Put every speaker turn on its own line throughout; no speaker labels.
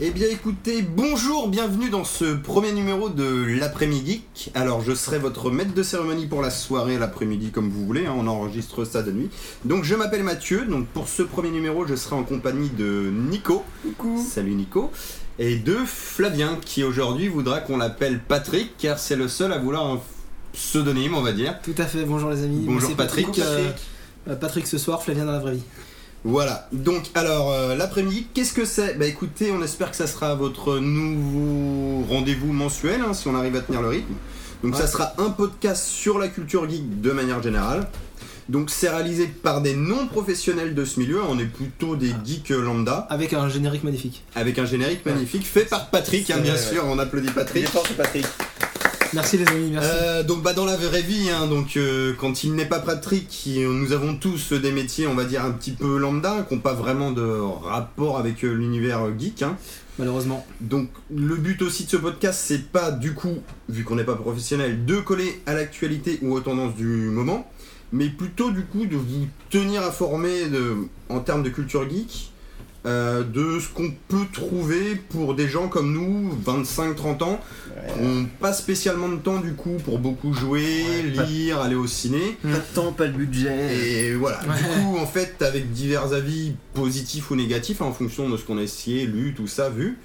Eh bien écoutez, bonjour, bienvenue dans ce premier numéro de l'après-midi. Alors je serai votre maître de cérémonie pour la soirée, l'après-midi comme vous voulez, hein, on enregistre ça de nuit. Donc je m'appelle Mathieu, donc pour ce premier numéro je serai en compagnie de Nico.
Coucou.
Salut Nico. Et de Flavien qui aujourd'hui voudra qu'on l'appelle Patrick car c'est le seul à vouloir un pseudonyme on va dire.
Tout à fait, bonjour les amis.
Bonjour
C'est
Patrick.
euh, euh, Patrick ce soir, Flavien dans la vraie vie.
Voilà, donc alors euh, l'après-midi, qu'est-ce que c'est Bah écoutez, on espère que ça sera votre nouveau rendez-vous mensuel, hein, si on arrive à tenir le rythme. Donc
Ouais.
ça sera un podcast sur la culture geek de manière générale. Donc c'est réalisé par des non-professionnels de ce milieu, on est plutôt des geeks lambda,
Avec un générique magnifique.
avec un générique magnifique fait par Patrick, hein,
C'est
bien
vrai,
sûr, on applaudit Patrick.
Patrick.
Merci les amis, merci.
Euh, donc bah dans la vraie vie, hein, donc euh, quand il n'est pas Patrick, il- nous avons tous euh, des métiers, on va dire un petit peu lambda, qui n'ont pas vraiment de rapport avec euh, l'univers euh, geek. hein.
Malheureusement.
Donc le but aussi de ce podcast, c'est pas du coup, vu qu'on n'est pas professionnel, de coller à l'actualité ou aux tendances du moment, mais plutôt du coup de vous tenir informé de, en termes de culture geek, euh, de ce qu'on peut trouver pour des gens comme nous, 25-30 ans, qui n'ont pas spécialement de temps du coup pour beaucoup jouer,
Ouais, pas-
lire, aller au ciné.
Pas de temps, pas de budget.
Et voilà, du
Ouais.
coup, en fait, avec divers avis positifs ou négatifs, hein, en fonction de ce qu'on a essayé, lu, tout ça, vu,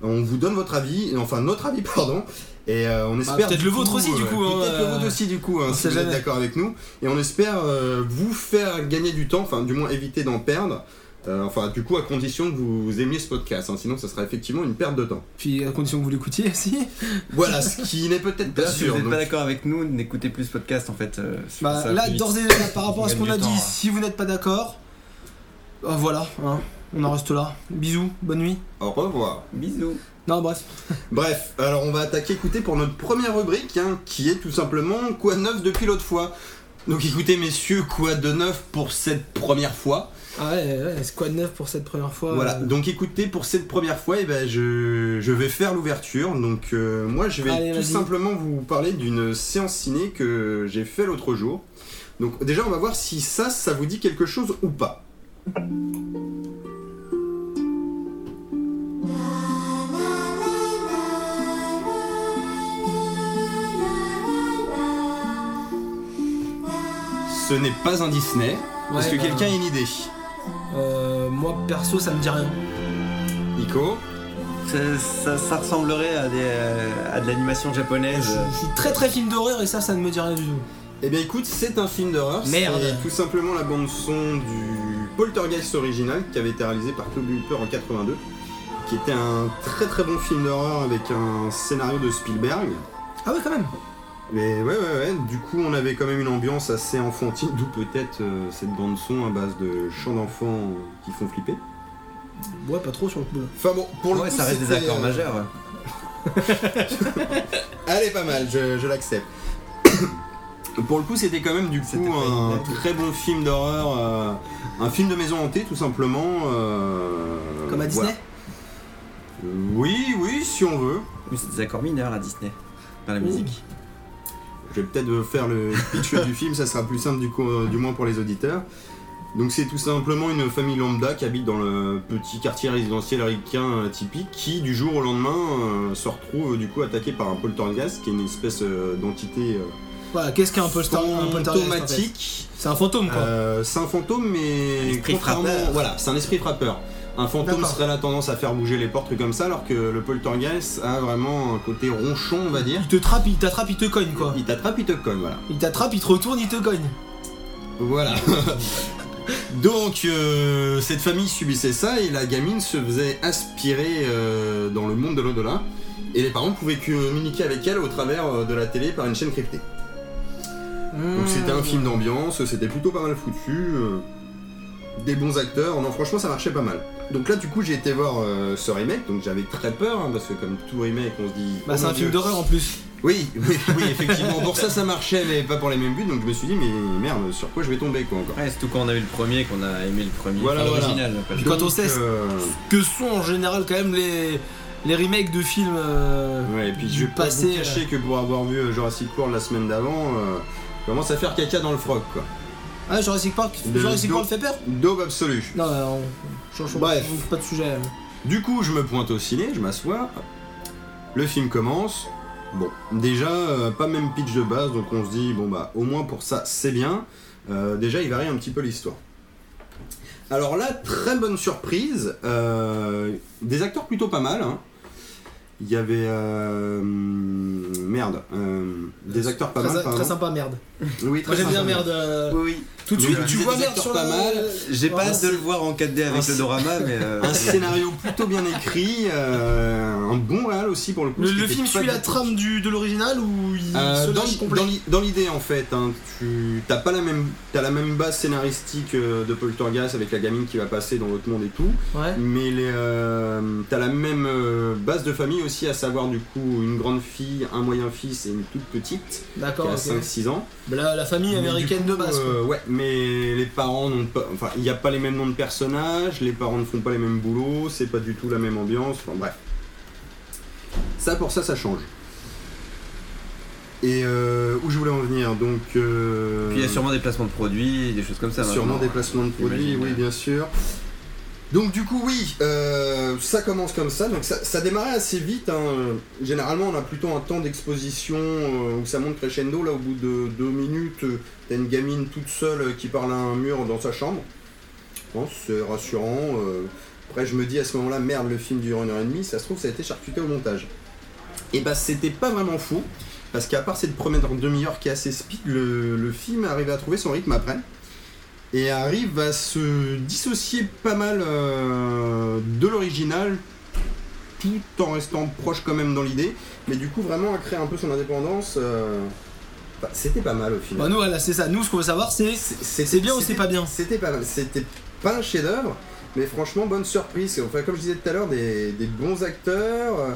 on vous donne votre avis, enfin notre avis, pardon, et euh, on espère.
Bah, peut-être
du
le vôtre
coup,
aussi, du
euh,
coup, hein,
Peut-être le
euh,
vôtre aussi, du coup, hein, si
sait
vous êtes
jamais.
d'accord avec nous, et on espère euh, vous faire gagner du temps, enfin, du moins éviter d'en perdre. euh, enfin, du coup, à condition que vous aimiez ce podcast, hein, sinon ça sera effectivement une perte de temps.
Puis à condition que vous l'écoutiez aussi.
Voilà, ce qui n'est peut-être pas
Là, si
sûr.
vous n'êtes
donc-
pas d'accord avec nous, n'écoutez plus ce podcast en fait. euh, je fais
Bah,
ça
là,
plus vite.
d'ores et déjà, par rapport à ce
gagne
qu'on a
du
dit,
temps, hein.
si vous n'êtes pas d'accord, euh, voilà, hein, on en reste là. Bisous, bonne nuit.
Au revoir.
Bisous.
Non, bref.
Bref, alors on va attaquer, écoutez, pour notre première rubrique, hein, qui est tout simplement quoi de neuf depuis l'autre fois. Donc écoutez messieurs, quoi de neuf pour cette première fois
Ah ouais, ouais, squad 9 pour cette première fois.
Voilà,
Euh,
donc écoutez, pour cette première fois, eh ben, je, je vais faire l'ouverture. Donc euh, moi, je vais
Allez,
tout
vas-y.
simplement vous parler d'une séance ciné que j'ai fait l'autre jour. Donc déjà, on va voir si ça, ça vous dit quelque chose ou pas. Ce n'est pas un Disney. Est-ce que
Ouais, bah,
quelqu'un a une idée
euh, Moi, perso, ça me dit rien.
Nico
Ça, ça- ça ressemblerait à, des, euh, à de l'animation
Je,
japonaise.
je suis très très film d'horreur et ça, ça ne me dit rien du tout.
Eh bien écoute, c'est un film d'horreur.
Merde.
C'est tout simplement la bande son du Poltergeist original qui avait été réalisé par Toby Hooper en 82, qui était un très très bon film d'horreur avec un scénario de Spielberg.
Ah ouais, quand même.
Mais ouais ouais ouais, du coup on avait quand même une ambiance assez enfantine, d'où peut-être euh, cette bande son à base de chants d'enfants qui font flipper.
Ouais, pas trop sur le coup. là.
Enfin bon, pour le
ouais,
coup,
ça reste des
c'était,
accords
euh,
majeurs. ouais.
Elle est pas mal, je, je l'accepte. Pour le coup, c'était quand même du
C'était
coup
pas une
un
blague.
très bon film d'horreur, euh, un film de maison hantée tout simplement. euh,
Comme à Disney
voilà. Oui, oui, si on veut.
Mais c'est des accords mineurs à Disney. Dans la
Ouh.
musique.
Je vais peut-être faire le pitch du film, ça sera plus simple du, coup, euh, du moins pour les auditeurs. Donc c'est tout simplement une famille lambda qui habite dans le petit quartier résidentiel américain euh, typique qui du jour au lendemain euh, se retrouve du coup attaqué par un poltergeist qui est une espèce euh, d'entité euh,
Voilà, qu'est-ce qu'un polter- un poltergeist en fait
fantomatique
C'est un fantôme quoi.
Euh, c'est un fantôme,
Un
mais
esprit
contrairement-
frappeur.
voilà, c'est un esprit frappeur. Un fantôme
D'accord.
serait la tendance à faire bouger les portes trucs comme ça, alors que le poltergeist a vraiment un côté ronchon, on va dire.
Il te trappe, il t'attrape, il te cogne quoi.
Il t'attrape, il te colle, voilà.
Il t'attrape, il te retourne, il te cogne.
Voilà. Donc, euh, cette famille subissait ça et la gamine se faisait aspirer euh, dans le monde de l'au-delà. Et les parents pouvaient communiquer avec elle au travers euh, de la télé par une chaîne cryptée. Donc
Ah,
c'était un film d'ambiance, c'était plutôt pas mal foutu, euh, des bons acteurs, non franchement ça marchait pas mal. Donc là du coup j'ai été voir euh, ce remake, donc j'avais très peur, hein, parce que comme tout remake on se dit...
Bah,
oh
c'est
mon
un
Dieu.
film d'horreur en plus.
Oui, oui, oui, effectivement, pour ça ça marchait mais pas pour les mêmes buts, donc je me suis dit mais merde, sur quoi je vais tomber quoi encore.
Ouais, surtout quand on a vu le premier, qu'on a aimé le premier.
Voilà,
Enfin,
voilà.
l'original. pas le-
Quand
Donc,
on sait ce-
euh,
Que sont en général quand même les, les remakes de films. euh,
Ouais, et puis
du
je vais pas vous
passé, euh,
cacher que pour avoir vu euh, Jurassic World la semaine d'avant, euh, je commence à faire caca dans le froc quoi.
Ah, Jurassic Park
De-
Jurassic
de-
World fait peur
Daube absolue.
Non, euh, on change
Bref.
on- pas de sujet. euh.
Du coup, je me pointe au ciné, je m'assois. Le film commence. Bon, déjà, euh, pas même pitch de base, donc on se dit, bon bah, au moins pour ça, c'est bien. Euh, déjà, il varie un petit peu l'histoire. Alors là, très bonne surprise. euh, des acteurs plutôt pas mal. hein. Il y avait. euh, merde. euh, des acteurs pas
très,
mal.
très
pardon.
sympa merde.
Oui, très
Moi j'aime bien
sympa.
merde. euh,
Oui, oui.
Tout de
Donc,
suite,
euh,
tu
des
vois
acteurs
merde sur
pas
la-
mal.
J'ai pas
Ah,
hâte de le voir en 4D avec
Un-
le dorama, mais. euh,
Un scénario plutôt bien écrit, euh, un bon réal aussi pour le coup.
Le,
ce qui
le
était
film
pas
suit
du
la
tout-
trame du, de l'original ou il
Euh,
se
dans
lâche
l'i-
complètement
dans l'i- dans l'idée en fait, hein, tu t'as pas la même t'as la même base scénaristique euh, de Poltergeist avec la gamine qui va passer dans l'autre monde et tout,
Ouais.
mais les, euh, t'as la même euh, base de famille aussi à savoir du coup une grande fille, un moyen fils et une toute petite qui
D'accord.
a
ok.
5-6 ans.
Bah, La, la famille
Mais
américaine
hein. du coup,
de base. quoi.
euh, ouais, mais les parents n'ont pas. Enfin, il n'y a pas les mêmes noms de personnages, les parents ne font pas les mêmes boulots, c'est pas du tout la même ambiance, enfin bref. Ça, pour ça, ça change. Et euh, où je voulais en venir, donc. euh,
Puis il y a sûrement des placements de produits, des choses comme ça.
Sûrement
maintenant.
des placements de produits,
J'imagine,
oui,
ouais.
bien sûr. Donc du coup, oui, euh, ça commence comme ça. Donc ça, ça démarrait assez vite. hein. Euh, Généralement, on a plutôt un temps d'exposition euh, où ça monte crescendo. Là, au bout de deux minutes, euh, t'as une gamine toute seule euh, qui parle à un mur dans sa chambre. Je pense, c'est rassurant. euh. Après, je me dis à ce moment-là, merde, le film dure une heure et demie. Ça se trouve, ça a été charcuté au montage. Et bah, c'était pas vraiment fou. Parce qu'à part cette première demi-heure qui est assez speed, le, le film arrive à trouver son rythme après et arrive à se dissocier pas mal euh, de l'original tout en restant proche quand même dans l'idée mais du coup vraiment à créer un peu son indépendance euh, bah, c'était pas mal au
Bah,
final
nous, voilà, c'est ça. Nous, ce qu'on veut savoir, c'est
c'était
c'est bien ou c'est pas bien
c'était pas mal c'était pas un chef d'œuvre mais franchement bonne surprise enfin comme je disais tout à l'heure des, des bons acteurs euh,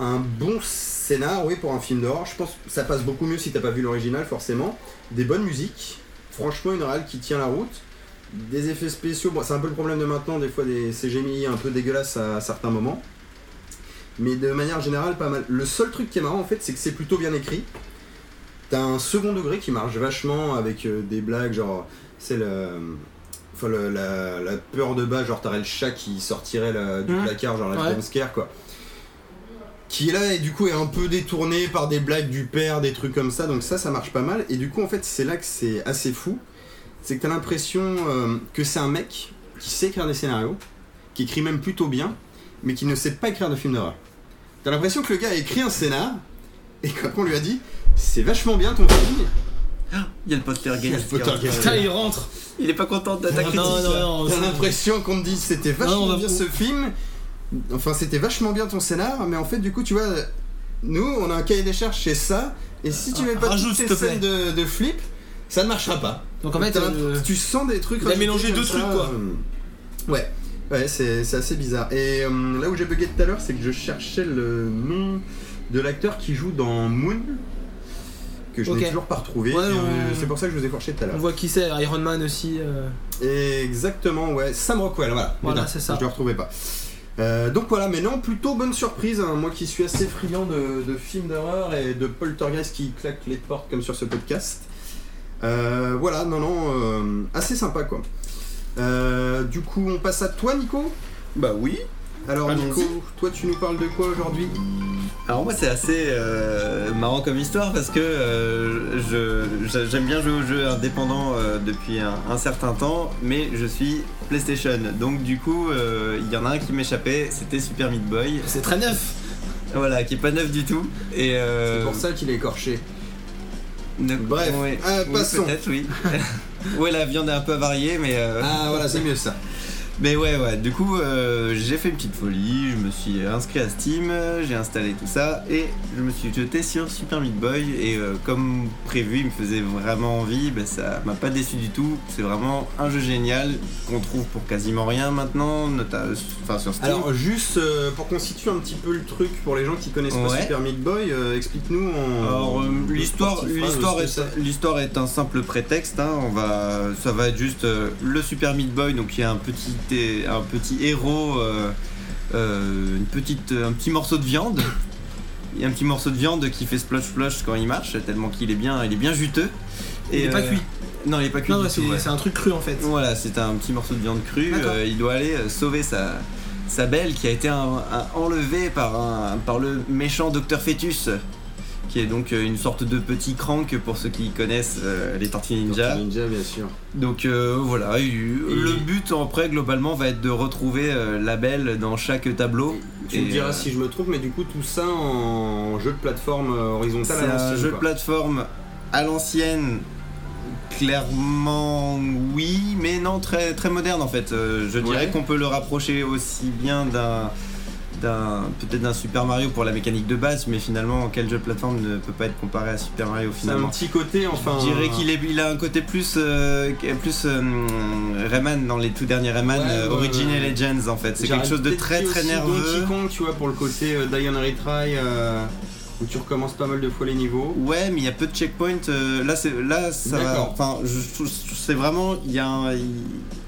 un bon scénar oui pour un film d'horreur je pense que ça passe beaucoup mieux si t'as pas vu l'original forcément des bonnes musiques, franchement une réal qui tient la route, des effets spéciaux, bon, c'est un peu le problème de maintenant, des fois des CGMI un peu dégueulasses à certains moments, mais de manière générale pas mal. Le seul truc qui est marrant en fait c'est que c'est plutôt bien écrit, t'as un second degré qui marche vachement avec euh, des blagues genre c'est le... Enfin, le- la, la peur de bas, genre t'aurais le chat qui sortirait la- du
Mhm.
placard, genre la
Ouais.
jumpscare, quoi. Qui là, et du coup, est un peu détourné par des blagues du père, des trucs comme ça, donc ça, ça marche pas mal. Et du coup, en fait, c'est là que c'est assez fou. C'est que t'as l'impression euh, que c'est un mec qui sait écrire des scénarios, qui écrit même plutôt bien, mais qui ne sait pas écrire de films d'horreur. T'as l'impression que le gars a écrit un scénar, et qu'après on lui a dit, c'est vachement bien ton film,
Ah, Il y a le poltergeist.
Il y a le poltergeist.
Putain, il rentre.
Il est pas content de ta
Non,
critique.
non,
là.
non.
T'as
c'est-
l'impression qu'on te dit c'était
Non,
vachement
on va
bien
pour-
ce film. Enfin, c'était vachement bien ton scénar, mais en fait, du coup, tu vois, nous, on a un cahier des charges chez ça, et si
Euh,
tu mets pas
rajoute,
toutes
s'il
tes
te plaît.
scènes de, de flip, ça ne marchera pas.
Donc en fait,
T'as
euh,
l'impression- tu sens des trucs.
il a
rajoutés
mélangé
comme
deux
ça,
trucs, quoi.
euh, Ouais, ouais, c'est c'est assez bizarre. Et euh, là où j'ai bugué tout à l'heure, c'est que je cherchais le nom de l'acteur qui joue dans Moon, que je
Ok.
n'ai toujours pas retrouvé.
Ouais,
et, euh,
on-
C'est pour ça que je vous ai forché tout à l'heure.
on voit qui c'est, Iron Man aussi. euh,
Exactement, ouais. Sam Rockwell, voilà.
Voilà,
Putain,
c'est ça.
Je le retrouvais pas. Euh, donc voilà, mais non, plutôt bonne surprise. hein. Moi qui suis assez friand de, de films d'horreur et de poltergeist qui claque les portes comme sur ce podcast. Euh, voilà, non, non, euh, assez sympa quoi. Euh, du coup, on passe à toi, Nico.
Bah oui.
Alors,
Allons-y. Euh,
Nico, toi, tu nous parles de quoi aujourd'hui
Alors moi c'est assez euh, marrant comme histoire parce que euh, je- je- j'aime bien jouer aux jeux indépendants euh, depuis un, un certain temps, mais je suis PlayStation. Donc du coup euh, il y en a un qui m'échappait, c'était Super Meat Boy.
c'est très neuf.
Voilà, qui est pas neuf du tout. Et euh,
C'est pour ça qu'il est écorché.
ne-
Bref,
ouais,
euh,
oui,
passons.
Peut-être oui. ouais la viande est un peu variée, mais euh,
Ah voilà, c'est mieux ça.
Mais ouais, ouais, du coup, euh, j'ai fait une petite folie, je me suis inscrit à Steam, euh, j'ai installé tout ça, et je me suis jeté sur Super Meat Boy, et euh, comme prévu, il me faisait vraiment envie, bah, ça m'a pas déçu du tout, c'est vraiment un jeu génial, qu'on trouve pour quasiment rien maintenant, nota- enfin sur Steam.
Alors juste euh, pour constituer un petit peu le truc pour les gens qui connaissent pas
Ouais.
Super Meat Boy, euh, explique-nous en
Alors, euh,
deux,
l'histoire,
trois petites phrases
l'histoire
ce que
est,
c'est.
l'histoire est un simple prétexte. hein, on va, ça va être juste euh, le Super Meat Boy, donc il y a un petit, hé- un petit héros, euh, euh, une petite, un petit morceau de viande. Il y a un petit morceau de viande qui fait splash splash quand il marche, tellement qu'il est bien, il est bien juteux. euh,
Il est pas cuit.
Non, il est pas cuit.
Non,
du
ouais, c'est
tout, ouais.
c'est un truc cru en fait.
Voilà, c'est un petit morceau de viande crue.
D'accord.
euh, il doit aller euh, sauver sa, sa belle qui a été un- un- enlevée par, un, par le méchant Docteur Fetus, qui est donc euh, une sorte de petit crank pour ceux qui connaissent euh, les Tortues Ninja.
Tortue Ninja, bien sûr.
Donc euh, voilà, il- le but en prêt globalement va être de retrouver euh, la belle dans chaque tableau.
Tu me
Et,
diras
euh,
si je me trompe, mais du coup, tout ça en jeu de plateforme euh,
C'est
horizontale. à
un
l'ancienne,
jeu de
quoi.
plateforme à l'ancienne, clairement oui, mais non très très moderne en fait. Euh, je dirais
Ouais.
qu'on peut le rapprocher aussi bien d'un d'un peut-être d'un Super Mario pour la mécanique de base, mais finalement quel jeu de plateforme ne peut pas être comparé à Super Mario
C'est un
finalement.
petit côté, enfin.
Je dirais qu'il est- il a un côté plus, euh, plus euh, Rayman dans les tout derniers Rayman,
Ouais,
euh,
ouais,
Origin
ouais.
et Legends en fait. C'est quelque chose de très très nerveux.
Donkey Kong, tu vois, pour le côté euh, Die and Retry, euh, où tu recommences pas mal de fois les niveaux.
Ouais, mais il y a peu de checkpoints. euh, là, c'est là, ça va.
D'accord.
Enfin, je trouve- c'est vraiment, il y a, un- il-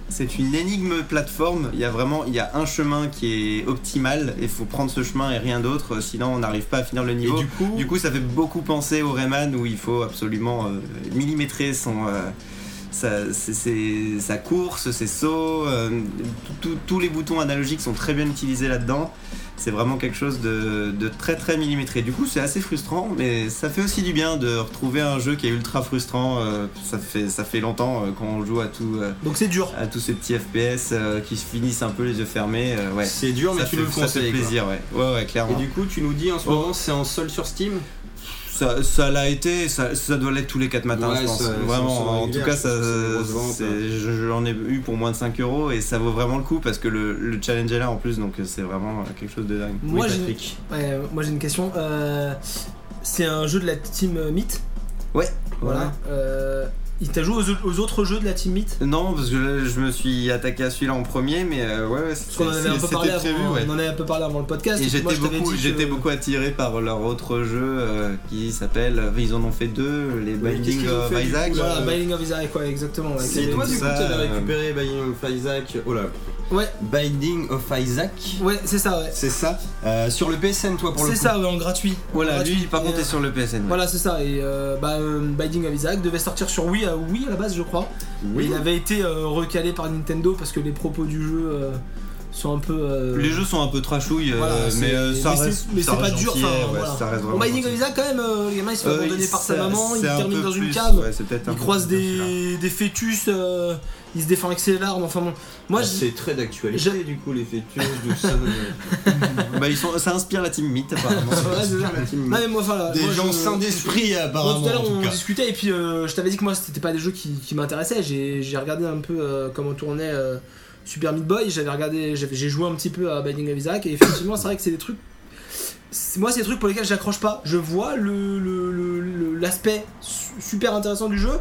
c'est une énigme plateforme. Il y a vraiment, il y a un chemin qui est optimal et faut prendre ce chemin et rien d'autre. euh, Sinon, on n'arrive pas à finir le niveau.
Et du coup,
Du coup, ça fait beaucoup penser au Rayman où il faut absolument euh, millimétrer son, euh, sa, ses- ses- sa course, ses sauts. euh, tout- tout- tous les boutons analogiques sont très bien utilisés là-dedans. C'est vraiment quelque chose de, de très très millimétré. Du coup, c'est assez frustrant, mais ça fait aussi du bien de retrouver un jeu qui est ultra frustrant. euh, ça, fait, ça fait longtemps euh, quand on joue à, tout, euh,
Donc c'est dur.
à tous ces petits FPS euh, qui se finissent un peu les yeux fermés. euh, ouais.
c'est dur, mais
Ça
tu
fait,
nous le
ça fait
conseilles. quoi.
plaisir, ouais. Ouais, ouais, clairement.
Et du coup, tu nous dis en ce
Oh.
moment, c'est en sol sur Steam
Ça, ça l'a été, ça, ça doit l'être tous les 4 matins,
Ouais,
je pense.
ça- ça- ça
vraiment, en
régulière,
tout cas, ça,
c'est des grosses ventes,
c'est-
hein.
je, je l'en ai eu pour moins de 5 euros et ça vaut vraiment le coup parce que le, le challenge est là en plus, donc c'est vraiment quelque chose de dingue.
Moi,
oui,
j'ai-
Patrick.
Ouais, euh, moi j'ai une question. Euh, c'est un jeu de la team euh, Myth.
Ouais,
Voilà. Euh, il t'a joué aux, au- aux autres jeux de la team Myth
Non, parce que là, je me suis attaqué à celui-là en premier, mais euh, ouais, ouais,
Parce
c'est-
qu'on en avait un
c'est-
peu parlé
c'était
avant.
prévu, ouais.
On en avait un peu parlé avant le podcast.
Et
puis moi,
j'étais
je t'avais
beaucoup,
dit que-
j'étais beaucoup attiré par leur autre jeu euh, qui s'appelle, euh, ils en ont fait deux, les
Mais qu'est-ce
Binding
qu'ils ont
of
fait, du
Isaac.
coup, là
Voilà, Binding of Isaac, quoi, exactement. ouais,
C'est
qui
toi
avait-
du coup
ça,
qui avais
euh,
récupéré Binding of Isaac. Oh là.
Ouais.
Binding of Isaac.
Ouais, c'est ça, ouais.
C'est ça. Euh, sur le PSN, toi, pour le
C'est
coup.
ça, ouais, en gratuit.
Voilà,
Gratuit.
lui, par contre,
Et,
est sur le PSN. ouais.
Voilà, c'est ça. Et euh, bah, euh, Binding of Isaac devait sortir sur Wii à, Wii à la base, je crois.
Oui.
Il avait été euh, recalé par Nintendo parce que les propos du jeu euh, sont un peu. euh,
Les jeux sont un peu trashouilles, euh,
Voilà,
mais
c'est-
euh, ça
mais c'est-
reste.
mais
ça
c'est
reste
pas dur,
gentillet,
enfin,
ouais,
voilà.
ça reste
Bon, bah,
vraiment
Binding of
gentil.
Isaac, quand même, euh, le gamin il se fait
Euh,
abandonner
il-
par sa
c'est-
maman, il
c'est un
termine
peu
dans une
plus,
cave,
ouais, c'est peut-être un
il
peu
croise
plus celui-là.
des, des fœtus, euh, il se défend avec ses larmes, enfin bon. Moi,
Ah,
je-
c'est très d'actualité
j'ai-
du coup les fœtus, d'où ça.
Bah, ils sont, ça inspire la team Myth apparemment.
Ouais, c'est ça. Non, mais moi, voilà,
Des
moi,
gens
je-
sains d'esprit
Bon,
apparemment.
tout à l'heure
en
on
tout cas.
discutait et puis euh, je t'avais dit que moi c'était pas des jeux qui, qui m'intéressaient. J'ai j'ai regardé un peu euh, comment tournait euh, Super Meat Boy. J'avais regardé, j'avais- j'ai joué un petit peu à Binding of Isaac et effectivement c'est vrai que c'est des trucs. c'est- Moi c'est des trucs pour lesquels j'accroche pas. Je vois le- le- le- le- l'aspect su- super intéressant du jeu,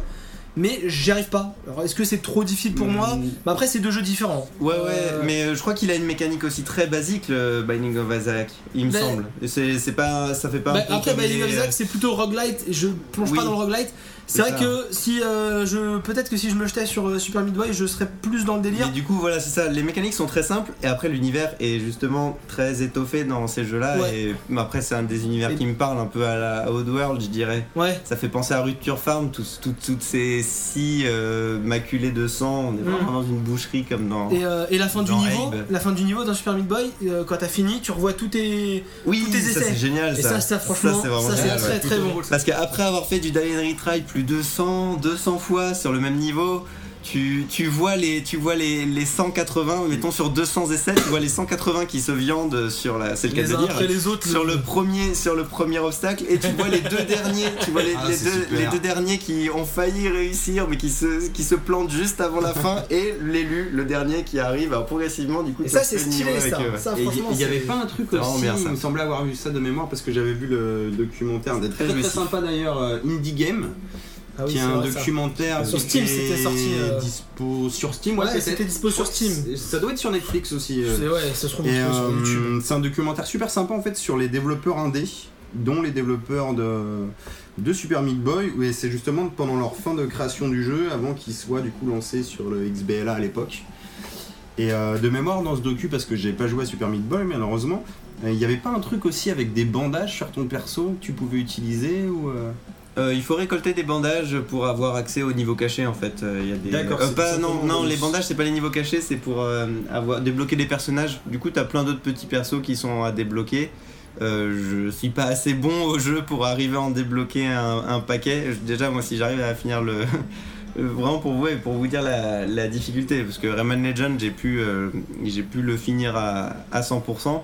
mais j'y arrive pas. Alors est-ce que c'est trop difficile
Mm.
pour moi Bah après c'est deux jeux différents.
Ouais, ouais,
Euh,
mais euh, je crois qu'il a une mécanique aussi très basique, le Binding of Isaac, il me
Mais-
semble. Et C'est c'est pas, ça fait pas.
Bah,
un peu
après,
comme
Binding
les- euh,
of Isaac, c'est plutôt roguelite. et Je plonge
Oui.
pas dans le roguelite.
C'est
C'est vrai
ça.
que si euh, je. Peut-être que si je me jetais sur euh, Super Meat Boy, je serais plus dans le délire.
euh, Mais du coup, voilà, c'est ça. Les mécaniques sont très simples, et après l'univers est justement très étoffé dans ces jeux-là.
Ouais.
Et mais après, c'est un des univers
Et-
qui me parle un peu à la Oddworld, je dirais.
Ouais.
Ça fait penser à Rupture Farm, tous- tout- toutes ces scies euh, maculées de sang. On est vraiment dans une boucherie comme dans.
Mm. Et, euh, et la fin du
Dans
niveau,
Abe.
la fin du niveau dans Super Meat Boy, euh, quand t'as fini, tu revois tous tes.
oui,
tous tes
ça
essais.
c'est génial.
Et ça, ça, franchement,
c'est vraiment
ça, c'est
génial,
très,
ouais.
très bon.
Parce qu'après avoir fait du Die and Retry plus de 100, 200 fois sur le même niveau. Tu, tu vois les tu vois les, les 180 mettons sur 200 essais tu vois les 180 qui se viandent sur la c'est le cas
Les
de
uns
dire
après les autres.
sur le premier sur le premier obstacle et tu vois les deux derniers tu vois les,
Ah,
les
c'est
deux,
super.
les deux derniers qui ont failli réussir mais qui se qui se plantent juste avant la fin et l'élu le dernier qui arrive alors, progressivement du coup
Et
tu
ça,
refais
c'est
le niveau
stylé,
avec euh,
ça.
eux, ouais.
Ça,
Et
franchement,
il y
c'est-
avait pas un truc
c'est vraiment
aussi,
bien, ça.
il me semblait avoir vu ça de mémoire parce que j'avais vu le documentaire,
C'est
très,
très
très,
jouissif.
sympa d'ailleurs, euh, Indie Game,
Ah oui,
qui est
c'est
un
vrai, ça.
documentaire
Sur
qui
Steam,
était
c'était sorti, euh,
dispo sur Steam, ouais,
Ouais,
peut-être.
c'était dispo sur Steam.
Ça doit être sur Netflix aussi. euh.
C'est- Ouais, ça se trouve
Et,
on trouve sur
euh,
YouTube.
c'est un documentaire super sympa en fait sur les développeurs indés, dont les développeurs de, de Super Meat Boy, où c'est justement pendant leur fin de création du jeu, avant qu'il soit du coup lancé sur le XBLA à l'époque. Et euh, de mémoire dans ce docu, parce que j'ai pas joué à Super Meat Boy malheureusement, euh, il n'y avait pas un truc aussi avec des bandages sur ton perso que tu pouvais utiliser ou euh,
Euh, il faut récolter des bandages pour avoir accès au niveau caché en fait. Euh, il y a des...
D'accord,
Euh,
c'est
pas,
tout
non,
simplement
non,
le-
les bandages c'est pas les niveaux cachés, c'est pour euh, avoir débloquer des personnages. Du coup, t'as plein d'autres petits persos qui sont à débloquer. Euh, je suis pas assez bon au jeu pour arriver à en débloquer un, un paquet. Je- Déjà, moi, si j'arrive à finir le vraiment pour vous et pour vous dire la, la difficulté, parce que Rayman Legend, j'ai pu euh, j'ai pu le finir à, à 100%.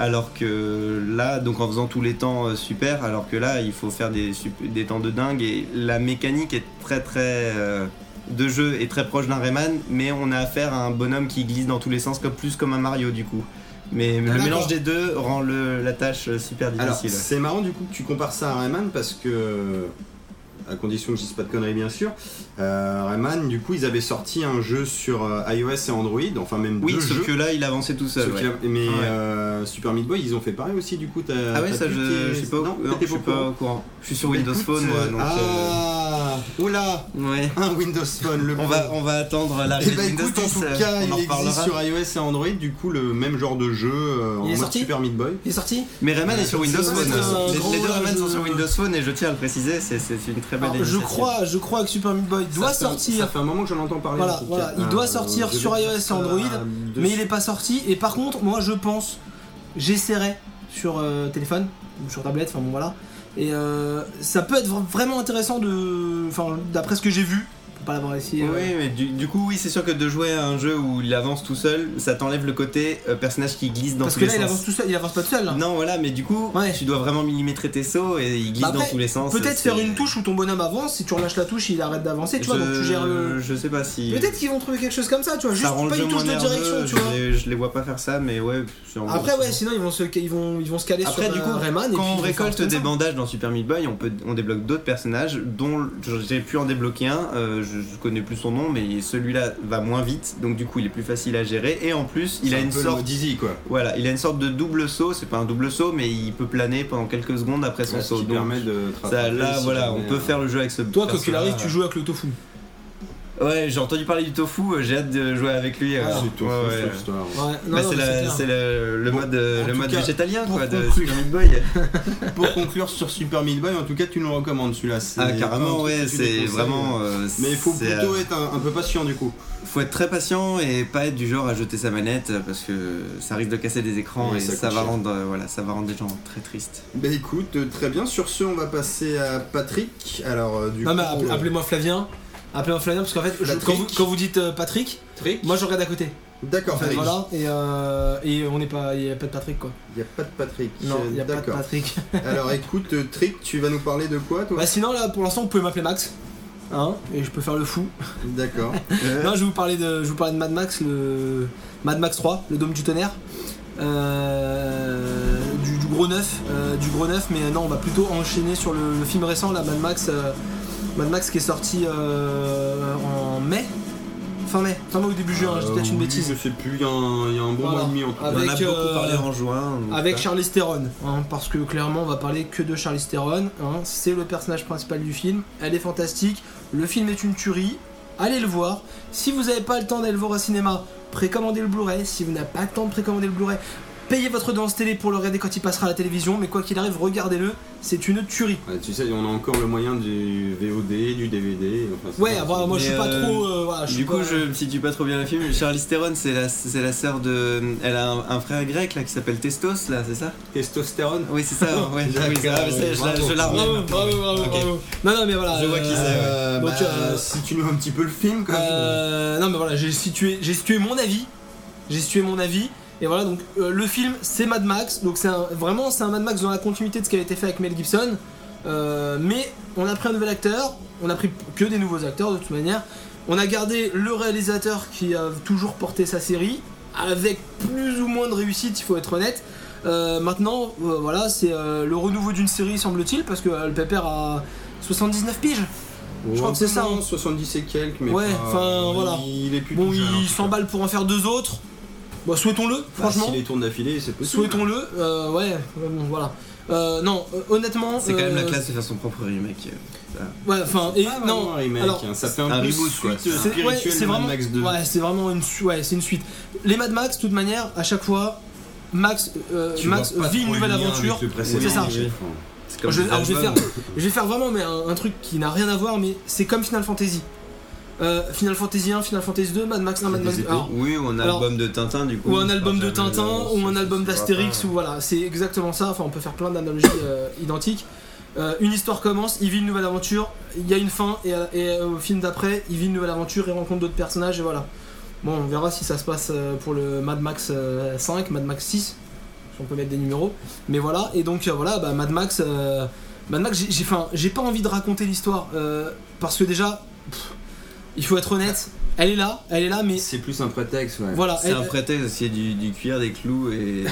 Alors que là, donc en faisant tous les temps euh, super, alors que là, il faut faire des, sup- des temps de dingue et la mécanique est très très euh, de jeu est très proche d'un Rayman, mais on a affaire à un bonhomme qui glisse dans tous les sens, comme plus comme un Mario du coup. Mais le
D'accord.
mélange des deux rend le- la tâche euh, super
Alors,
difficile.
c'est marrant du coup que tu compares ça à Rayman parce que, à condition que je dise pas de conneries bien sûr, euh, Rayman, du coup, ils avaient sorti un jeu sur euh, iOS et Android, enfin même
oui,
deux
sauf
jeux.
que là, il avançait tout seul.
Sauf
ouais. Ah
qu'il a- Mais
Ouais.
euh, Super Meat Boy, ils ont fait pareil aussi, du coup. t'as-
Ah ouais,
t'as
ça,
pu
je,
tes-
je suis pas, au-
Non,
non,
t'étais
je suis
pas au
pas
courant.
au courant. Je suis sur Windows
Écoute,
Phone, moi,
euh,
donc.
Ah Oula
euh, ouais.
Un Windows Phone, le
On
bon.
va, on va attendre
Eh
l'arrivée
bah
de Windows
écoute, en
10,
tout
euh,
cas,
on en
il existe
reparlera.
sur iOS et Android, du coup, le même genre de jeu euh, en
Il est
mode
sorti
Super Meat Boy.
Il est sorti
Mais Rayman est sur Windows
c'est-
Phone.
c'est un
Les-
gros
Les deux
jeu
Rayman sont sur
de-
Windows Phone et je tiens à le préciser, c'est bah, c'est une très belle
Alors, Je
initiative.
crois, je crois que Super Meat Boy doit
Ça fait un-
sortir.
Ça fait un moment que j'en entends parler.
Voilà,
en tout
voilà,
cas.
il doit
Euh,
sortir
je
sur
vais-
iOS et Android,
Euh, de-
Mais il est pas sorti. Et par contre, moi, je pense, j'essaierai sur euh, téléphone ou sur tablette. Enfin bon, voilà. Et euh, ça peut être vra- vraiment intéressant de, enfin, d'après ce que j'ai vu, pour pas l'avoir essayé. euh,
Oui, mais du, du coup, oui, c'est sûr que de jouer à un jeu où il avance tout seul, ça t'enlève le côté euh, personnage qui glisse dans
parce
tous
que
les
là, il
sens.
avance tout seul. Il avance pas tout seul. là.
Non, voilà, mais du coup,
Ouais.
tu dois vraiment millimétrer tes sauts et il glisse
Bah
dans
après,
tous les sens.
Peut-être
c'est-
faire une touche où ton bonhomme avance. Si tu relâches la touche, il arrête d'avancer. Tu vois,
je...
donc tu gères le.
Je sais pas si.
Peut-être qu'ils vont trouver quelque chose comme ça. Tu vois,
ça
juste
rend le
pas
jeu
une
moins
touche de
nerveux,
direction. Tu
je
vois.
les- Je les vois pas faire ça, mais ouais. c'est en-
Après, ouais, sinon ils vont se, ils vont, ils vont se caler
Après,
sur
du
euh,
coup,
Rayman. et puis
Quand on
ils vont faire
récolte
comme
des
ça.
bandages dans Super Meat Boy, on, peut, on débloque d'autres personnages, dont j'ai pu en débloquer un, euh, je, je connais plus son nom, mais celui-là va moins vite, donc du coup il est plus facile à gérer, et en plus il
c'est
a
un
une
peu le
sorte...
Dizzy, quoi.
Voilà, il a une sorte de double saut, c'est pas un double saut, mais il peut planer pendant quelques secondes après son
Ouais, ce
saut.
qui
donc
permet de te
ça,
rattraper
là,
si
voilà, on
jamais,
peut
euh,
faire le jeu avec ce.
Toi, quoi qu'il
personnage.
arrive, tu joues avec le tofu.
Ouais, j'ai entendu parler du tofu, euh, j'ai hâte de jouer avec lui. euh,
Ah, c'est
ouais,
tout
ouais.
fou, cette histoire.
Ouais, non,
Bah,
non,
c'est
mais
la-
clair.
c'est le, le
Bon,
mode, euh,
en
le
tout
mode
cas,
végétalien
pour
quoi, de
conclure.
Super Meat Boy.
Pour conclure sur Super Meat Boy, en tout cas, tu nous le recommandes celui-là. c'est
Ah
pas un
carrément
truc que
ouais
tu
c'est
déconseilles.
vraiment euh,
Mais il faut
c'est,
plutôt
euh,
être un, un peu patient du coup.
faut être très patient et pas être du genre à jeter sa manette euh, parce que ça risque de casser des écrans
Ouais,
et
ça
ça,
coûte
va
cher.
rendre euh, voilà ça va rendre des gens très tristes.
Bah écoute, euh, très bien. Sur ce, on va passer à Patrick. Alors, euh, du
Non,
coup.
mais appelez-
euh,
appelez-moi Flavien. Appelez-moi Flavien parce qu'en fait, je- quand, vous,
Patrick.
quand vous dites euh, Patrick,
Patrick.
moi je regarde à côté.
D'accord,
En fait,
Patrick.
voilà. Et, euh, et on n'est pas, il n'y a pas de Patrick quoi.
Il n'y a pas de Patrick.
Non,
Euh,
il n'y a pas de
D'accord.
Patrick.
Alors écoute, euh, Trick, tu vas nous parler de quoi toi
bah sinon là, pour l'instant, vous pouvez m'appeler Max. Hein Et je peux faire le fou.
D'accord.
Non, je vais vous parler de, je vais vous parler de Mad Max, le Mad Max 3, le Dôme du Tonnerre, Euh, du, du gros neuf, euh, du gros neuf. Mais non, on va plutôt enchaîner sur le, le film récent, là, Mad Max, euh, Mad Max qui est sorti euh, en mai, fin mai, fin mai ou début juin, hein, je dis
Euh,
peut-être une
oui,
bêtise.
Je sais plus, il y, a un- il y a un bon
Voilà.
mois et demi en tout
On
cas.
en a
avec,
beaucoup
euh,
parlé en juin. donc,
Avec
euh,
Charlize Theron, hein, parce que clairement on va parler que de Charlize Theron, hein, c'est le personnage principal du film, elle est fantastique, le film est une tuerie, allez le voir, si vous n'avez pas le temps d'aller le voir au cinéma, précommandez le Blu-ray, si vous n'avez pas le temps de précommander le Blu-ray, payez votre danse télé pour le regarder quand il passera à la télévision, mais quoi qu'il arrive, regardez-le, c'est une tuerie.
Ouais, tu sais, on a encore le moyen du VOD, du DVD. enfin, c'est
Ouais,
pas-
voilà, moi je
Mais,
suis pas
euh,
trop... euh, voilà, je suis
du coup,
pas-
je me situe pas trop bien le film. Charlize Theron, c'est la, c'est la sœur de. Elle a un, un frère grec là qui s'appelle Testos, là, c'est ça
Testostérone.
Oui, c'est ça. ouais, oui,
D'accord,
Ah, ça, je, la-
bravo.
je la remets.
Bravo, bravo, bravo,
Ok.
bravo. Non, non, mais voilà.
Je vois qui
euh,
c'est, ouais.
Euh,
Donc,
bah,
euh,
Si tu nous un petit peu le film quand même.
Euh, non mais voilà, j'ai situé, j'ai situé mon avis, j'ai situé mon avis. Et voilà donc euh, le film c'est Mad Max, donc c'est un- vraiment c'est un Mad Max dans la continuité de ce qui avait été fait avec Mel Gibson. Euh, mais on a pris un nouvel acteur, on a pris que des nouveaux acteurs de toute manière. On a gardé le réalisateur qui a toujours porté sa série avec plus ou moins de réussite, il faut être honnête. Euh, maintenant, euh, voilà, c'est euh, le renouveau d'une série semble-t-il parce que euh, le pépère a 79 piges. je crois que c'est ça, hein.
70 et quelques, mais.
Ouais,
pas-
enfin, voilà.
Il est plus
Bon,
tout jeune, en
il
tout cas.
s'emballe pour en faire deux autres. Bah, souhaitons-le,
Bah,
franchement.
S'il les tourne d'affilée, c'est possible.
Souhaitons-le, euh, ouais, euh, bon, voilà. Euh, non, euh, honnêtement.
C'est quand même la
euh,
classe de faire son propre remake.
Ouais, enfin, et
Ah,
non.
vraiment, les mecs,
alors,
hein, ça fait un,
un
peu
reboot,
suite,
quoi.
euh,
C'est- ouais,
spirituelle
ouais, c'est
Mad
vraiment,
Max 2.
ouais, c'est vraiment une, su- ouais, c'est une suite. Les Mad Max, de toute manière, à chaque fois, Max, euh,
Tu
Max
vois pas
vit une
trop le
nouvelle
lien
aventure.
avec le précédent,
c'est ça.
mais-
C'est comme
Je-
des
alors, je vais
albums.
Je vais faire vraiment mais un, un truc qui n'a rien à voir, mais c'est comme Final Fantasy. Euh, Final Fantasy 1, Final Fantasy 2, Mad Max 1, Mad
Des
Max 2.
épées.
alors,
Oui, ou un
Alors,
album de Tintin, du coup.
ou un
ça
album de
sera jamais
Tintin,
le-
ou un
ça-
album
ça sera
d'Astérix,
pas-
ou voilà, c'est exactement ça. Enfin, on peut faire plein d'analogies euh, identiques. Euh, une histoire commence, il vit une nouvelle aventure, il y a une fin, et, à- et euh, au film d'après, il vit une nouvelle aventure, il rencontre d'autres personnages, et voilà. Bon, on verra si ça se passe euh, pour le Mad Max euh, 5, Mad Max 6, si on peut mettre des numéros. Mais voilà, et donc euh, voilà, bah, Mad Max, euh, Mad Max, j'ai- j'ai enfin, j'ai pas envie de raconter l'histoire, euh, parce que déjà, pff, il faut être honnête, elle est là, elle est là, mais
C'est plus un prétexte, ouais.
voilà,
C'est
elle-
un prétexte, c'est du, du cuir, des clous et,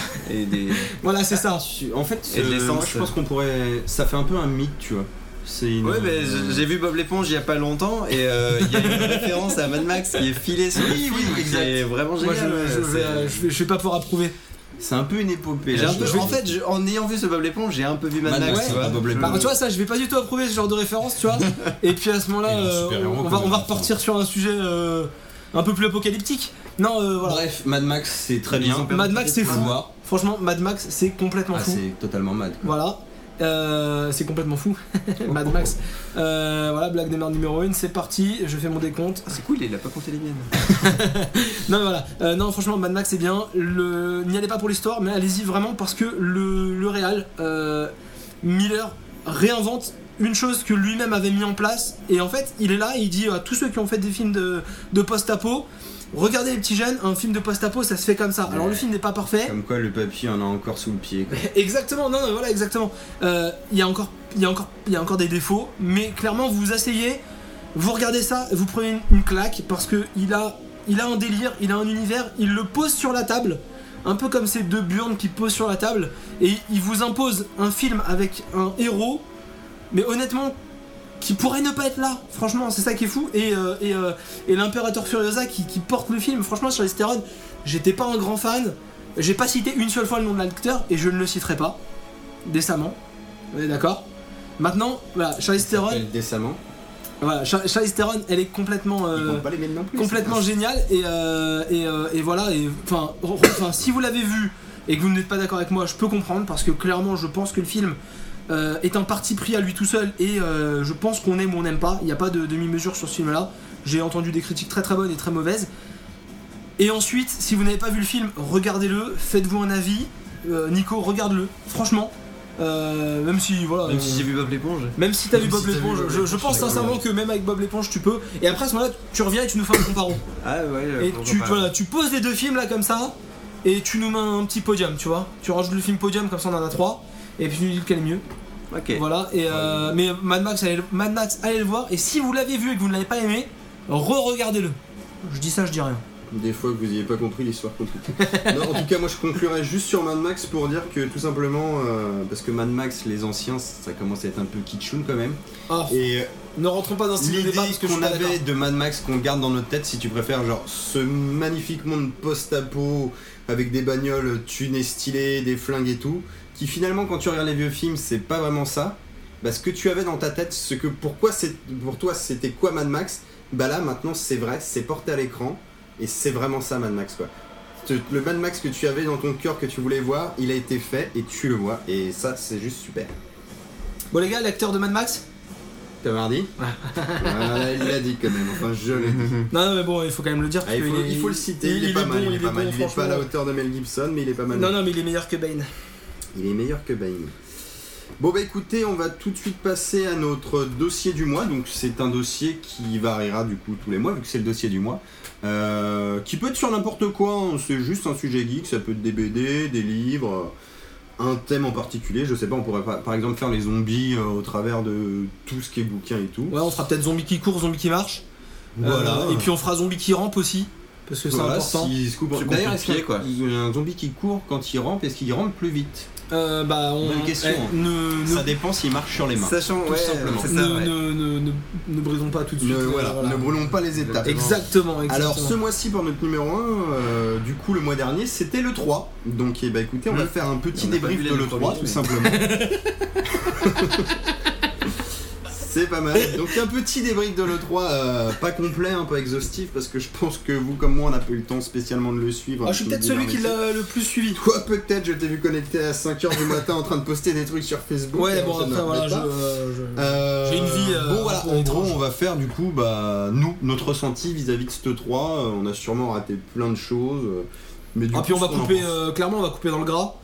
et des.
voilà, c'est ça.
Tu- En fait,
Et de
euh,
l'essence.
moi, je pense qu'on pourrait. Ça fait un peu un mythe, tu vois. C'est une-
Ouais, mais je- j'ai vu Bob l'éponge il y a pas longtemps et euh, il y a une référence à Mad Max qui est filée sur le
Oui,
film,
oui,
qui
exact.
est vraiment
Moi,
génial.
je,
ouais,
je, vais,
c'est-
euh, je vais- je vais pas pouvoir approuver.
C'est un peu une épopée.
J'ai
là,
un
je
peu-
trouve.
en fait, je- en ayant vu ce Bob l'éponge, j'ai un peu vu Mad
Mad
Max,
Max,
tu vois.
pas Bob l'éponge.
Bah, tu vois, ça, je vais pas du tout approuver ce genre de référence, tu vois. Et puis à ce moment-là,
Il est un
euh,
super-héros,
on,
quand
va,
même.
on va repartir sur un sujet euh, un peu plus apocalyptique. Non, euh, voilà.
Bref, Mad Max, c'est très
Ils ont
bien.
perdu
Mad Max, c'est
À
fou.
Ah.
voir.
Franchement, Mad Max, c'est complètement
Ah,
fou.
c'est totalement mad. quoi.
Voilà. Euh, c'est complètement fou. Mad Max. Euh, voilà, blague des merdes numéro 1, c'est parti. Je fais mon décompte.
C'est cool, il a pas compté les miennes.
Non, mais voilà. Euh, non, franchement, Mad Max, c'est bien. Le... N'y allez pas pour l'histoire, mais allez-y vraiment parce que le, le réal, euh, Miller, réinvente une chose que lui-même avait mis en place. Et en fait, il est là et il dit à tous ceux qui ont fait des films de, de post-apo Regardez les petits jeunes, un film de post-apo, ça se fait comme ça. Alors, le film n'est pas parfait.
Comme quoi, le papy en a encore sous le pied. quoi.
Exactement, non, non, voilà, exactement. Euh, Il y a encore, il y a encore, il y a encore des défauts, mais clairement, vous vous asseyez, vous regardez ça, vous prenez une, une claque parce que il a, il a un délire, il a un univers, il le pose sur la table, un peu comme ces deux burnes qui posent sur la table, et il vous impose un film avec un héros, mais honnêtement. Qui pourrait ne pas être là, franchement, c'est ça qui est fou. Et, euh, et, euh, et l'impérateur Furiosa qui, qui porte le film, franchement, Charlize Theron, j'étais pas un grand fan, j'ai pas cité une seule fois le nom de l'acteur et je ne le citerai pas. Décemment. On est d'accord Maintenant, voilà, Charlize Theron,
Elle, Décemment.
voilà, Char- Charlize Theron, elle est complètement, euh,
Il compte pas les miennes non plus.
complètement géniale et, euh, et, euh, et voilà. Et enfin, re- enfin, si vous l'avez vu et que vous n'êtes pas d'accord avec moi, je peux comprendre parce que clairement, je pense que le film euh, est un parti pris à lui tout seul et euh, je pense qu'on aime ou on n'aime pas. Il n'y a pas de demi-mesure sur ce film-là. J'ai entendu des critiques très très bonnes et très mauvaises. Et ensuite, si vous n'avez pas vu le film, regardez-le, faites-vous un avis. Euh, Nico, regarde-le. Franchement, euh, même si voilà.
Même
euh,
si j'ai vu Bob l'éponge.
même si t'as vu
Même
Bob
si t'as vu
l'éponge,
Bob
je,
l'éponge,
je pense
d'accord.
sincèrement que même avec Bob l'éponge tu peux. Et après à ce moment-là, tu reviens et tu nous fais un comparo.
Ah ouais,
et tu, voilà, tu poses les deux films là comme ça, et tu nous mets un petit podium, tu vois. Tu rajoutes le film podium comme ça on en a trois, et puis tu nous dis lequel est mieux.
Ok.
Voilà. Et euh, mais Mad Max, allez, le- Mad Max, allez le voir. Et si vous l'avez vu et que vous ne l'avez pas aimé, re-regardez-le. Je dis ça, je dis rien.
Des fois que vous n'ayez pas compris l'histoire compliquée. non, en tout cas, moi je conclurai juste sur Mad Max pour dire que tout simplement, euh, parce que Mad Max, les anciens, ça commence à être un peu kitschoun quand même.
Ah,
Et
ne rentrons pas dans ce
l'idée
débat parce que je
qu'on
suis pas d'accord.
avait de Mad Max qu'on garde dans notre tête, si tu préfères, genre ce magnifique monde post-apo avec des bagnoles tunées stylées, des flingues et tout, qui finalement, quand tu regardes les vieux films, c'est pas vraiment ça. Bah, ce que tu avais dans ta tête, ce que pourquoi c'est pour toi c'était quoi Mad Max, bah là maintenant c'est vrai, c'est porté à l'écran et c'est vraiment ça Mad Max quoi. Te- Le Mad Max que tu avais dans ton cœur que tu voulais voir, il a été fait et tu le vois et ça c'est juste super.
Bon les gars, l'acteur de Mad Max.
T'as mardi Voilà, Il l'a dit quand même, enfin je l'ai dit.
Non, non, mais bon, il faut quand même le dire.
Ah, il,
parce
faut,
que
il faut le citer, il, est, pas mal, il est pas mal. il est pas à la
franchement.
hauteur de Mel Gibson, mais il est pas mal.
Non, non, mais il est meilleur que Bane.
Il est meilleur que Bane. Bon bah écoutez, on va tout de suite passer à notre dossier du mois. Donc c'est un dossier qui variera du coup tous les mois, vu que c'est le dossier du mois. Euh, qui peut être sur n'importe quoi, hein. c'est juste un sujet geek, ça peut être des BD, des livres, euh, un thème en particulier. Je sais pas, on pourrait pas- par exemple faire les zombies euh, au travers de tout ce qui est bouquin et tout.
Ouais, on fera peut-être zombie qui court, zombie qui marche. Euh, et puis on fera zombie qui rampe aussi. Parce que c'est
Voilà,
important.
s'il se coupe-
Tu coupes
D'ailleurs,
le
est-ce qu'il y a-
pied, quoi.
il y a un zombie qui court quand il rampe, est-ce qu'il rampe plus vite
Euh, bah, on.
Bonne question, hein.
ne, ne,
Ça dépend s'il marche sur les mains.
Sachant, ouais,
simplement.
c'est
ne,
ça, ouais.
ne- ne- ne- ne brisons pas tout de
Ne,
suite. euh,
voilà,
voilà.
ne brûlons pas les étapes.
Exactement, exactement.
Alors ce mois-ci pour notre numéro 1, du coup le mois dernier c'était le 3. Donc eh ben, écoutez, on va
Hmm.
Mmh.
faire un petit
On a pas
débrief
vu
de
les
le 3
premiers,
tout
mais-
simplement. C'est pas mal. Donc un petit débrief de l'E3, euh, pas complet, un peu exhaustif, parce que je pense que vous comme moi on n'a pas eu le temps spécialement de le suivre.
Ah, je suis peut-être
Vous
celui
en
qui
étiez.
l'a le plus suivi.
Toi peut-être, je t'ai vu connecté à 5h du matin en train de poster des trucs sur Facebook.
Ouais,
alors
bon,
je ne
après, voilà,
regrette
je.
pas.
euh, je-
Euh,
J'ai une vie, euh,
bon voilà,
un peu
en gros,
étrange.
on va faire du coup, bah, nous, notre ressenti vis-à-vis de cette 3. on a sûrement raté plein de choses. euh, Mais du
Ah,
coup,
puis on va
ce qu'on en
couper,
pense.
euh, clairement, on va couper dans le gras.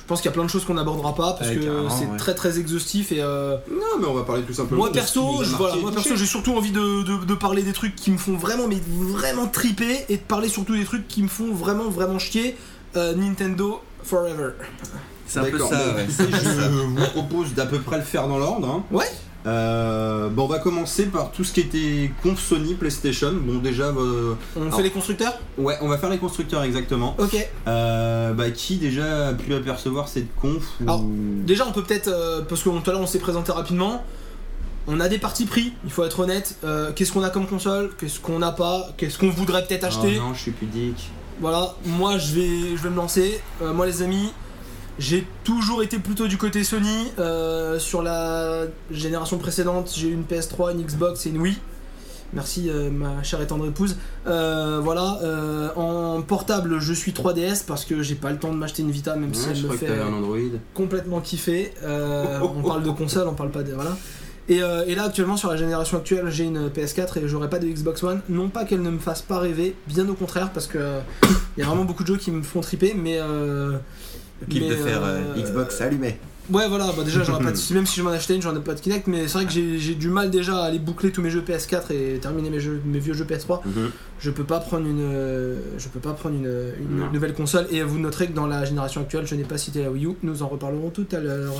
Je pense qu'il y a plein de choses qu'on n'abordera pas parce
Ouais,
que
carrément,
c'est
ouais.
très très exhaustif et euh,
Non, mais on va parler tout simplement.
moi
de ce qui nous
perso,
a
je-
marqué
voilà,
et
moi
touché.
perso, j'ai surtout envie de, de- de parler des trucs qui me font vraiment mais vraiment triper et de parler surtout des trucs qui me font vraiment vraiment chier. Euh, Nintendo Forever.
C'est un peu
D'accord,
ça,
bah,
ouais.
écoutez, Je vous propose d'à peu près le faire dans l'ordre. hein.
Ouais.
Euh, bon, on va commencer par tout ce qui était conf Sony, PlayStation. Bon, déjà, euh,
On
Alors.
fait les constructeurs
ouais, on va faire les constructeurs exactement.
Ok.
Euh, bah, qui déjà a pu apercevoir cette conf ou-
Alors, Déjà, on peut peut-être euh, parce que tout à l'heure on s'est présenté rapidement. On a des parties pris, il faut être honnête. Euh, qu'est-ce qu'on a comme console Qu'est-ce qu'on n'a pas Qu'est-ce qu'on voudrait peut-être
Oh
acheter
non, je suis pudique.
Voilà, moi je vais, je vais me lancer. Euh, moi les amis, j'ai toujours été plutôt du côté Sony. Euh, sur la génération précédente, j'ai eu une PS3, une Xbox et une Wii. Merci euh, ma chère et tendre épouse. Euh, voilà, euh, en portable je suis 3DS parce que j'ai pas le temps de m'acheter une Vita même
Ouais,
si elle
je
me
crois que
fait
t'avais un Android.
complètement kiffé. Euh, on parle de console, on parle pas de. Voilà. Et, euh, et là, actuellement, sur la génération actuelle, j'ai une PS4 et j'aurai pas de Xbox One. Non pas qu'elle ne me fasse pas rêver, bien au contraire, parce que il y a vraiment beaucoup de jeux qui me font triper, mais. euh,
Clip
mais,
de faire
euh,
euh, Xbox allumé.
Ouais, voilà, bah déjà, j'aurais pas de- même si je m'en achetais une, j'en ai pas de Kinect, mais c'est vrai que j'ai j'ai du mal déjà à aller boucler tous mes jeux PS4 et terminer mes, jeux, mes vieux jeux PS3.
Mm-hmm.
Je peux pas prendre une, euh, je peux pas prendre une, une
Non.
nouvelle console, et vous noterez que dans la génération actuelle, je n'ai pas cité la Wii U, nous en reparlerons tout à l'heure.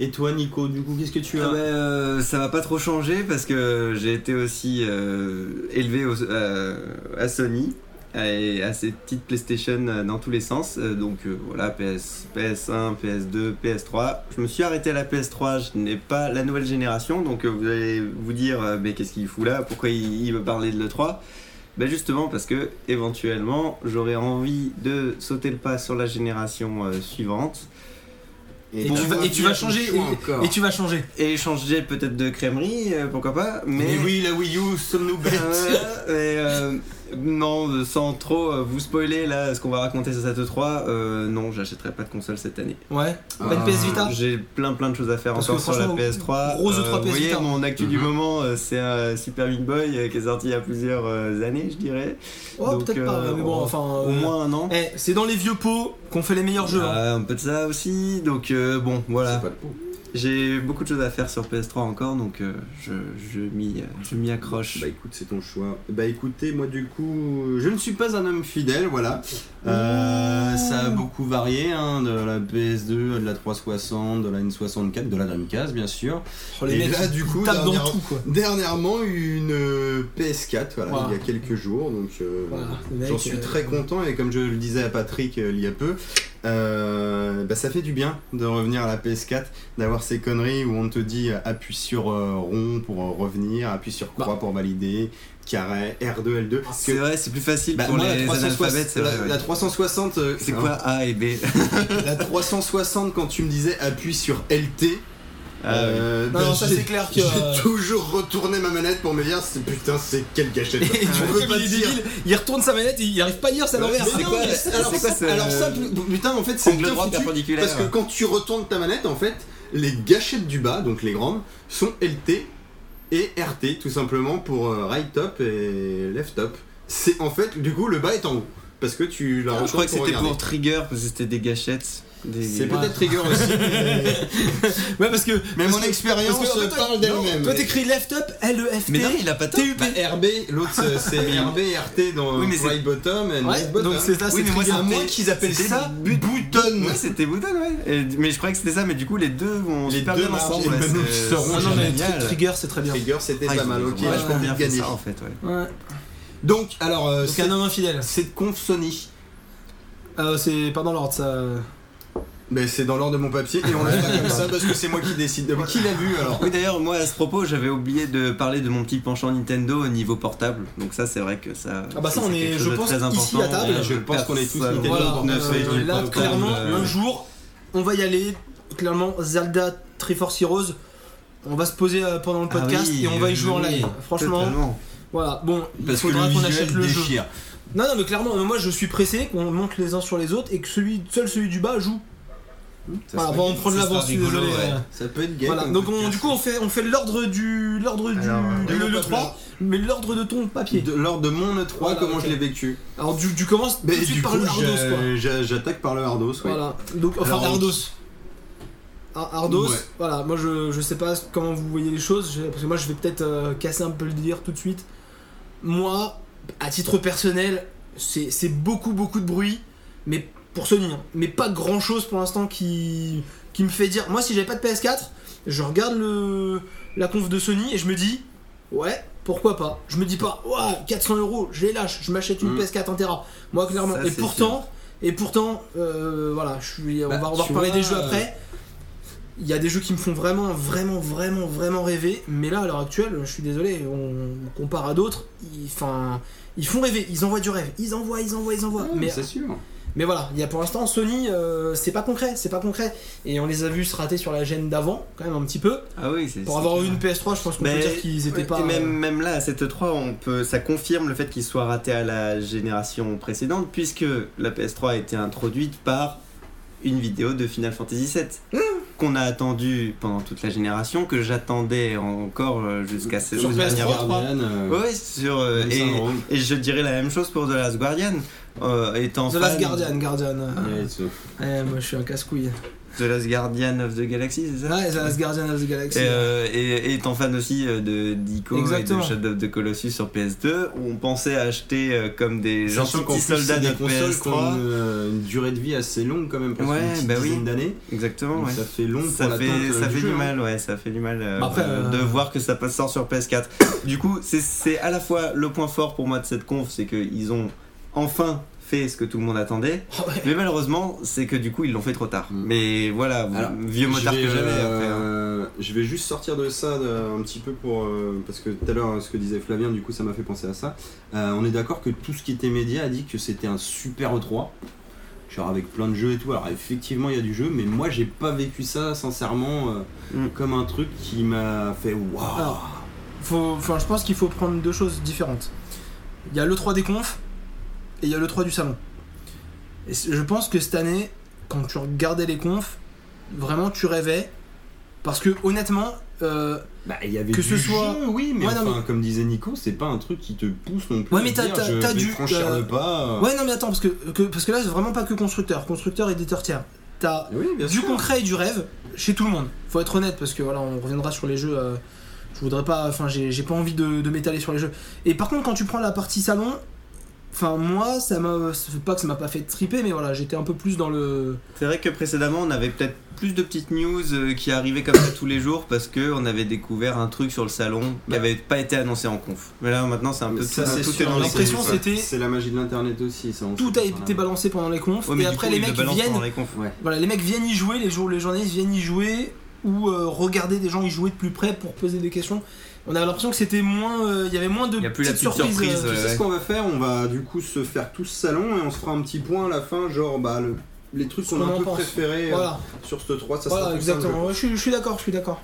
Et toi, Nico, du coup, qu'est-ce que tu as
Ah bah, euh, ça va pas trop changer parce que j'ai été aussi euh, élevé au- euh, à Sony et à ces petites PlayStation euh, dans tous les sens. Euh, donc euh, voilà, PS, PS1, PS2, PS3. Je me suis arrêté à la PS3, je n'ai pas la nouvelle génération. Donc euh, vous allez vous dire, euh, mais qu'est-ce qu'il fout là Pourquoi il, il veut parler de l'E3 ben justement parce que éventuellement j'aurais envie de sauter le pas sur la génération euh, suivante
Et
Bon,
tu vas, et tu vas changer.
Choix
et-
encore.
Et, tu vas changer.
et changer peut-être de crèmerie, euh, pourquoi pas, mais,
Mais oui, la Wii U, sommes-nous bêtes
Ah Ouais, mais, euh, non, euh, sans trop euh, vous spoiler là ce qu'on va raconter sur cette 3 non, j'achèterai pas de console cette année.
Ouais.
Ah.
Pas une PS Vita.
J'ai plein plein de choses à faire
Parce
encore
que
sur la
franchement,
PS3.
gros E E3 PS
Euh, Vous voyez,
Vita.
mon actu du
Mhm.
moment, euh, c'est un Super Meat Boy euh, qui est sorti il y a plusieurs euh, années, je dirais.
Oh,
Donc,
peut-être
euh,
pas. Mais bon,
on-
enfin.
Au
euh,
moins un an.
eh, c'est dans les vieux pots qu'on fait les meilleurs jeux. hein.
Euh, un peu de ça aussi, donc euh, bon, voilà. J'ai beaucoup de choses à faire sur PS3 encore, donc euh, je, je m'y je m'y accroche.
Bah écoute, c'est ton choix. Bah écoutez, moi du coup, je ne suis pas un homme fidèle, voilà. Euh, ça a beaucoup varié, hein, de la PS2, de la 360, de la N64, de la Dreamcast, bien sûr.
Oh, les
Ah, Et
mecs,
là, du coup,
ils tapent dans
dernière-
tout quoi.
Dernièrement, une euh, PS4, voilà,
Voilà.
il y a quelques jours, donc euh,
Voilà, le mec,
j'en suis
euh,
très content et comme je le disais à Patrick euh, il y a peu, euh, bah, ça fait du bien de revenir à la PS4, d'avoir ces conneries où on te dit euh, appuie sur euh, rond pour euh, revenir, appuie sur croix pour valider, carré, R2, L2. parce que-
C'est vrai, c'est plus facile
bah,
pour
moi,
les
la 360,
analphabètes, c'est
la-
vrai, ouais.
la 360, euh,
C'est
hein,
quoi A et B
La 360 quand tu me disais appuie sur LT.
Ah
euh,
Non,
bah,
non, ça
j'ai-
c'est clair que.
j'ai
euh,
toujours retourné ma manette pour me dire c'est- putain c'est quelle gâchette. Euh,
et tu
Je
vois,
peux
comme
pas
il est
dire.
débile, il retourne sa manette et il arrive pas à lire, ça l'envers.
Mais
C'est
non,
quoi,
mais
la-
c'est- alors
c'est quoi
ça-
ce-
Alors ça
Euh,
pu- putain en fait c'est
Angle
bien
droit
foutu,
perpendiculaire.
parce que quand tu retournes ta manette en fait les gâchettes du bas donc les grandes sont LT et RT tout simplement pour euh, right top et left top. C'est en fait du coup le bas est en haut parce que tu la
Ah, Euh, Je
retournes
crois que c'était
regarder.
pour Trigger, parce que c'était des gâchettes. Des...
C'est
Ouais.
peut-être trigger aussi.
Ouais, parce que.
Mais
parce
mon
que-
expérience
parce que, en fait, toi,
parle
non,
d'elle-même.
Toi t'écris left up, E LEFT.
Mais non, il a pas tort.
TUP.
Bah, RB, l'autre c'est- c'est RB, RT dans
Oui, mais c'est-
right bottom and
Ouais,
left bottom.
donc c'est ça,
Oui,
c'est
mais moi,
trigger.
c'est un
moi
c'était-
qu'ils appellent
c'était
ça
ça
bouton.
Ouais, c'était Bouton, ouais. Et- mais je croyais que c'était ça, mais du coup, les deux vont
Les
super
deux
bien
marchent,
ensemble.
et
ouais,
nous
c'est-
serons
Ah
c'est
non, mais
génial.
trigger c'est très bien.
Trigger, c'était
Ah,
pas
ils
mal,
ont-
ok,
ils ont
je
vachement
peux bien
bien fait
gagner.
ça, en fait, ouais.
Ouais.
Donc, alors, euh,
Donc un
cette,
homme infidèle.
cette conf Sony,
Euh, c'est pas dans l'ordre ça.
ben, c'est dans l'ordre de mon papier et on le fait comme ça parce que c'est moi qui décide. de- Qui l'a vu alors
Oui, d'ailleurs, moi, à ce propos, j'avais oublié de parler de mon petit penchant Nintendo au niveau portable. Donc, ça, c'est vrai que ça.
Ah bah ça, on
c'est
est-
quelque
je
chose de
pense,
très
ici,
important.
à table.
Et
Je pense qu'on est tous
personne
Nintendo
Voilà,
portable.
ne fait
euh,
du
là
portable,
clairement
euh,
un jour on va y aller. Clairement Zelda Triforce Heroes. On va se poser euh, pendant le
Ah
podcast
oui,
et on va y
euh,
jouer en
oui,
live. Franchement,
totalement.
voilà. Bon, il
Parce que
faudra
le
qu'on
visuel
achète le jeu.
déchire.
Non, non, mais clairement, moi je suis pressé qu'on monte les uns sur les autres et que celui, seul celui du bas joue.
Ça
voilà,
serait-
bon, on prend de
ça serait
l'avance, je suis
rigolo,
désolé.
ouais.
euh,
Ça peut être gay.
Voilà,
comme
donc on-
podcast.
du coup on fait, on fait l'ordre du l'ordre du
Alors, euh,
de
de
le,
mon
3, mais l'ordre de ton papier.
De- lors de mon E3,
Voilà,
comment
ok.
je l'ai vécu
Alors tu, tu commences tout
Mais
de suite
du
par
coup,
le Ardos
j'a-
quoi.
j'a- j'attaque par le Ardos, oui.
Voilà, donc enfin
Alors,
Ardos. Ar- Ardos,
Ouais.
voilà, moi je, je sais pas comment vous voyez les choses, je- parce que moi je vais peut-être euh, casser un peu le délire tout de suite. Moi, à titre personnel, c'est c'est beaucoup beaucoup de bruit, mais pour Sony, hein. mais pas grand chose pour l'instant qui, qui me fait dire. Moi, si j'avais pas de PS4, je regarde le, la conf de Sony et je me dis, ouais, pourquoi pas. Je me dis pas, ouais, 400 euros, je les lâche, je m'achète une
Mm.
PS4 en Tera. Moi, clairement,
Ça,
et
c'est
pourtant, et pourtant, euh, voilà, je suis, on
Bah,
va, on va
tu
reparler
vois,
des jeux
euh,
après. Il y a des jeux qui me font vraiment, vraiment, vraiment, vraiment rêver, mais là, à l'heure actuelle, je suis désolé, on, on compare à d'autres, ils- enfin, ils font rêver, ils envoient du rêve, ils envoient, ils envoient, ils envoient.
Ah,
mais
c'est sûr.
mais voilà, il y a pour l'instant Sony, euh, c'est pas concret, c'est pas concret. Et on les a vus se rater sur la gêne d'avant, quand même un petit peu.
Ah oui, c'est.
Pour
c'est
avoir eu
clair.
une PS3, je pense qu'on peut
Mais-
dire qu'ils étaient
Ouais,
pas.
Et même, même là, à cette 3, on peut, ça confirme le fait qu'il soit raté à la génération précédente, puisque la PS3 a été introduite par une vidéo de Final Fantasy VII qu'on a attendu pendant toute la génération, que j'attendais encore euh, jusqu'à cette
Sur PS3,
dernière.
je crois.
Guardian, euh,
Ouais, sur euh,
Guardian
et,
Syndrome.
et je dirais la même chose pour The Last Guardian, euh, étant
The Last
fan-
Guardian, Guardian.
Ouais, c'est-
Ouais, moi je suis un casse-couille.
The Last Guardian of the Galaxy, c'est ça
Ouais, The Last Guardian of the Galaxy.
Et, euh, et- et étant fan aussi euh, de Dico
Exactement.
et de Shadow of the Colossus sur PS2, on pensait acheter euh, comme des
Sachant
gentils
qu'en
petits
plus, c'est
soldats de
des consoles qui ont
PS3.
une, euh, une durée de vie assez longue quand même, presque
Ouais,
une petite
bah oui.
dizaine d'années.
Exactement,
Donc
ouais.
Ça fait long pour
Ça fait,
l'attente. euh,
ça
du
fait
jeu,
du
hein.
mal, ouais, ça fait du mal euh,
Après,
euh, de
euh,
voir que ça passe sort sur PS4. du coup, c'est- c'est à la fois le point fort pour moi de cette conf, c'est qu'ils ont enfin fait ce que tout le monde attendait,
Oh, ouais.
mais malheureusement, c'est que du coup, ils l'ont fait trop tard.
Mm.
Mais voilà,
Alors,
vieux
Je
motard
vais,
que jamais. après, hein.
euh, Je vais juste sortir de ça euh, un petit peu pour. euh, parce que tout à l'heure, ce que disait Flavien, du coup, ça m'a fait penser à ça. Euh, on est d'accord que tout ce qui était média a dit que c'était un super E3. Genre avec plein de jeux et tout. Alors effectivement, il y a du jeu, mais moi, j'ai pas vécu ça, sincèrement, euh,
Mm.
comme un truc qui m'a fait waouh.
Alors, faut, enfin, je pense qu'il faut prendre deux choses différentes. Il y a le 3 des confs et il y a le 3 du salon. Et c- je pense que cette année, quand tu regardais les confs, vraiment tu rêvais. Parce que honnêtement, euh,
Bah, il y avait
Que
du
ce soit-
jeu, oui, mais
Ouais, non,
enfin, comme disait Nico, c'est pas un truc qui te pousse non plus.
Ouais,
à
mais
te
t'as-
dire,
t'as-
je
t'as
vais
du-
franchir
t'as-
le pas. euh.
ouais, non, mais attends, parce que, que- parce que là, c'est vraiment pas que constructeur. Constructeur et d'éditeur tiers. T'as
Oui, bien
du
sûr.
concret et du rêve chez tout le monde. Faut être honnête parce que voilà, on reviendra sur les jeux. euh, je voudrais pas, enfin, j'ai j'ai pas envie de, de m'étaler sur les jeux. Et par contre, quand tu prends la partie salon, enfin, moi, ça m'a, c'est pas que ça m'a pas fait triper, mais voilà, j'étais un peu plus dans le.
C'est vrai que précédemment, on avait peut-être plus de petites news euh, qui arrivaient comme ça tous les jours parce que on avait découvert un truc sur le salon qui
Bah.
n'avait pas été annoncé en conf. Mais là, maintenant, c'est un peu
Ça,
tout-
c'est
tout
sûr,
est dans
Ah, mais
les
l'impression,
confs,
c'est-
ouais.
c'était-
C'est la magie de l'internet aussi, ça. on hein.
Tout
sait
a
pas.
été balancé pendant les confs,
Ouais, mais
et
du
après
coup,
les
ils le
mecs
balancent
viennent,
dans les confs.
Ouais.
voilà, les mecs viennent y jouer, les jours, les journalistes viennent y jouer ou euh, regarder des gens y jouer de plus près pour poser des questions. On a l'impression que c'était moins, euh, il y avait moins de
Il y a plus la
petites
petite
surprises.
surprise,
euh,
Tu
Ouais,
sais
ouais.
ce qu'on va faire On va du coup se faire tous salon et on se fera un petit point à la fin, genre bah le- les trucs qu'on a
Qu'on
un
en
peu
pense.
préférés euh,
Voilà,
sur ce 3, ça
voilà,
sera plus simple.
exactement. Ouais, je suis- je suis d'accord, je suis d'accord.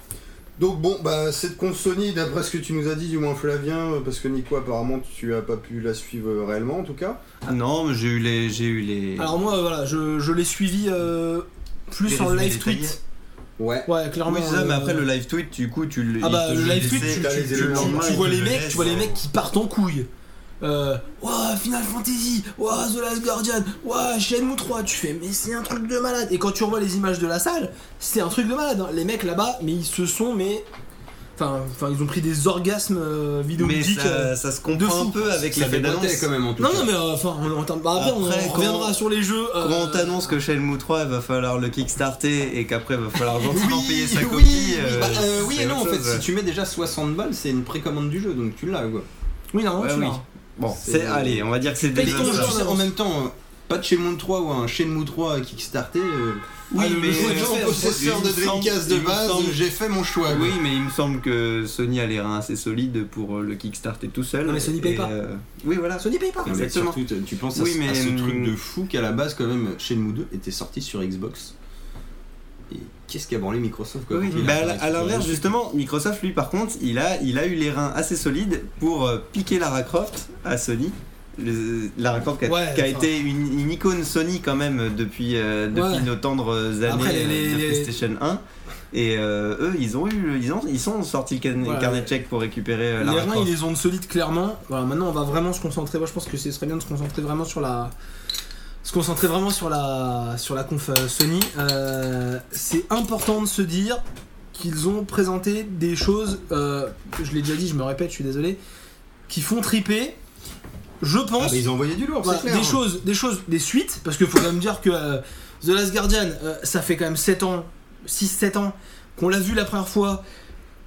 Donc bon, bah cette consonnie, d'après ce que tu nous as dit, du moins Flavien, euh, parce que Nico apparemment tu as pas pu la suivre euh, réellement en tout cas.
Ah non, mais j'ai eu les, j'ai eu les.
Alors moi euh, voilà, je, je l'ai suivi euh,
Les
plus en
résumés
live
détaillés.
tweet.
Ouais.
Ouais, clairement.
oui, c'est ça, mais
euh,
après le live tweet, du coup, tu le.
ah
ils
bah
te-
le
ils
live tweet,
laissaient-
tu,
t'as
tu-
les
tu-
éléments,
tu-
ouais,
tu vois
ils
les
te
mecs,
laissent,
tu vois les
euh,
mecs qui partent en couille. Euh, Ouah, Final Fantasy, ouah, The Last Guardian, ouah, Shenmue 3, tu fais mais c'est un truc de malade. Et quand tu revois les images de la salle, c'est un truc de malade. hein. Les mecs là-bas, mais ils se sont mais enfin enfin ils ont pris des orgasmes euh,
Mais
vidéoludiques. euh.
ça, ça se
de
comprend
fou.
un peu avec
Ça
l'effet
fait
d'annonce.
boiter quand même en tout
Non
cas.
non mais euh, enfin on en termine- bah, après, on
Après, quand-
reviendra sur les jeux. euh,
Quand on t'annonce que Shenmue 3 il va falloir le kickstarter et qu'après il va falloir gentiment
Oui,
payer sa
oui,
copie.
oui,
euh,
bah, euh, oui
c'est
et non en
autre
fait,
chose.
si tu mets déjà 60 balles, c'est une précommande du jeu, donc tu l'as quoi.
Oui non,
Ouais,
tu
oui.
l'as. hein.
Bon, c'est euh, allez, on va dire que c'est
Paye
déjà
ton
ça.
jeu.
Tu sais, en même temps, euh, pas de Shenmue 3 ou un Shenmue 3 Kickstarter. euh,
Oui,
Ah, le-
mais
le joueur en
euh,
possesseur
il
de
me semble-
Dreamcast
il
de
me
base,
semble-
j'ai fait mon choix.
Oui, mais il me semble que Sony a les reins assez solides pour euh, le Kickstarter tout seul.
Non, mais Sony paye
Et,
pas.
euh, Oui, voilà.
Sony paye pas.
Non, mais
Exactement.
surtout, tu- tu penses à,
Oui,
ce- à
mais,
ce truc
hum.
de fou qu'à la base, quand même, Shenmue 2 était sorti sur Xbox. Et qu'est-ce qu'a branlé Microsoft quoi,
Oui,
quand il
bah,
a
à
parlé
la-
de
à
ce
l'inverse,
truc
justement, Microsoft, lui, par contre, il a, il a eu les reins assez solides pour euh, piquer Lara Croft à Sony. Le- Lara Croft qui a,
Ouais,
qui a
enfin.
été une, une icône Sony quand même depuis, euh, depuis
Ouais.
nos tendres années
Après, les-
euh, de
les-
PlayStation 1. Et euh, eux, ils ont eu, ils ont, ils sont sortis le can-
Voilà.
carnet de chèques pour récupérer euh,
Les
Lara
reins, ils
Croft.
les ont de solides, clairement. Voilà, maintenant, on va vraiment se concentrer. Moi, je pense que ce serait bien de se concentrer vraiment sur la. Se concentrer vraiment sur la, sur la conf euh, Sony. Euh, c'est important de se dire qu'ils ont présenté des choses. euh, je l'ai déjà dit, je me répète, je suis désolé. Qui font triper. Je pense.
Ah, mais ils ont envoyé du lourd,
Voilà,
c'est clair.
Bah,
hein.
des choses, des choses, des suites, parce qu'il faut quand même dire que euh, The Last Guardian, euh, ça fait quand même 7 ans, 6-7 ans qu'on l'a vu la première fois,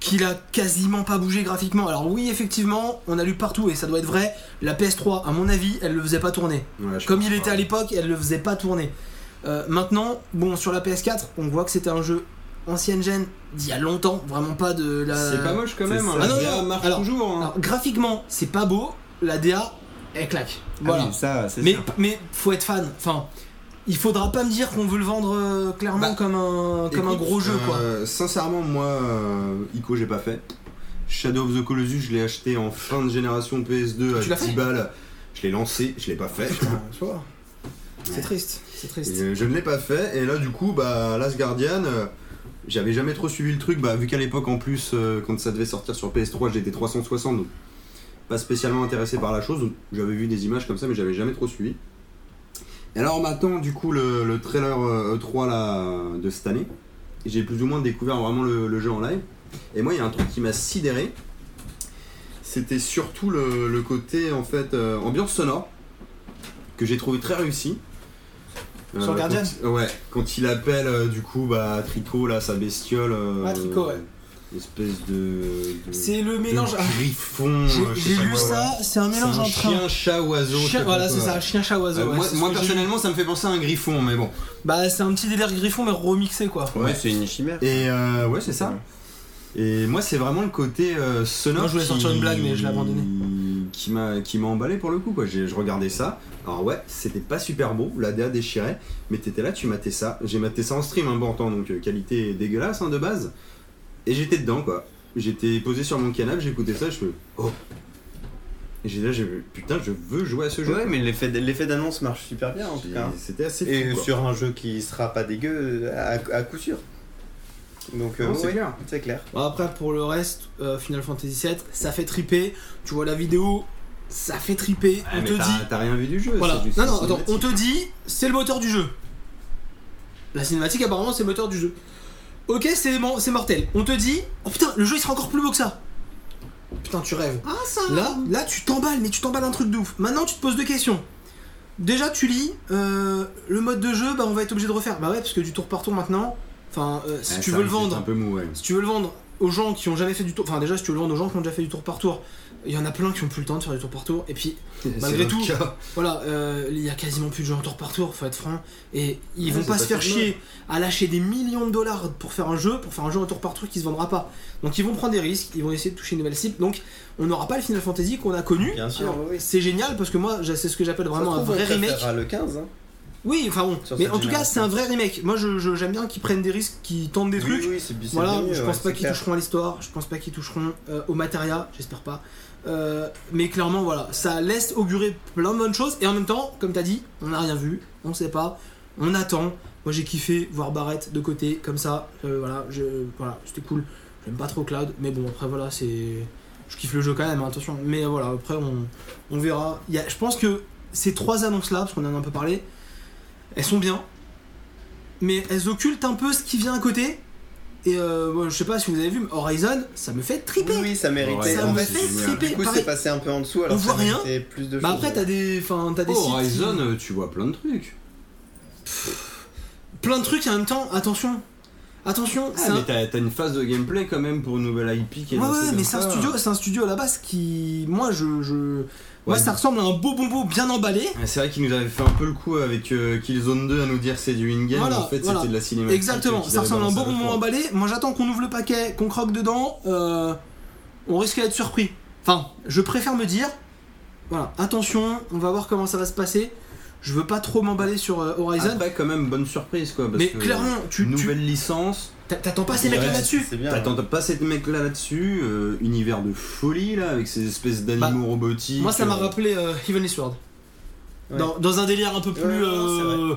qu'il a quasiment pas bougé graphiquement. Alors oui, effectivement, on a lu partout, et ça doit être vrai, la PS3, à mon avis, elle le faisait pas tourner.
Ouais, je
Comme
pense
il
pas.
était à l'époque, elle le faisait pas tourner. Euh, maintenant, bon, sur la PS4, on voit que c'était un jeu ancienne gen, d'il y a longtemps, vraiment pas de la...
C'est pas moche quand
C'est
même,
ça.
hein,
Ah
la
non,
DA
non,
marche
alors-
toujours. hein.
Alors, graphiquement, c'est pas beau, la DA, elle claque.
Ah oui,
Voilà.
ça, c'est
Mais,
sûr.
mais faut être fan. Enfin, il faudra pas me dire qu'on veut le vendre euh, clairement
Bah,
comme un comme un
Écoute,
gros jeu quoi.
euh, sincèrement, moi, euh, Ico, j'ai pas fait. Shadow of the Colossus, je l'ai acheté en fin de génération PS2
Tu
à
l'as fait
10 balles. Je l'ai lancé, je l'ai pas fait.
C'est triste, c'est triste.
Et euh, je ne l'ai pas fait. Et là, du coup, bah, Last Guardian, euh, j'avais jamais trop suivi le truc. Bah, vu qu'à l'époque, en plus, euh, quand ça devait sortir sur PS3, j'étais 360, donc pas spécialement intéressé par la chose. Donc, j'avais vu des images comme ça, mais j'avais jamais trop suivi. Et alors maintenant, du coup, le, le trailer euh, E3 là, de cette année, j'ai plus ou moins découvert vraiment le, le jeu en live. Et moi, il y a un truc qui m'a sidéré. C'était surtout le, le côté en fait euh, ambiance sonore que j'ai trouvé très réussi. Euh,
Sur le Guardian
quand- Ouais, quand il appelle euh, du coup bah, Tricot là sa bestiole. euh,
Ah, Tricot, ouais.
Espèce de. de-
C'est le
de
mélange. Ah,
Griffon.
j'ai-
euh, je sais
J'ai
pas
lu
quoi, ouais.
ça, c'est un
C'est
mélange
un
entre
chien,
un
chat, oiseau. je sais
chien-
pas
voilà,
quoi,
c'est ça,
ouais.
chien chat oiseau.
Euh,
ouais,
moi,
c'est ce
moi,
que j'ai lu.
personnellement, ça me fait penser à un griffon, mais bon.
bah c'est un petit délire Griffon mais remixé quoi.
Ouais.
Ouais, c'est une chimère.
Et euh, ouais, c'est ça. Et moi, c'est vraiment le côté euh, sonore.
Moi, je voulais
qui-
sortir une blague, mais je l'ai abandonné.
Qui m'a, qui m'a emballé pour le coup, quoi. J'ai- je regardais ça. Alors, ouais, c'était pas super beau, la DA déchirait, mais t'étais là, tu matais ça. J'ai maté ça en stream, hein, bon temps, donc euh, qualité dégueulasse hein, de base. Et j'étais dedans, quoi. J'étais posé sur mon canapé, j'écoutais ça, je me. Oh Et J'ai là, j'ai putain, je veux jouer à ce jeu.
Ouais, mais l'effet l'effet d'annonce marche super bien en tout cas.
J'ai- C'était assez
Et
fou, quoi.
sur un jeu qui sera pas dégueu à, à coup sûr. Donc, euh,
Non, c'est
ouais,
clair.
c'est clair.
Bon, après pour le reste, euh, Final Fantasy VII, ça fait triper. Tu vois la vidéo, ça fait triper.
Ah,
on
mais
te
t'as-
dit,
T'as rien vu du jeu.
Voilà.
c'est du-
Non, non,
c'est
attends,
cinématique.
on te dit, c'est le moteur du jeu. La cinématique, apparemment, c'est le moteur du jeu. Ok, c'est mon- c'est mortel. On te dit, oh putain, le jeu il sera encore plus beau que ça. Putain, tu rêves. Là, là, tu t'emballes, mais tu t'emballes un truc de ouf. Maintenant, tu te poses deux questions. Déjà, tu lis euh, le mode de jeu, bah on va être obligé de refaire. Bah ouais, parce que du tour par tour maintenant, enfin, euh, si
Ah,
tu
ça
veux le
risque d'être
vendre,
un peu mou, ouais.
si tu veux le vendre aux gens qui ont jamais fait du tour, enfin déjà, si tu veux le vendre aux gens qui ont déjà fait du tour par tour, il y en a plein qui ont plus le temps de faire du tour par tour. Et puis, Malgré
C'est
tout,
notre cas.
voilà, euh, il y a quasiment plus de gens tour par tour, faut être franc. Et ils
Ouais,
vont
c'est
pas
pas
se faire
ça de
chier à lâcher des millions de dollars pour faire un jeu, pour faire un jeu en tour par tour qui se vendra pas. Donc ils vont prendre des risques, ils vont essayer de toucher une nouvelle cible. Donc on n'aura pas le Final Fantasy qu'on a connu.
Bien sûr,
Alors,
oui.
C'est génial parce que moi, j'ai- c'est ce que j'appelle vraiment
Ça
un
se trouve,
vrai
on
remake.
préférera le 15. hein.
Oui, enfin bon.
Sur
Mais
cette
en tout cas,
génération.
c'est un vrai remake. Moi, je- je- j'aime bien qu'ils prennent des risques, qu'ils tentent des
Oui,
trucs.
oui, c'est- c'est
Voilà,
bien mieux,
je
ouais,
pense pas
c'est
qu'ils
clair.
toucheront à l'histoire, je pense pas qu'ils toucheront euh, au matéria, j'espère pas. Euh, mais clairement, voilà, ça laisse augurer plein de bonnes choses, et en même temps, comme t'as dit, on n'a rien vu, on sait pas, on attend. Moi j'ai kiffé voir Barrett de côté, comme ça, euh, voilà, je, voilà, c'était cool. J'aime pas trop Cloud, mais bon, après voilà, c'est. Je kiffe le jeu quand même, hein, attention. Mais euh, voilà, après on, on verra. Il y a- je pense que ces trois annonces là, parce qu'on en a un peu parlé, elles sont bien, mais elles occultent un peu ce qui vient à côté. Et euh, moi, je sais pas si vous avez vu, mais Horizon, ça me fait triper.
Oui, oui, ça méritait.
Ouais,
ça
non,
me
mais
fait
c'est génial.
triper.
Du coup,
Pareil.
c'est passé un peu en dessous. Alors
On
ça
voit rien.
méritait plus de
Bah
choses.
après, t'as des, enfin, t'as des
Oh,
sites-
Horizon, euh, tu vois plein de trucs.
plein de trucs et en même temps. Attention, attention.
Ah,
c'est un-
mais t'as- t'as une phase de gameplay quand même pour une nouvelle IP qui est
Ouais,
lancée
ouais,
comme
mais c'est un
ça.
studio, c'est un studio à la base qui, moi, je, je- moi,
Ouais.
ça ressemble à un beau bonbon bien emballé.
Ah, C'est vrai qu'ils nous avaient fait un peu le coup avec euh, Killzone 2 à nous dire c'est du in-game,
Voilà,
en fait
voilà.
c'était de la cinématique.
Exactement,
qu'ils
ça
avaient
ressemble à un bon
balancé
bonbon
à
emballé. Moi j'attends qu'on ouvre le paquet, qu'on croque dedans, euh, on risque d'être surpris. Enfin, je préfère me dire, voilà, attention, on va voir comment ça va se passer. je veux pas trop m'emballer sur euh, Horizon.
Après, quand même, bonne surprise quoi. Ah, Parce
mais
que,
clairement, tu, tu-
nouvelle licence.
t'a- t'attends pas ces mecs-là
Ouais,
là-dessus.
C'est bien.
T'attends pas cette mec là là-dessus, euh, univers de folie là, avec ces espèces d'animaux robotiques.
Bah, Moi, ça m'a
euh,
rappelé euh, Heavenly Sword.
Ouais.
Dans, dans un délire un peu plus.
Ouais, ouais, ouais, c'est
euh,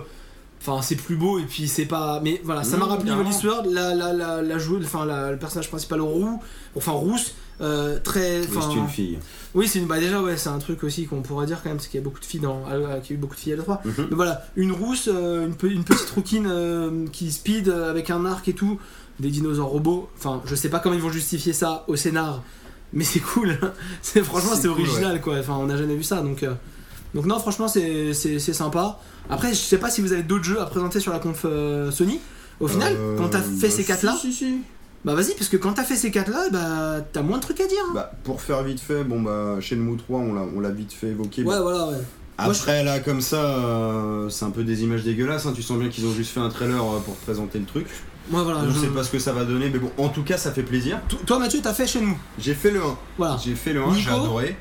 Enfin, c'est plus beau et puis c'est pas. Mais voilà, ça m'a
Mmh,
rappelé
carrément.
Heavenly Sword, la, la, la, la joueuse, enfin, la- le personnage principal roux, enfin rousse, euh, très.
oui,
Enfin,
c'est une fille.
oui, c'est une. Bah, déjà, ouais, c'est un truc aussi qu'on pourrait dire quand même, c'est qu'il y a beaucoup de filles dans. euh, qu'il y a eu beaucoup de filles à la 3.
Mhm.
Mais voilà, une rousse, euh, une, pe- une petite rouquine euh, qui speed euh, avec un arc et tout, des dinosaures robots. Enfin, je sais pas comment ils vont justifier ça au scénar, mais c'est cool. c'est franchement
C'est
c'est
cool,
original quoi. Enfin, on n'a jamais vu ça donc. euh, Donc non, franchement c'est c'est- c'est sympa. Après, je sais pas si vous avez d'autres jeux à présenter sur la conf euh, Sony. Au final,
Euh,
quand t'as fait
bah,
ces
si,
quatre là,
si, si.
bah vas-y, parce que quand t'as fait ces quatre là, bah t'as moins de trucs à dire. hein.
Bah, pour faire vite fait, bon bah, Shenmue 3, on l'a- on l'a vite fait évoquer.
ouais, voilà, ouais. Moi, je-
Après, là, comme ça, euh, c'est un peu des images dégueulasses. hein. Tu sens bien qu'ils ont juste fait un trailer euh, pour présenter le truc.
Moi voilà.
on
Ah, je-
sait pas ce que ça va donner, mais bon, en tout cas, ça fait plaisir.
To- Toi Mathieu, t'as fait chez nous.
J'ai fait le 1.
Voilà.
J'ai fait le 1, j'ai
Ah. Nico
adoré.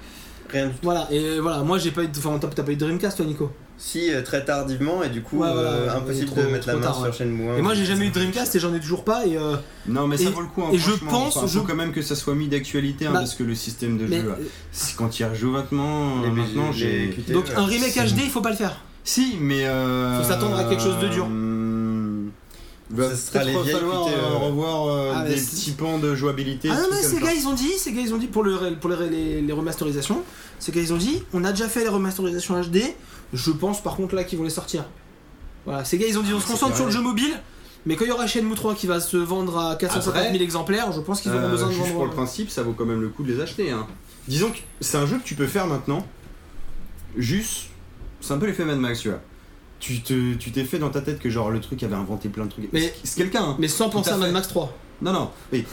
Rien du tout.
Voilà, et voilà, moi j'ai pas eu. de- Enfin, t'as t'as pas eu de Dreamcast, toi, Nico
Si, euh, très tardivement, et du coup,
Ouais, voilà,
euh,
ouais,
impossible
trop-
de mettre la
trop
main
tard, ouais.
sur Shenmue 1.
Et moi j'ai jamais eu de Dreamcast et j'en ai toujours pas. Et euh,
Non, mais ça
Et-
vaut le coup. hein,
et je
franchement.
pense-
Enfin, faut
je-
quand même que ça soit mis d'actualité, hein,
Bah,
parce que le système de
mais, euh,
jeu, là, c'est quand il rejoues maintenant,
Les
euh, maintenant,
BG, les
j'ai.
QTE.
donc un remake
C'est-
HD, il faut pas le faire.
Si, mais. Euh...
Faut s'attendre à quelque chose de dur.
euh, Va
Ça sera
peut-être
les vieilles
falloir,
QTE,
euh,
ouais.
revoir euh,
Ah, mais
des
c'est-
petits pans de jouabilité.
Ah
des
non,
trucs
mais
comme
ces
ça.
gars ils ont dit, ces gars ils ont dit pour, le, pour les, les, les remasterisations, ces gars ils ont dit, on a déjà fait les remasterisations HD, je pense par contre là qu'ils vont les sortir. Voilà, ces gars ils ont
Ah,
dit, on se
c'est
concentre sur le
carré.
jeu mobile, mais quand il y aura Shenmue 3 qui va se vendre à 450 000
Après,
exemplaires, je pense qu'ils auront
Euh,
besoin de
juste pour le
vendre.
principe, ça vaut quand même le coup de les acheter. hein. Disons que c'est un jeu que tu peux faire maintenant. Juste, c'est un peu l'effet Mad Max, tu vois. Tu te- tu t'es fait dans ta tête que genre le truc avait inventé plein de trucs.
Mais-
c'est c'est quelqu'un. hein.
Mais sans penser
Tout
à,
à
Mad
fait.
Max 3.
Non, non. Mais...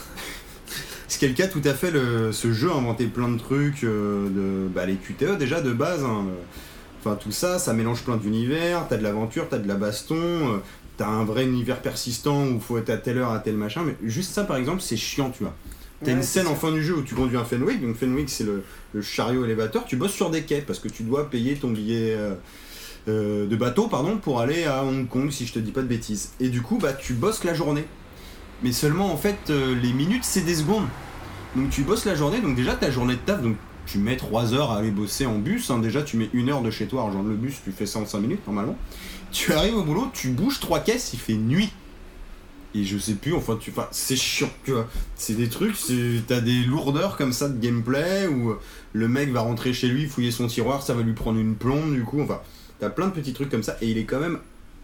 c'est quelqu'un tout à fait. Le... Ce jeu a inventé plein de trucs. euh, de... bah, les QTE déjà de base. hein. Enfin tout ça, ça mélange plein d'univers. T'as de l'aventure, t'as de la baston. euh, T'as un vrai univers persistant où faut être à telle heure, à tel machin, mais juste ça par exemple, c'est chiant, tu vois. T'as
Ouais,
une
c'est
scène en
sûr.
fin du jeu où tu conduis un Fenwick, donc Fenwick c'est le, le chariot élévateur, tu bosses sur des quais parce que tu dois payer ton billet euh, euh, de bateau pardon, pour aller à Hong Kong si je te dis pas de bêtises. Et du coup bah tu bosses la journée. Mais seulement en fait euh, les minutes c'est des secondes. Donc tu bosses la journée, donc déjà ta journée de taf, donc tu mets 3 heures à aller bosser en bus, hein. déjà tu mets une heure de chez toi à rejoindre le bus, tu fais ça en 5 minutes normalement. Tu arrives au boulot, tu bouges trois caisses, il fait nuit. Et je sais plus, enfin tu. Enfin, c'est chiant, tu vois. C'est des trucs, c'est- t'as des lourdeurs comme ça de gameplay où euh, le mec va rentrer chez lui, fouiller son tiroir, ça va lui prendre une plombe du coup, enfin, t'as plein de petits trucs comme ça et il est quand même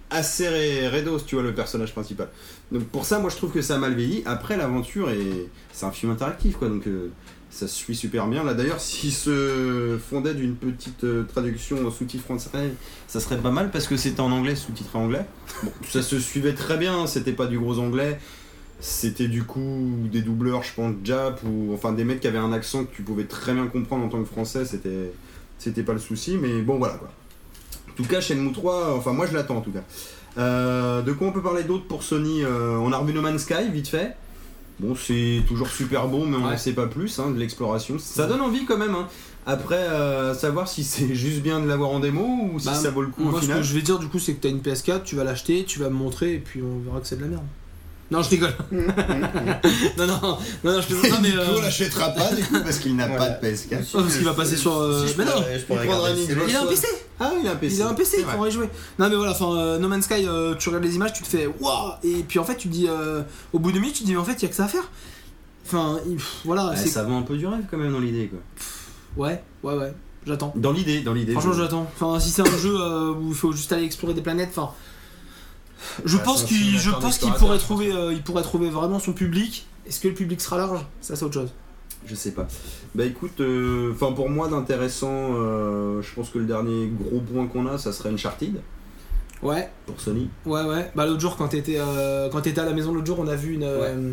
assez ré- redos, tu vois, le personnage principal. Donc pour ça, moi je trouve que ça a mal vieilli. Après, l'aventure est. C'est un film interactif quoi, donc euh, ça se suit super bien. Là d'ailleurs, s'il se fondait d'une petite euh, traduction sous-titre français, ça serait pas mal parce que c'était en anglais, sous-titré anglais. Bon, ça se suivait très bien, hein, c'était pas du gros anglais. C'était du coup des doubleurs, je pense, Jap, ou enfin des mecs qui avaient un accent que tu pouvais très bien comprendre en tant que français, c'était, c'était pas le souci, mais bon voilà quoi. En tout cas, Shenmue 3, enfin moi je l'attends en tout cas. Euh, de quoi on peut parler d'autre pour Sony Euh, On a revu No Man's Sky, vite fait. Bon, c'est toujours super bon, mais on
Ouais.
ne sait pas plus hein, de l'exploration. Ça donne envie quand même. hein. Après, euh, savoir si c'est juste bien de l'avoir en démo ou si
Bah,
ça vaut le coup au
Moi ce que
final.
je vais dire du coup, c'est que t'as une PS4, tu vas l'acheter, tu vas me montrer et puis on verra que c'est de la merde. Non, je rigole. non, non, non, non, je plaisante pas, mais. euh,
Nico l'achètera pas du coup parce qu'il n'a
Voilà.
pas de PS4.
Oh, parce qu'il va passer sur, euh,
Si je
mais non,
pourrais- je pourrais
il prendra
regarder
un
le
Xbox.
Il a un PC
Ah, il a un PC.
Il a un PC,
C'est
il
vrai.
pourrait y jouer. Non mais voilà, enfin euh, No Man's Sky, euh, tu regardes les images, tu te fais waouh et puis en fait tu te dis euh, au bout de minutes tu te dis mais en fait il y a que ça à faire. Enfin il- pff, voilà,
Ouais,
c'est
ça vend un peu du rêve quand même dans l'idée quoi.
ouais ouais ouais, j'attends.
Dans l'idée, dans l'idée.
Franchement
je-
j'attends. Enfin si c'est un jeu euh, où il faut juste aller explorer des planètes, enfin je
Bah,
pense
c'est un
qu'il je
simulateur
pense qu'il
d'explorateur, je
pourrait
pense.
trouver euh, il pourrait trouver vraiment son public. Est-ce que le public sera large Ça c'est autre chose.
Je sais pas. Bah écoute, euh, enfin pour moi d'intéressant, euh, je pense que le dernier gros point qu'on a, ça serait Uncharted
Ouais.
pour Sony.
Ouais ouais, bah l'autre jour quand t'étais euh, quand t'étais à la maison l'autre jour on a vu une euh,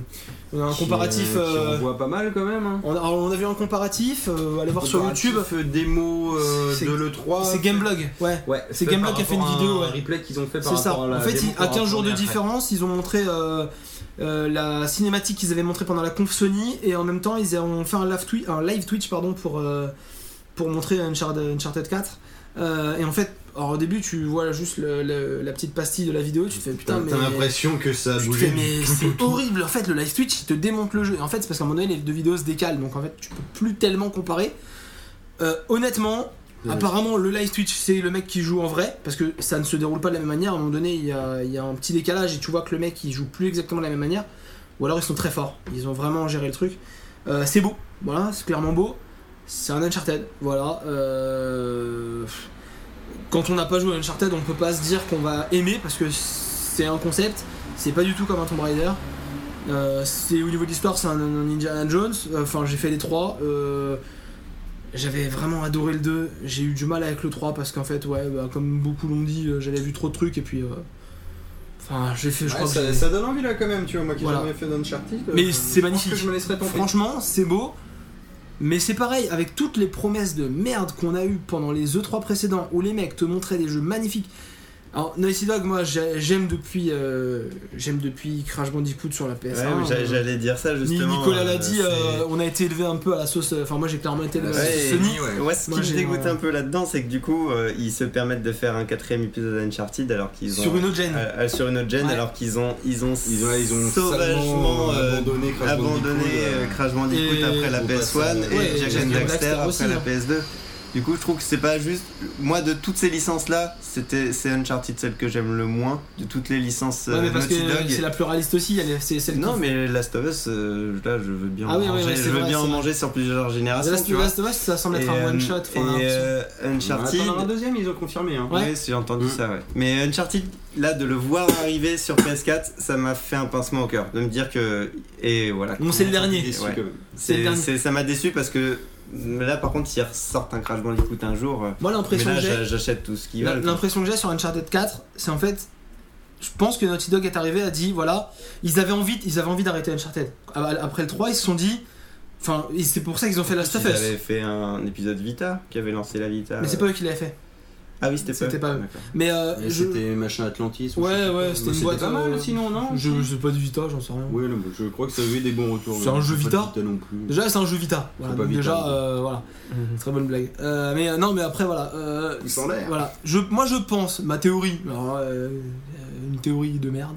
on a un
Qui,
comparatif
euh,
euh,
Qui voit pas mal quand même. hein.
On a, on a vu un comparatif, euh, allez voir sur
Comparatif,
YouTube.
euh, démo euh,
C'est-
de l'E3.
C'est Gameblog, ouais.
Ouais,
c'est
fait
Gameblog
par
qui a fait une
rapport à
vidéo,
un
ouais.
replay qu'ils ont fait par
C'est ça.
rapport à la
En fait,
démo
il- à
qu'on
15 jours de
a regardé après.
différence, ils ont montré euh, euh, la cinématique qu'ils avaient montrée pendant la conf Sony et en même temps, ils ont fait un live Twitch, un live Twitch pardon, pour, euh, pour montrer Uncharted, Uncharted 4. Euh, et en fait, Alors au début, tu vois juste le- le- la petite pastille de la vidéo, tu te fais putain,
T'as
mais.
t'as l'impression que ça a
Tu te
bougé.
fais, mais c'est horrible. En fait, le live Twitch, il te démonte le jeu. Et en fait, c'est parce qu'à un moment donné, les deux vidéos se décalent. Donc en fait, tu peux plus tellement comparer. Euh, honnêtement,
Ouais.
apparemment, le live Twitch, c'est le mec qui joue en vrai. Parce que ça ne se déroule pas de la même manière. À un moment donné, il y a, il y a un petit décalage et tu vois que le mec, il joue plus exactement de la même manière. Ou alors, ils sont très forts. Ils ont vraiment géré le truc. Euh, c'est beau. Voilà, c'est clairement beau. C'est un Uncharted. Voilà. Euh, Quand on n'a pas joué à Uncharted, on peut pas se dire qu'on va aimer parce que c'est un concept. C'est pas du tout comme un Tomb Raider. Euh, c'est au niveau de l'histoire, c'est un, un Indiana Jones. euh, Enfin, j'ai fait les trois. Euh, j'avais vraiment adoré le 2. J'ai eu du mal avec le 3 parce qu'en fait, ouais, bah, comme beaucoup l'ont dit, euh, j'avais vu trop de trucs et puis. euh, Enfin, j'ai fait. Je
Ouais,
crois que
ça,
j'ai-
ça donne envie là quand même, tu vois, moi qui n'ai
Voilà.
jamais fait d'Uncharted. euh,
Mais
je
c'est
pense que
magnifique.
je me laisserai tenter.
Franchement, c'est beau. Mais c'est pareil, avec toutes les promesses de merde qu'on a eues pendant les E3 précédents, où les mecs te montraient des jeux magnifiques. Alors, Naughty Dog, moi, j'ai- j'aime depuis, euh, j'aime depuis Crash Bandicoot sur la PS1.
Ouais, mais
hein.
j'a-
euh,
J'allais dire ça
Ni-
justement.
Nicolas
euh,
l'a dit,
c'est-
euh, on a été élevé un peu à la sauce. euh, Enfin, moi, j'ai clairement été élevé à la
Ouais,
sauce
et-
Sony.
ouais.
Moi, ce qui
Moi,
me
j'ai,
dégoûte
euh,
un peu là-dedans, c'est que du coup, euh, ils se permettent de faire un quatrième épisode d'Uncharted alors qu'ils ont.
Sur une autre gêne.
euh, euh, sur une autre gen,
Ouais.
alors qu'ils ont, ils ont,
Ils ont, ils ont
sauvagement
salement, euh,
euh,
abandonné Crash
abandonné
Bandicoot, euh,
euh, Crash Bandicoot
Et-
après la
Bon,
PS1
bah, ça-
et
ouais,
Jack
Jack
and
and
Daxter
Daxter aussi,
après la
hein.
PS2. Du coup, je trouve que c'est pas juste. Moi, de toutes ces licences-là, c'était c'est Uncharted celle que j'aime le moins de toutes les licences
Ouais,
euh,
mais parce que
Naughty Dog.
c'est la plus réaliste aussi, elle est- c'est celle
Non,
qui.
mais Last of Us, euh, là, je veux bien
Ah
en
oui, oui,
manger,
oui, c'est
je veux
vrai, c'est
bien en
vrai.
manger sur plusieurs
The
générations.
Last
tu
of
vois.
Us, ça semble être
Et,
un
euh,
one shot.
Et euh, Uncharted.
On en a un deuxième, ils ont confirmé. Hein.
Ouais.
Oui, j'ai entendu
Mm.
ça, ouais. Mais Uncharted, là, de le voir arriver sur PS4, ça m'a fait un pincement au cœur. De me dire que. Et voilà.
Bon, c'est le dernier.
Déçu,
Ouais. Euh,
quand même.
c'est le
C'est-
dernier.
c'est- Ça m'a déçu parce que là, par contre, s'ils ressortent un Crash Bandicoot un jour. euh,
Moi,
Mais
l'impression
là,
que j'ai.
j'a- j'achète tout ce qu'ils
La-
veulent.
L'impression que j'ai sur Uncharted 4, c'est en fait, je pense que Naughty Dog est arrivé, a dit voilà, ils avaient envie, ils avaient envie d'arrêter Uncharted. A- Après le 3, ils se sont dit, enfin, et c'est pour ça qu'ils ont fait Last of
Ils avaient
Us.
fait un épisode Vita, qui avait lancé la Vita. euh.
Mais c'est pas eux qui l'avaient fait.
Ah oui, c'était pas.
C'était pas eux.
D'accord.
Mais, euh,
euh, Mais
je,
C'était machin Atlantis. ou
Ouais,
je sais pas
ouais,
quoi.
c'était une boîte,
pas mal
euh,
sinon, non
je, je sais pas du Vita, j'en sais rien.
Oui, non, mais je crois que ça a eu des bons retours.
C'est un jeu
Pas de
Vita
non plus.
Déjà, c'est un jeu Vita. Voilà,
pas
donc
Vita,
déjà,
mais-
euh, voilà.
Mhm.
Très bonne blague. Euh, mais euh, non, mais après, voilà. euh,
Ils sont l'air.
Voilà. Je, moi, je pense, ma théorie, alors, euh, euh, une théorie de merde.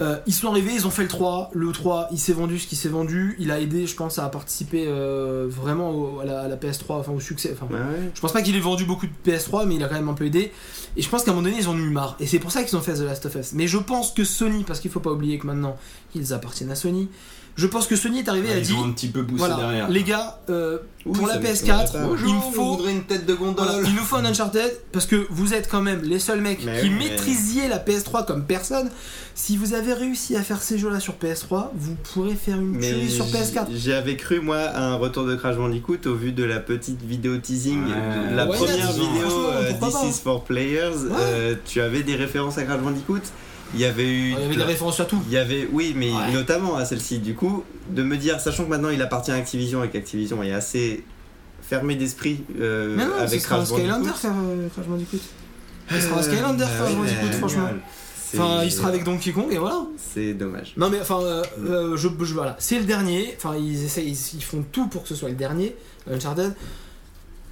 euh, ils sont arrivés, ils ont fait le 3. Le 3, il s'est vendu ce qui s'est vendu. Il a aidé, je pense, à participer euh, vraiment au- à, la, à la PS3, enfin au succès. Enfin,
Ouais, ouais.
je pense pas qu'il ait vendu beaucoup de PS3, mais il a quand même un peu aidé. Et je pense qu'à un moment donné, ils en ont eu marre. Et c'est pour ça qu'ils ont fait The Last of Us. Mais je pense que Sony, parce qu'il faut pas oublier que maintenant, ils appartiennent à Sony. Je pense que Sony est arrivé
Ouais,
à
ils
dire
ont un petit peu poussé
voilà,
derrière.
les gars, euh,
Ouh,
pour
ça
la
m'étonnerait
PS4,
pas.
il me faut
une tête de
Oh
gondole.
voilà, il nous faut un Uncharted parce que vous êtes quand même les seuls mecs
Mais
qui
oui, mais-
maîtrisiez la PS3 comme personne. Si vous avez réussi à faire ces jeux-là sur PS3, vous pourrez faire une tuerie sur
j-
PS4.
J'avais cru, moi, à un retour de Crash Bandicoot au vu de la petite vidéo teasing.
Ouais.
La
Why not
première
Franchement,
vidéo euh,
pourquoi pas, hein.
This is for Players, euh, tu avais des références à Crash Bandicoot. Il y avait
Il
eu.
y avait des références à tout.
Il y avait- oui, mais
Ouais.
notamment à celle-ci. Du coup, de me dire, sachant que maintenant il appartient à Activision et qu'Activision est assez fermé d'esprit euh,
Mais non, ce
avec
sera un
Crash
Skylander
Bandicoot.
faire euh, Crash Bandicoot. Ce sera un Skylander
Euh,
Crash
ouais,
Bandicoot,
mais-
franchement.
C'est-
Enfin, il sera avec Donkey Kong et voilà.
C'est dommage.
Non mais enfin, euh, euh, je, je- voilà, c'est le dernier. Enfin, ils essayent, ils, ils font tout pour que ce soit le dernier Uncharted.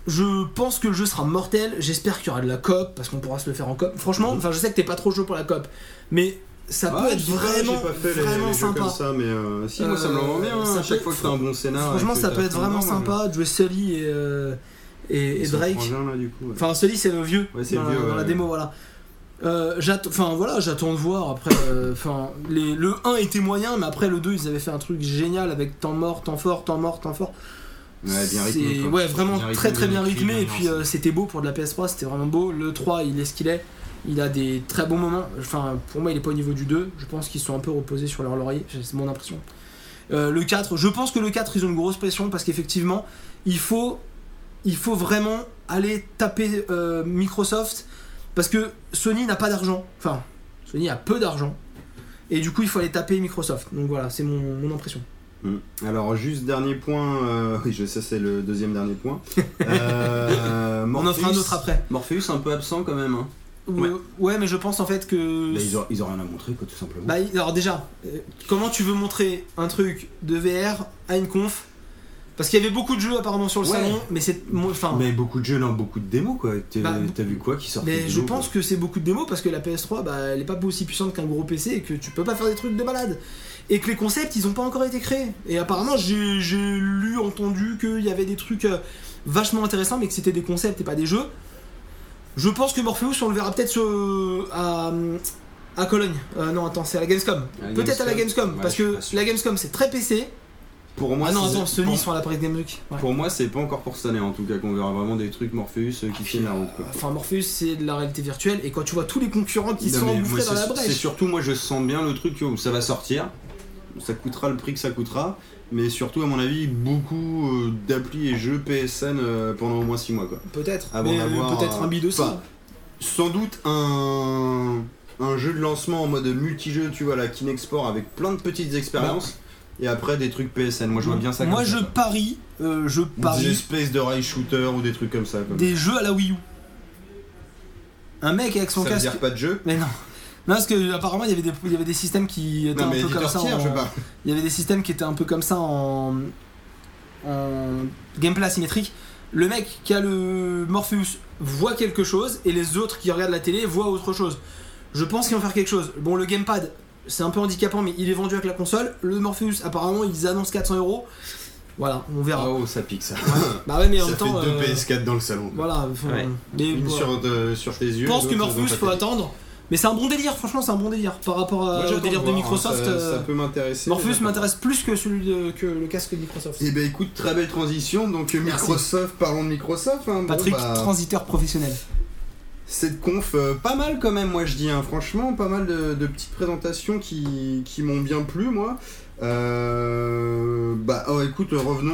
Je pense que le jeu sera mortel. J'espère qu'il y aura de la cop parce qu'on pourra se le faire en cop. Franchement, enfin, je sais que t'es pas trop chaud pour la cop, mais ça
Ah,
peut être vraiment, vraiment sympa.
Comme ça, mais euh, si, moi ça me le rend bien.
Euh,
hein,
ça
à chaque
peut-
fois que t'as un bon scénar.
Franchement,
et que
ça
t'as
peut être
plein
vraiment
de gens,
sympa de jouer Sully et, euh, et,
hein. ils
et
sont
Drake.
frangins, là, du coup, ouais.
Enfin, Sully, c'est le vieux
Ouais, c'est
dans,
le
la-
vieux,
dans la
ouais.
démo, voilà. Euh, j'att- enfin voilà, j'attends de voir après. euh, Enfin, les- le 1 était moyen, mais après le 2, ils avaient fait un truc génial avec temps mort, temps fort, temps mort, temps fort.
Ouais, bien
C'est-
rythmé. quoi.
ouais, vraiment
Bien
très
rythmé,
très bien rythmé. et puis
ambiancé.
euh, c'était beau pour de la PS3, c'était vraiment beau. Le 3, il est ce qu'il est. Il a des très bons moments. Enfin, pour moi, il est pas au niveau du 2. Je pense qu'ils sont un peu reposés sur leur laurier. C'est mon impression. Euh, le 4, je pense que le 4, ils ont une grosse pression parce qu'effectivement, il faut, il faut vraiment aller taper euh, Microsoft parce que Sony n'a pas d'argent. Enfin, Sony a peu d'argent. Et du coup, il faut aller taper Microsoft. Donc voilà, c'est mon, mon impression.
Mm. Alors juste dernier point, euh, oui je sais c'est le deuxième dernier point. Euh,
On en
Morpheus-
fera un autre après.
Morpheus un peu absent quand même. hein. Ouais.
Euh, ouais, mais je pense en fait que.
Bah, ils, ont, ils ont rien à montrer quoi tout simplement.
Bah, alors déjà, euh, comment tu veux montrer un truc de VR à une conf
Parce qu'il y avait beaucoup de jeux apparemment sur le
Ouais.
salon, mais c'est. moi, Enfin,
Mais beaucoup de jeux, là, beaucoup de démos, quoi. T'es- T'as
Bah,
vu quoi qui sortait
Mais
des
je
démos,
pense que c'est beaucoup de démos parce que la PS3 bah, elle est pas aussi puissante qu'un gros PC et que tu peux pas faire des trucs de malade. Et que les concepts ils ont pas encore été créés. Et apparemment j'ai j'ai lu, entendu qu'il y avait des trucs euh, vachement intéressants mais que c'était des concepts et pas des jeux. Je pense que Morpheus on le verra peut-être sur- à, à Cologne. Euh, non attends c'est à la Gamescom.
À la
Peut-être à la Gamescom
Gamescom. Ouais,
parce
je suis
que
pas sûr.
la Gamescom c'est très PC.
Pour moi,
ah non
c'est-
attends Sony
pour-
ils sont à la Paris Games Week. Ouais.
Pour moi, c'est pas encore pour cette année en tout cas qu'on verra vraiment des trucs Morpheus euh,
Ah,
qui tiennent la route. Quoi.
Enfin Morpheus c'est de la réalité virtuelle et quand tu vois tous les concurrents qui
Non,
sont
mais moi,
engouffrés dans
c'est-
la
C'est
brèche.
surtout, moi, je sens bien le truc où ça va sortir. Ça coûtera le prix que ça coûtera, mais surtout, à mon avis, beaucoup euh, d'applis et jeux PSN euh, pendant au moins 6 mois. Quoi.
Peut-être.
Avant
Mais, euh,
d'avoir,
peut-être un bid aussi.
enfin, Sans doute un, un jeu de lancement en mode multijeu, tu vois, la Kinexport avec plein de petites expériences, et après des trucs PSN. Moi, je vois bien ça comme
Moi
ça,
je
quoi.
parie, euh, je
Ou
parie
Des espèces de rail shooter ou des trucs comme ça. Quoi.
des jeux à la Wii U. Un mec avec son
Ça veut
casque.
dire pas de jeu
Mais non. Non, parce que apparemment il y avait des, il y avait des systèmes qui étaient
Non,
un
mais
peu comme
éditeur
ça.
tiers,
en-
je sais pas.
Il y avait des systèmes qui étaient un peu comme ça en, en gameplay asymétrique. Le mec qui a le Morpheus voit quelque chose et les autres qui regardent la télé voient autre chose. Je pense qu'ils vont faire quelque chose. Bon, le gamepad, c'est un peu handicapant, mais il est vendu avec la console. Le Morpheus, apparemment, ils annoncent 400 euros. Voilà, on verra.
Oh, ça pique ça.
Bah ouais, mais en
ça
même
fait
temps.
deux
euh,
PS4 dans le salon.
Voilà, enfin,
Ouais.
mais
Une
bon,
sur, de- sur tes yeux.
je pense que
l'autre dans
Morpheus,
ta
faut
tête.
attendre. Mais c'est un bon délire, franchement, c'est un bon délire par rapport
Moi,
à-
j'attends
au délire de
voir, hein,
Microsoft.
ça,
euh,
ça peut m'intéresser.
Morpheus
j'attends.
m'intéresse plus que celui de, que le casque de Microsoft.
Eh ben écoute, très belle transition. Donc euh,
Merci.
Microsoft, parlons de Microsoft. hein. Bon,
Patrick,
bah,
transiteur professionnel.
cette conf, euh, pas mal quand même, moi je dis. hein. Franchement, pas mal de, de petites présentations qui, qui m'ont bien plu, moi. Euh, bah oh, écoute, revenons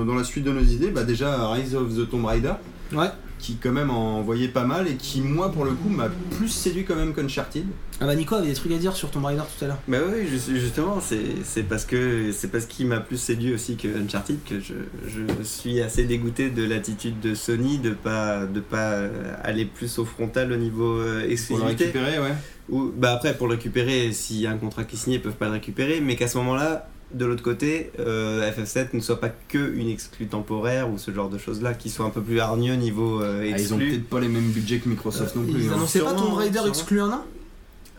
euh, dans la suite de nos idées. Bah déjà, Rise of the Tomb Raider.
Ouais.
Qui quand même en envoyait pas mal et qui moi pour le coup m'a plus séduit quand même qu'Uncharted.
Ah bah Nico avait des trucs à dire sur Tomb Raider tout à l'heure.
Bah oui, ju- justement, c'est c'est parce que c'est parce qu'il m'a plus séduit aussi que Uncharted que je, je suis assez dégoûté de l'attitude de Sony de pas de pas euh, aller plus au frontal au niveau
Pour
euh,
le
exclusivité.
récupérer, ouais.
Ou bah après pour le récupérer, s'il y a un contrat qui est signé, ils peuvent pas le récupérer, mais qu'à ce moment-là, de l'autre côté, euh, FF7 ne soit pas que une exclue temporaire ou ce genre de choses là, qui soit un peu plus hargneux niveau euh,
Ah, ils ont
exclus.
peut-être pas les mêmes budgets que Microsoft non plus.
Ils
hein.
annonçaient pas
Sûrement,
Tomb Raider
sûrement.
exclu un an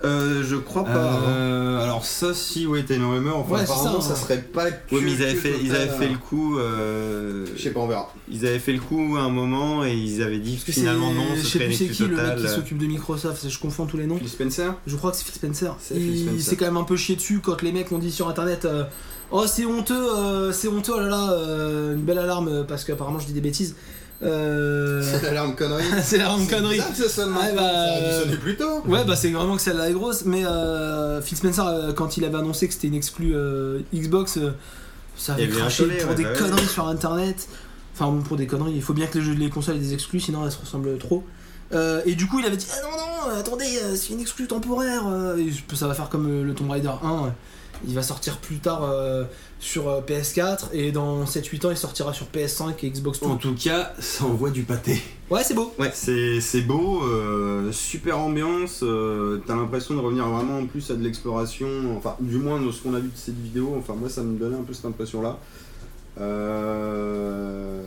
Euh, je crois pas. hein.
Euh, alors ça si ouais t'as une rumeur enfin
Ouais, c'est
apparemment ça,
ça, hein.
serait pas que,
Ouais, mais ils avaient
que
fait, ils
total,
avaient fait
hein.
le coup. euh,
je sais pas on verra
Ils avaient fait le coup à un moment et ils avaient dit
Parce que c'est.
finalement non,
Je
ce
sais
serait
plus
une
c'est
excuse
qui le mec
totale.
qui s'occupe de Microsoft, je confonds tous les noms.
Phil Spencer
Je crois que c'est Phil Spencer.
C'est Phil
Il
Spencer.
s'est quand même un peu chié dessus quand les mecs ont dit sur internet euh, Oh c'est honteux, euh, c'est honteux, oh là là, euh, une belle alarme parce qu'apparemment je dis des bêtises. Euh,
c'est l'alarme connerie
c'est l'alarme
C'est
connerie.
bizarre que ça sonne
Ouais,
maintenant,
bah,
ça aurait dû sonner plus tôt
Ouais, bah c'est vraiment que celle-là est grosse, mais euh, Phil Spencer, euh, quand il avait annoncé que c'était une exclue euh, Xbox, euh, ça
Il y
avait
avait un
craché
tollé,
pour
ouais,
des
bah oui.
conneries sur internet. Enfin, bon, pour des conneries, il faut bien que les jeux de les consoles aient des exclus, sinon elles se ressemblent trop. Euh, et du coup, il avait dit Ah non, non, euh, attendez, euh, c'est une exclue temporaire. euh, et je- ça va faire comme euh, le Tomb Raider 1. euh, il va sortir plus tard euh, sur euh, PS4 et dans 7-8 ans, il sortira sur PS5 et Xbox
en
Two.
tout cas ça envoie du pâté
Oh.
Ouais, c'est beau.
c'est c'est beau euh, super ambiance euh, t'as l'impression de revenir vraiment en plus à de l'exploration enfin du moins de ce qu'on a vu de cette vidéo enfin moi ça me donnait un peu cette impression là euh...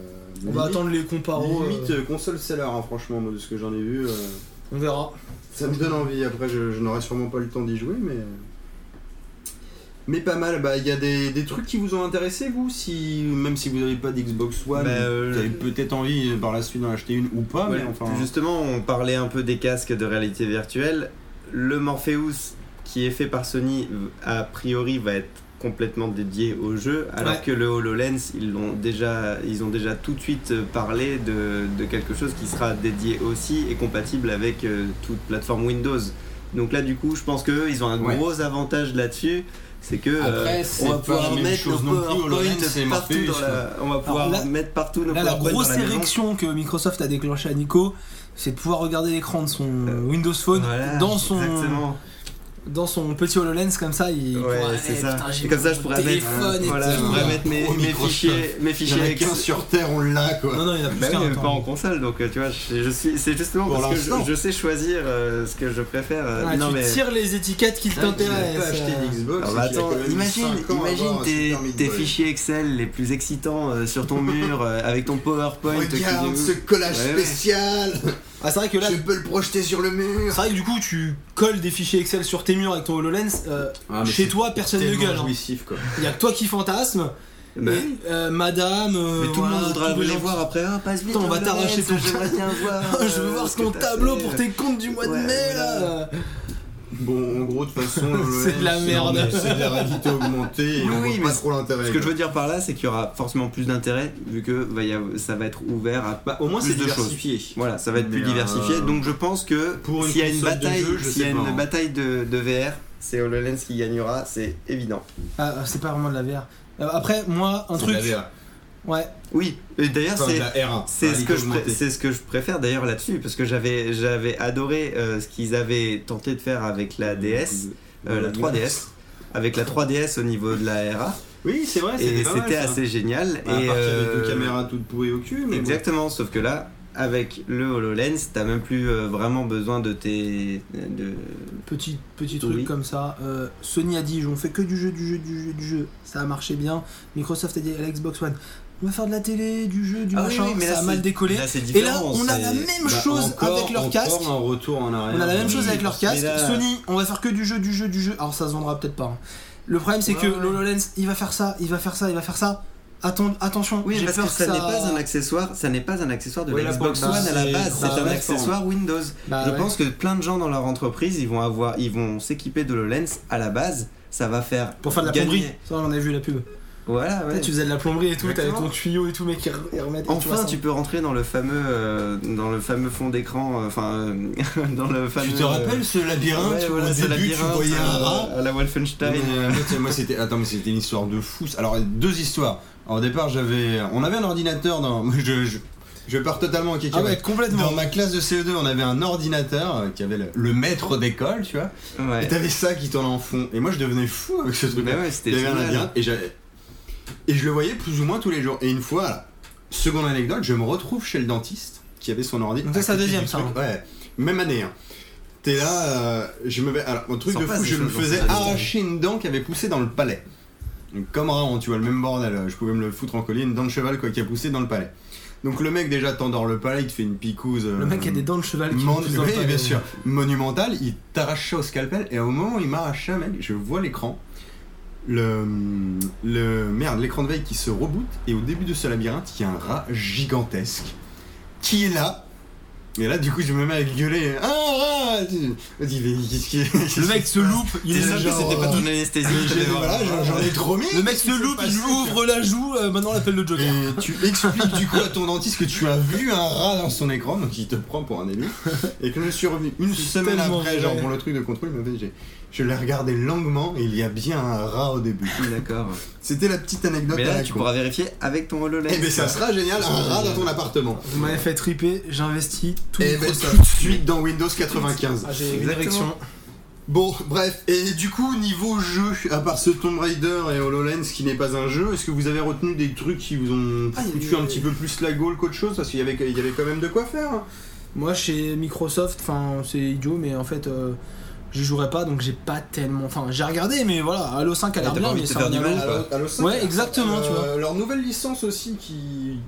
On va
limite-
attendre les comparos.
Limite
euh,
euh, console seller, hein, franchement, moi, de ce que j'en ai vu. euh,
on verra.
ça me donne envie. Après, je, je n'aurai sûrement pas le temps d'y jouer, mais. euh, Mais pas mal. Bah, il y a des, des trucs qui vous ont intéressé, vous, si même si vous n'avez pas d'Xbox One,
Bah, euh,
vous avez peut-être envie euh, par la suite d'en acheter une ou pas,
Ouais,
mais enfin.
Justement, on parlait un peu des casques de réalité virtuelle. Le Morpheus qui est fait par Sony, a priori, va être complètement dédié au jeu, alors
Ouais.
que le HoloLens, ils l'ont déjà, ils ont déjà tout de suite euh, parlé de, de quelque chose qui sera dédié aussi et compatible avec euh, toute plateforme Windows. Donc là, du coup, je pense qu'eux, ils ont un
Ouais.
gros avantage là-dessus. C'est que euh,
Après, c'est
on va
pas la
pouvoir
même
mettre
chose
nos
non plus,
PowerPoint
HoloLens et
partout
Morpheus,
dans la- on va pouvoir
là-
mettre partout nos
Là, la
PowerPoint dans
grosse
maison.
érection que Microsoft a déclenchée à Nico, c'est de pouvoir regarder l'écran de son Windows Phone
Euh, Voilà,
dans son.
Exactement.
dans son petit HoloLens comme ça, il
Ouais,
pourra,
c'est
eh,
ça.
putain, j'ai
Et comme ça,
mon
je pourrais mettre-
téléphone et
Voilà,
tout.
je pourrais
Ah,
mettre mes,
gros
mes
Microsoft.
fichiers, mes
Il y en
fichiers
a
Excel.
qu'un sur Terre, on l'a
Non,
quoi.
non, il y en a plus
Bah oui,
qu'un.
mais
attends.
pas en console, donc euh, tu vois, je, je suis, c'est justement
Pour
parce que
l'instant.
je, je sais choisir euh, ce que je préfère. euh,
Ah,
non
tu
mais
tires les étiquettes qui
Il a pas
t'intéressent.
acheté
euh.
d'Xbox.
Alors, bah, attends, imagine, imagine tes, tes fichiers Excel les plus excitants euh, sur ton mur euh, avec ton PowerPoint. qui
Regarde
dé-
ce collage
Ouais, ouais.
spécial
Ah, c'est vrai que là,
Je peux le projeter sur le
c'est
mur
vrai que du coup, tu colles des fichiers Excel sur tes murs avec ton HoloLens. euh,
Ah,
chez toi, personne ne gueule. hein.
jouissif quoi.
Il y a que toi qui fantasme.
Bah,
et, euh, madame. euh,
mais tout le
voilà,
monde voudra
tous les
les
gens
voir après. Ah, passe vite.
Putain, on va
Lorenz,
t'arracher ton-
J'aimerais bien voir.
qui- Je veux
euh,
voir
ce
ton
que t'as
tableau
fait.
pour tes comptes du mois de
Ouais,
mai là.
voilà.
Bon, en gros, de toute façon, le-
C'est de la merde.
C'est de la réalité augmentée et
Oui,
on
oui,
voit pas
mais
trop l'intérêt.
Ce que je
quoi.
veux dire par là, c'est qu'il y aura forcément plus d'intérêt vu que va y avoir- ça va être ouvert à
Bah, au moins,
plus
c'est
de choses.
diversifié.
Voilà, ça va être
Mais,
plus diversifié.
euh,
Donc je pense que
pour une
s'il y a une
console de
bataille,
jeu, je
s'il y a
sais
une
pas, hein.
bataille de, de VR, c'est HoloLens qui gagnera, c'est évident.
Ah, c'est pas vraiment de la VR. Euh, Après, moi, un truc.
C'est de la VR.
Ouais.
Oui, et d'ailleurs
Enfin, de
c'est
la R1.
c'est ce,
réalité
que je pré-
augmentée.
c'est ce que je préfère d'ailleurs là-dessus, parce que j'avais j'avais adoré euh, ce qu'ils avaient tenté de faire avec la DS, euh, la 3DS, avec la 3DS au niveau de la RA,
Oui, c'est vrai,
et
Ah, c'était pas mal,
c'était
ça.
assez génial.
Bah, à
et
partir
euh,
avec une caméra toute pourrie au cul, mais bon.
Exactement, sauf que là, avec le HoloLens, t'as même plus euh, vraiment besoin de tes. De...
petit, petit truc
Oui.
comme ça. Euh, Sony a dit on fait que du jeu, du jeu, du jeu, du jeu. Ça a marché bien. Microsoft a dit à la Xbox One on va faire de la télé, du jeu, du
Ah oui,
machin.
oui, mais
ça
là,
a mal
c'est-
décollé.
c'est
Et là,
différent,
on a
c'est-
la même
Bah,
chose
encore-
avec leur
encore
casque.
un retour en arrière.
On a la même
Oui,
chose avec leur
mais
casque.
là-
Sony, on va faire que du jeu, du jeu, du jeu. Alors ça se vendra peut-être pas. hein. Le problème, c'est que
Ouais, ouais.
l'HoloLens, il va faire ça, il va faire ça, il va faire ça. Atten- attention,
Oui,
j'ai
parce
peur
que ça, n'est pas un accessoire, ça n'est pas un accessoire de
Oui,
la
là,
Xbox
pour le coup,
One à la
c'est-
base,
c'est
c'est
un
un
plateforme.
accessoire Windows.
Bah
Je
ouais.
pense que plein de gens dans leur entreprise, ils vont avoir, ils vont s'équiper de HoloLens à la base. Ça va faire
Pour faire de la
gagner.
plomberie. Ça, on a vu la pub.
Voilà. ouais.
Là, tu faisais de la plomberie et tout, t'avais
Exactement.
ton tuyau et tout, mec, qui re- ils remettent. et vois
Enfin,
ça.
tu peux rentrer dans le fameux, euh, dans le fameux fond d'écran, euh, enfin, euh, dans le fameux. euh,
Tu te rappelles ce labyrinthe
Ouais,
où
voilà,
au
ce
début tu
labyrinthe,
voyais un
euh,
rat
à la Wolfenstein.
Mais, euh, en fait, moi c'était attends mais c'était une histoire de fou. Alors deux histoires. Alors, au départ j'avais on avait un ordinateur dans moi, je, je je pars totalement en
Ah
cacahuète.
ouais, complètement.
Dans ma classe de CE2, on avait un ordinateur euh, qui avait le, le maître d'école, tu vois.
Ouais.
Et t'avais ça qui tournait en fond. Et moi, je devenais fou avec ce truc-là.
Mais ouais, c'était hein.
Il y avait un
génial.
labyrinthe et j'avais. Et je le voyais plus ou moins tous les jours. Et une fois, là, seconde anecdote, je me retrouve chez le dentiste qui avait son ordi.
Donc ça,
à
c'est la
côté
deuxième,
du
ça,
truc. Ouais, même année. Hein. T'es là, euh, je me vais. Alors, un truc
Sans
de
pas
fou,
ces
je me
choses,
faisais
en fait.
arracher une dent qui avait poussé dans le palais. Donc, comme Raon, tu vois, le même bordel. euh, Je pouvais me le foutre en collier, une dent de cheval quoi, qui a poussé dans le palais. Donc le mec déjà t'endors le palais, il te fait une picouse. euh,
Le mec a des dents de cheval qui
Mon-
poussent dans le
oui,
palais.
bien sûr. Monumental, il t'arrache ça au scalpel et au moment où il m'arrachait, mec, je vois l'écran. Le, le merde, l'écran de veille qui se reboot et au début de ce labyrinthe, il y a un rat gigantesque qui est là. Et là, du coup, je me mets à gueuler. Ah, rat Je dis, mais qu'est-ce qui qu'est-ce
Le
qui-
mec se loupe, il
T'es
est
sûr que
genre,
c'était pas
euh,
ton anesthésie
J'ai- voilà, j'en- j'en ai trop mis.
Le mec se loupe, il lui ouvre la joue, euh, maintenant on l'appelle le Joker.
Et tu expliques du coup à ton dentiste que tu as vu un rat dans son écran, donc il te prend pour un élu. Et que je suis revenu une semaine
tellement
après, genre
vrai.
pour le truc de contrôle, il m'avait- j'ai- je l'ai regardé longuement et il y a bien un rat au début.
Hmm, D'accord.
C'était la petite anecdote
Mais
à
là,
la
tu
con.
pourras vérifier avec ton HoloLens.
Eh ben ça sera génial, un rat dans ton appartement.
Vous m'avez fait triper, j'investis tout
Et
le
ben
ben,
tout de suite dans Windows 95.
Ah, j'ai une
Exactement.
érection.
Bon, bref, et du coup, niveau jeu, à part ce Tomb Raider et HoloLens qui n'est pas un jeu, est-ce que vous avez retenu des trucs qui vous ont
Ah, il y a
foutu
eu-
un petit peu plus la gaule qu'autre chose Parce qu'il y avait, il y avait quand même de quoi faire. hein.
Moi chez Microsoft, enfin c'est idiot, mais en fait euh, j'y jouerai pas donc j'ai pas tellement. Enfin j'ai regardé, mais voilà, Halo 5 a
Et
l'air
t'as
bien,
pas envie
mais
de te
ça
faire
en
du
a
Ah,
mal,
l'air.
quoi.
À Los Angeles.
Ouais, exactement, tu vois.
Euh, Leur nouvelle licence aussi qui,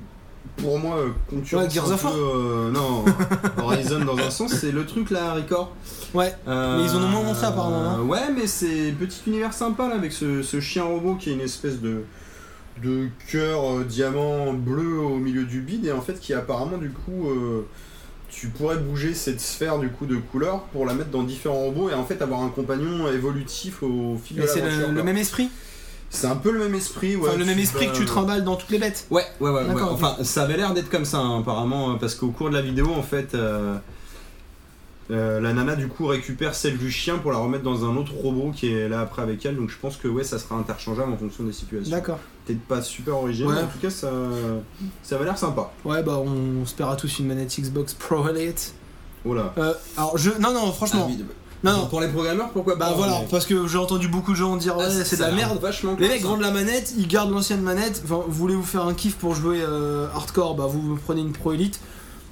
pour moi, euh, concurrence
Ouais, Gears
un
of
peu,
War.
euh, non, Horizon dans un sens, c'est le truc là, Record.
Ouais,
Euh,
mais ils en ont moins montré, apparemment, hein.
euh, ouais, mais c'est petit univers sympa là, avec ce, ce chien robot qui est une espèce de de cœur euh, diamant bleu au milieu du bide et en fait qui apparemment du coup euh, tu pourrais bouger cette sphère du coup de couleur pour la mettre dans différents robots et en fait avoir un compagnon évolutif au fil
mais
de
c'est
l'aventure.
le,
quoi.
le même esprit.
C'est un peu le même esprit, ouais.
Enfin le même
tu
esprit
vas-
que tu euh, trimbales dans toutes les bêtes.
Ouais, ouais, ouais. ouais.
D'accord, ok.
Enfin, ça avait l'air d'être comme ça, hein, apparemment, euh, parce qu'au cours de la vidéo, en fait, euh, euh, la nana, du coup, récupère celle du chien pour la remettre dans un autre robot qui est là après avec elle. Donc, je pense que, ouais, ça sera interchangeable en fonction des situations.
D'accord.
Peut-être pas super original,
Ouais.
mais en tout cas, ça, ça avait l'air sympa.
Ouais bah on, se paiera tous une manette Xbox Pro Elite.
Oh là. Ah,
Euh, alors je. Non non franchement. Non, non.
Pour les programmeurs, pourquoi
Bah
pas hein,
voilà,
mais-
parce que j'ai entendu beaucoup de gens dire ouais,
Ah,
c'est de
ça a
la
l'air
merde.
Vachement. hein.
Les
cool,
mecs
ça.
vendent la manette, ils gardent l'ancienne manette. Enfin, vous voulez vous faire un kiff pour jouer euh, hardcore, bah vous prenez une Pro Elite.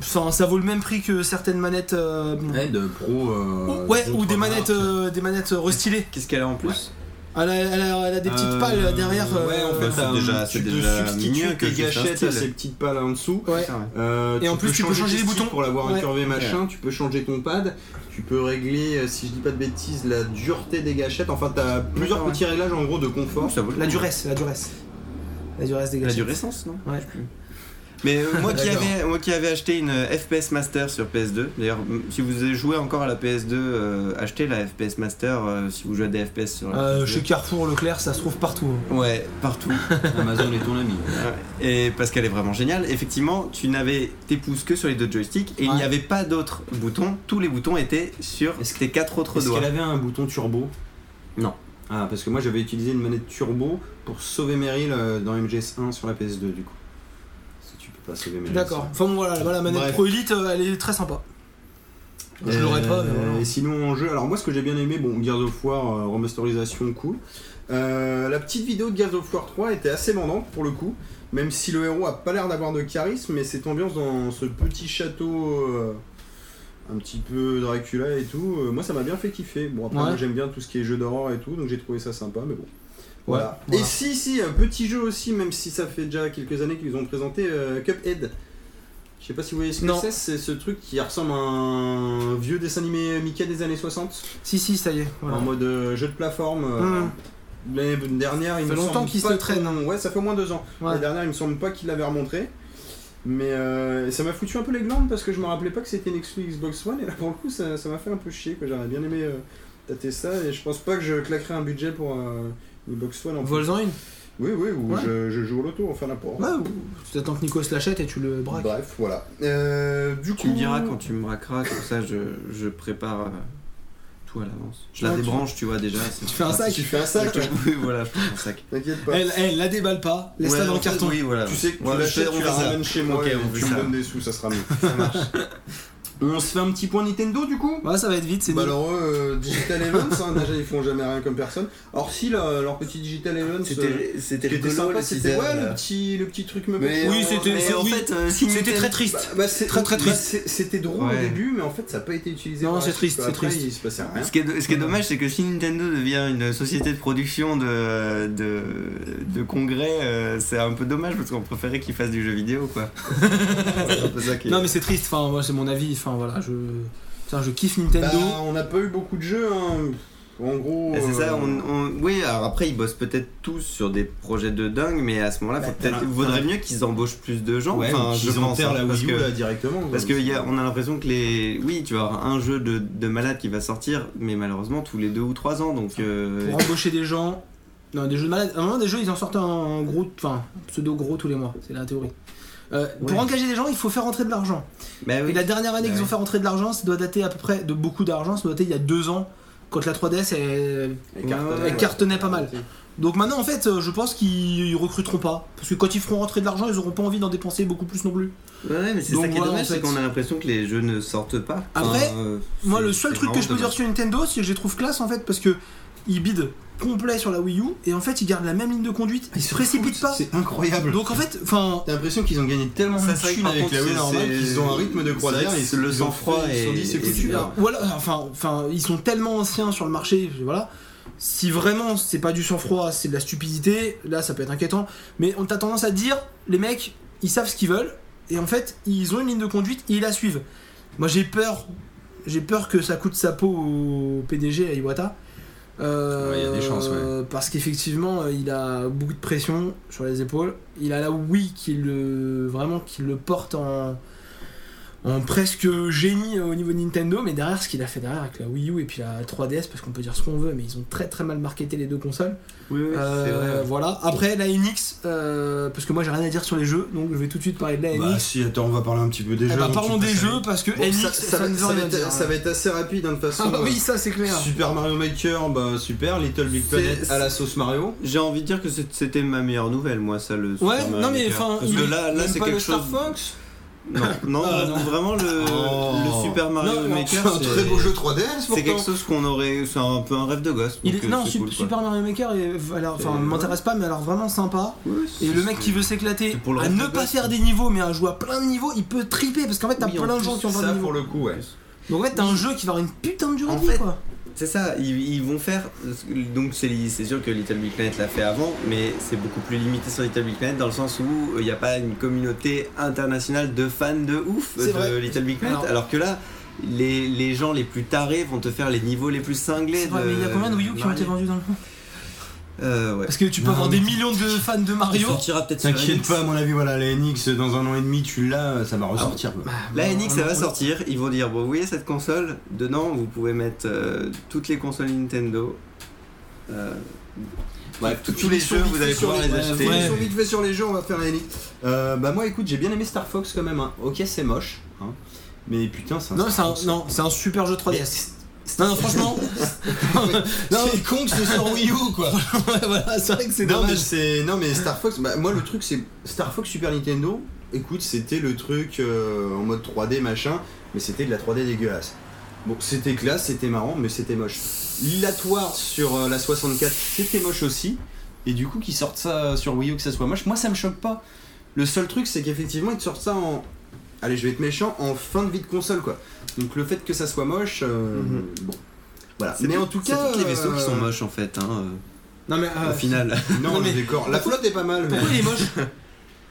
Enfin, ça vaut le même prix que certaines manettes. euh,
Ouais, de pro.
ou-
euh,
ouais,
d'autres
ou des
marques.
manettes, euh, des manettes euh, restylées.
Qu'est-ce qu'elle a en plus
Ouais.
Elle a, elle a- elle a des petites
Euh,
pales derrière.
Ouais, en
euh,
fait,
c'est
t'as un-
déjà-
tu
c'est
te
déjà
substitues
mieux que
tes
je
gâchettes
t'installe.
à ces petites pales en dessous.
ouais.
Putain, ouais.
Euh,
Et en plus, tu peux changer les
tes
boutons.
sticks pour l'avoir
Ouais.
incurvé machin. Tu peux changer ton pad. Tu peux régler, euh, si je dis pas de bêtises, la dureté des gâchettes. Enfin, t'as plusieurs
ouais.
petits réglages en gros de confort.
Ça vaut le
La
coup.
duresse, la duresse. La duresse des
La
gâchettes.
durescence, non
Ouais.
Je sais plus. Mais euh, moi, qui
D'accord.
avais, moi qui avais acheté une euh, FPS Master sur PS2, d'ailleurs, m- si vous avez joué encore à la PS2, euh, achetez la FPS Master euh, si vous jouez à des FPS sur la
Euh,
PS2.
chez Carrefour, Leclerc, ça se trouve partout. hein.
Ouais, partout.
Amazon est ton ami.
Et parce qu'elle est vraiment géniale, effectivement, tu n'avais tes pouces que sur les deux joysticks et il n'y
Ouais.
avait pas d'autres boutons. Tous les boutons étaient sur
Est-ce-
tes quatre autres
Est-ce
doigts.
qu'elle avait un bouton turbo
Non.
Ah, parce que moi j'avais utilisé une manette turbo pour sauver Meryl euh, dans MGS1 sur la PS2 du coup. Parce que tu peux pas sauver Meryl.
D'accord. Enfin bon, voilà, voilà, la manette
Bref.
Pro Elite, euh, elle est très sympa.
ça.
Je l'aurais pas, mais
Euh,
voilà.
Et sinon en jeu, alors moi ce que j'ai bien aimé, bon, Gears of War, euh, remasterisation, cool. Euh, la petite vidéo de Gears of War 3 était assez vendante pour le coup, même si le héros a pas l'air d'avoir de charisme, mais cette ambiance dans ce petit château. euh, un petit peu Dracula et tout, euh, moi ça m'a bien fait kiffer. Bon après
Ouais.
moi, j'aime bien tout ce qui est jeu d'horreur et tout, donc j'ai trouvé ça sympa, mais bon. Voilà.
Ouais,
Et
voilà.
si, si, un petit jeu aussi, même si ça fait déjà quelques années qu'ils ont présenté euh, Cuphead. Je sais pas si vous voyez ce que
Non.
c'est, c'est ce truc qui ressemble à un vieux dessin animé Mickey des années 60,
Si, si, ça y est. Voilà.
en mode euh, jeu de plateforme. euh,
Hum.
L'année dernière, il
Ça fait
me
longtemps
semble
qu'il se
pas
traîne, hein.
qu'on- Ouais, ça fait au moins deux ans.
Ouais.
L'année dernière, il me semble pas qu'il l'avait remontré. Mais euh, ça m'a foutu un peu les glandes parce que je me rappelais pas que c'était une exclu Xbox One et là pour le coup ça ça m'a fait un peu chier que j'aurais bien aimé euh, tâter ça et je pense pas que je claquerais un budget pour euh, une Xbox One en plus.
Voles-en une.
Oui, oui, ou
Ouais.
je, je joue au loto, enfin n'importe.
Ouais, ou tu attends que Nikos l'achète et tu le braques.
Bah,
Bref, voilà. Euh, du
Tu
coup,
me diras quand tu me braqueras, comme ça je, je prépare euh, tout à l'avance. Je la
Ouais, tu-
débranche, tu vois déjà. c'est
Tu fais un
pratique.
Ah,
sac. Eh,
tu fais un sac, ouais.
Oui, voilà, je prends un sac.
t'inquiète pas.
Elle, elle, la déballe pas, laisse-la
Ouais,
dans le
en fait,
carton.
Oui, voilà.
Tu sais que tu
Ouais, je
l'achètes,
fais- on
tu la
fait ça.
ramènes chez moi
Ok,
et
on fait
tu me
ça.
donnes des sous, ça sera mieux.
Ça marche.
On se fait un petit point Nintendo du coup
Ouais, ça va être vite, c'est
bah
nul.
alors eux, euh, Digital Events, hein, déjà ils font jamais rien comme personne. Or si là, leur petit Digital Events, euh,
C'était
qui
c'était
était
rigolo
sympa,
le euh,
c'était
teaser.
ouais,
là.
le petit, le petit truc me
Mais
Oui,
on-
c'était-
mais en
oui.
fait, euh, si
C'était
Nintendo-
très triste.
Bah, bah, c'est-
Très, très
bah,
triste.
c'est- C'était drôle au
Ouais.
début, mais en fait ça n'a pas été utilisé.
Non,
par la
c'est
suite,
triste,
quoi.
c'est
Après,
triste.
Il se passait rien.
Ce qui, est, ce qui est dommage, c'est que si Nintendo devient une société de production de, de, de congrès, euh, c'est un peu dommage parce qu'on préférait qu'ils fassent du jeu vidéo, quoi. c'est un peu ça qui est-
Non, mais c'est triste, enfin, moi, c'est mon avis. Enfin, voilà, je. Putain, je kiffe Nintendo.
Bah, on n'a pas eu beaucoup de jeux. hein. En gros.
Et c'est ça,
euh,
on, on- oui, alors après ils bossent peut-être tous sur des projets de dingue, mais à ce moment-là, faut
Bah, t'as
peut-être-
la-
vaudrait mieux qu'ils embauchent plus de gens.
Ouais,
enfin,
ou
je
qu'ils
pense,
enterrent
hein,
la
parce
Wii U
que-
là directement. quoi.
Parce qu'on a l'impression que les. Oui, tu vas avoir un jeu de, de malade qui va sortir, mais malheureusement tous les deux ou trois ans. Donc. euh,
Pour embaucher des gens. Non, des jeux de malades. À un moment, des jeux, ils en sortent un, un gros. Enfin, un pseudo gros tous les mois, c'est la théorie. Euh, Pour
Ouais.
engager des gens, il faut faire rentrer de l'argent.
bah oui.
Et la dernière année
Bah
qu'ils ont
oui.
fait rentrer de l'argent, ça doit dater à peu près de beaucoup d'argent, ça doit dater il y a deux ans, quand la 3DS elle-
Elle cartonne,
Ouais,
elle cartonnait pas mal. Donc maintenant, en fait, euh, je pense qu'ils ils recruteront pas. Parce que quand ils feront rentrer de l'argent, ils auront pas envie d'en dépenser beaucoup plus non plus.
Ouais, mais c'est
Donc
ça qui est
voilà,
dommage,
en fait.
c'est qu'on a l'impression que les jeux ne sortent pas.
Après,
euh,
Moi,
c'est-
le seul
c'est
truc que je peux
vraiment
dire sur Nintendo, c'est que je les trouve classe en fait, parce que ils bident complet sur la Wii U et en fait, ils gardent la même ligne de conduite, ils se précipitent pas.
C'est incroyable.
Donc en fait, enfin.
T'as l'impression qu'ils ont gagné tellement
Ça,
de
c'est vrai que
thunes
par
avec
contre,
la Wii
c'est-
normale
c'est-
qu'ils ont un rythme de
c'est
croisière
vrai que
et
le
ils ont
sang-froid
fait- ils se sont
est-
dit, c'est
est
foutu.
super.
là.
Ou alors, enfin, enfin, ils sont tellement anciens sur le marché, voilà. Si vraiment c'est pas du sang-froid, c'est de la stupidité, là ça peut être inquiétant. Mais on a tendance à dire, les mecs, ils savent ce qu'ils veulent, et en fait, ils ont une ligne de conduite, ils la suivent. Moi j'ai peur, j'ai peur que ça coûte sa peau au PDG à Iwata. Euh,
Ouais, il y a des chances, ouais.
Parce qu'effectivement, euh, il a beaucoup de pression sur les épaules. Il a la oui qui le vraiment qui le porte en en presque génie euh, au niveau de Nintendo, mais derrière ce qu'il a fait derrière avec la Wii U et puis la 3DS, parce qu'on peut dire ce qu'on veut, mais ils ont très très mal marketé les deux consoles.
Oui, oui, c'est
Euh,
vrai.
Voilà. Après la NX, euh, parce que moi j'ai rien à dire sur les jeux, donc je vais tout de suite parler de la
Bah
NX.
si, attends, on va parler un petit peu des
Eh
jeux.
bah,
donc
parlons
tu
des
passes à-
jeux parce que
Bon,
NX,
ça, ça va-
ne veut
ça va
rien dire.
être, ça va être assez rapide hein, de toute façon.
Ah bah oui, ça c'est clair.
Super Mario Maker, bah super. Little Big
C'est-
Planet à
c'est-
la sauce Mario.
J'ai envie de dire que c'est- c'était ma meilleure nouvelle, moi, ça, le.
Ouais,
Super
non, mais,
Mario Maker.
enfin,
Parce que
il-
là, là
même
c'est
pas
quelque
le Star
chose.
Fox
Non, non, non, vraiment le,
Oh.
le Super Mario
Non, non,
C'est
Maker,
un très beau jeu 3DS
C'est quelque
pourtant.
chose qu'on aurait. C'est un peu un rêve de gosse.
Il
donc,
est,
euh,
non,
c'est
Sup-
cool, quoi.
Super Mario Maker, il est- alors, enfin,
C'est-
m'intéresse pas, mais alors vraiment sympa.
Ouais,
Et
c'est-
le mec qui veut s'éclater
c'est pour le
à
reste
ne
de
pas
gosse,
faire
quoi.
des niveaux, mais à jouer à plein de niveaux, il peut triper parce qu'en fait t'as
Oui, en
plein de
plus,
gens qui ont plein
Ça
de niveaux.
pour le coup, ouais.
Donc en fait t'as un jeu qui va avoir une putain de durée
En
de vie,
fait,
quoi.
C'est ça, ils, ils vont faire. euh, Donc c'est c'est sûr que Little Big Planet l'a fait avant, mais c'est beaucoup plus limité sur Little Big Planet dans le sens où euh, il n'y a pas une communauté internationale de fans de ouf euh,
C'est
de
vrai.
Little Big Planet,
Alors-
alors, que là. Les, les gens les plus tarés vont te faire les niveaux les plus cinglés.
C'est vrai,
de
mais il y a combien de Wii U qui ont été
Mario.
vendus dans le monde
Euh, ouais.
Parce que tu peux
Non,
avoir des
mais-
millions de fans de Mario.
peut-être
T'inquiète pas, à mon avis, voilà, la NX, dans un an et demi, tu l'as, ça va ressortir. quoi.
La NX, ça va
On-
sortir. Ils vont dire Bon, vous voyez cette console Dedans, vous pouvez mettre euh, toutes les consoles Nintendo. Euh,
Bref,
tous
finissons
les jeux,
vite
vous
fait
allez
sur
pouvoir les acheter.
finissons vite fait sur les jeux, on va faire la NX. Euh, bah, moi, écoute, j'ai bien aimé Star Fox quand même. hein. Ok, c'est moche, hein, mais putain, c'est un
Non, c'est
Star
un,
Fox.
non, c'est un super jeu 3DS. Non, non, franchement, non.
C'est con que ce soit sur Wii U, quoi.
voilà, c'est vrai que c'est
Non mais,
dommage.
c'est- non mais Star Fox, bah, moi le truc c'est Star Fox Super Nintendo, écoute c'était le truc euh, en mode 3D machin, mais c'était de la 3D dégueulasse. Bon c'était classe, c'était marrant, mais c'était moche. L'Atoire sur euh, la 64, c'était moche aussi, et du coup qu'ils sortent ça sur Wii U que ça soit moche, moi ça me choque pas. Le seul truc c'est qu'effectivement ils te sortent ça en... Allez je vais être méchant, en fin de vie de console quoi. Donc le fait que ça soit moche, euh,
Mhm.
bon. Voilà.
c'est
Mais
tout-
en tout
c'est
cas...
tous les vaisseaux qui sont
euh,
moches en fait, hein,
Non mais
euh,
Ah,
euh,
au final.
Non,
Non, mais-
le décor. La flotte est pas mal, mais...
pourquoi il est moche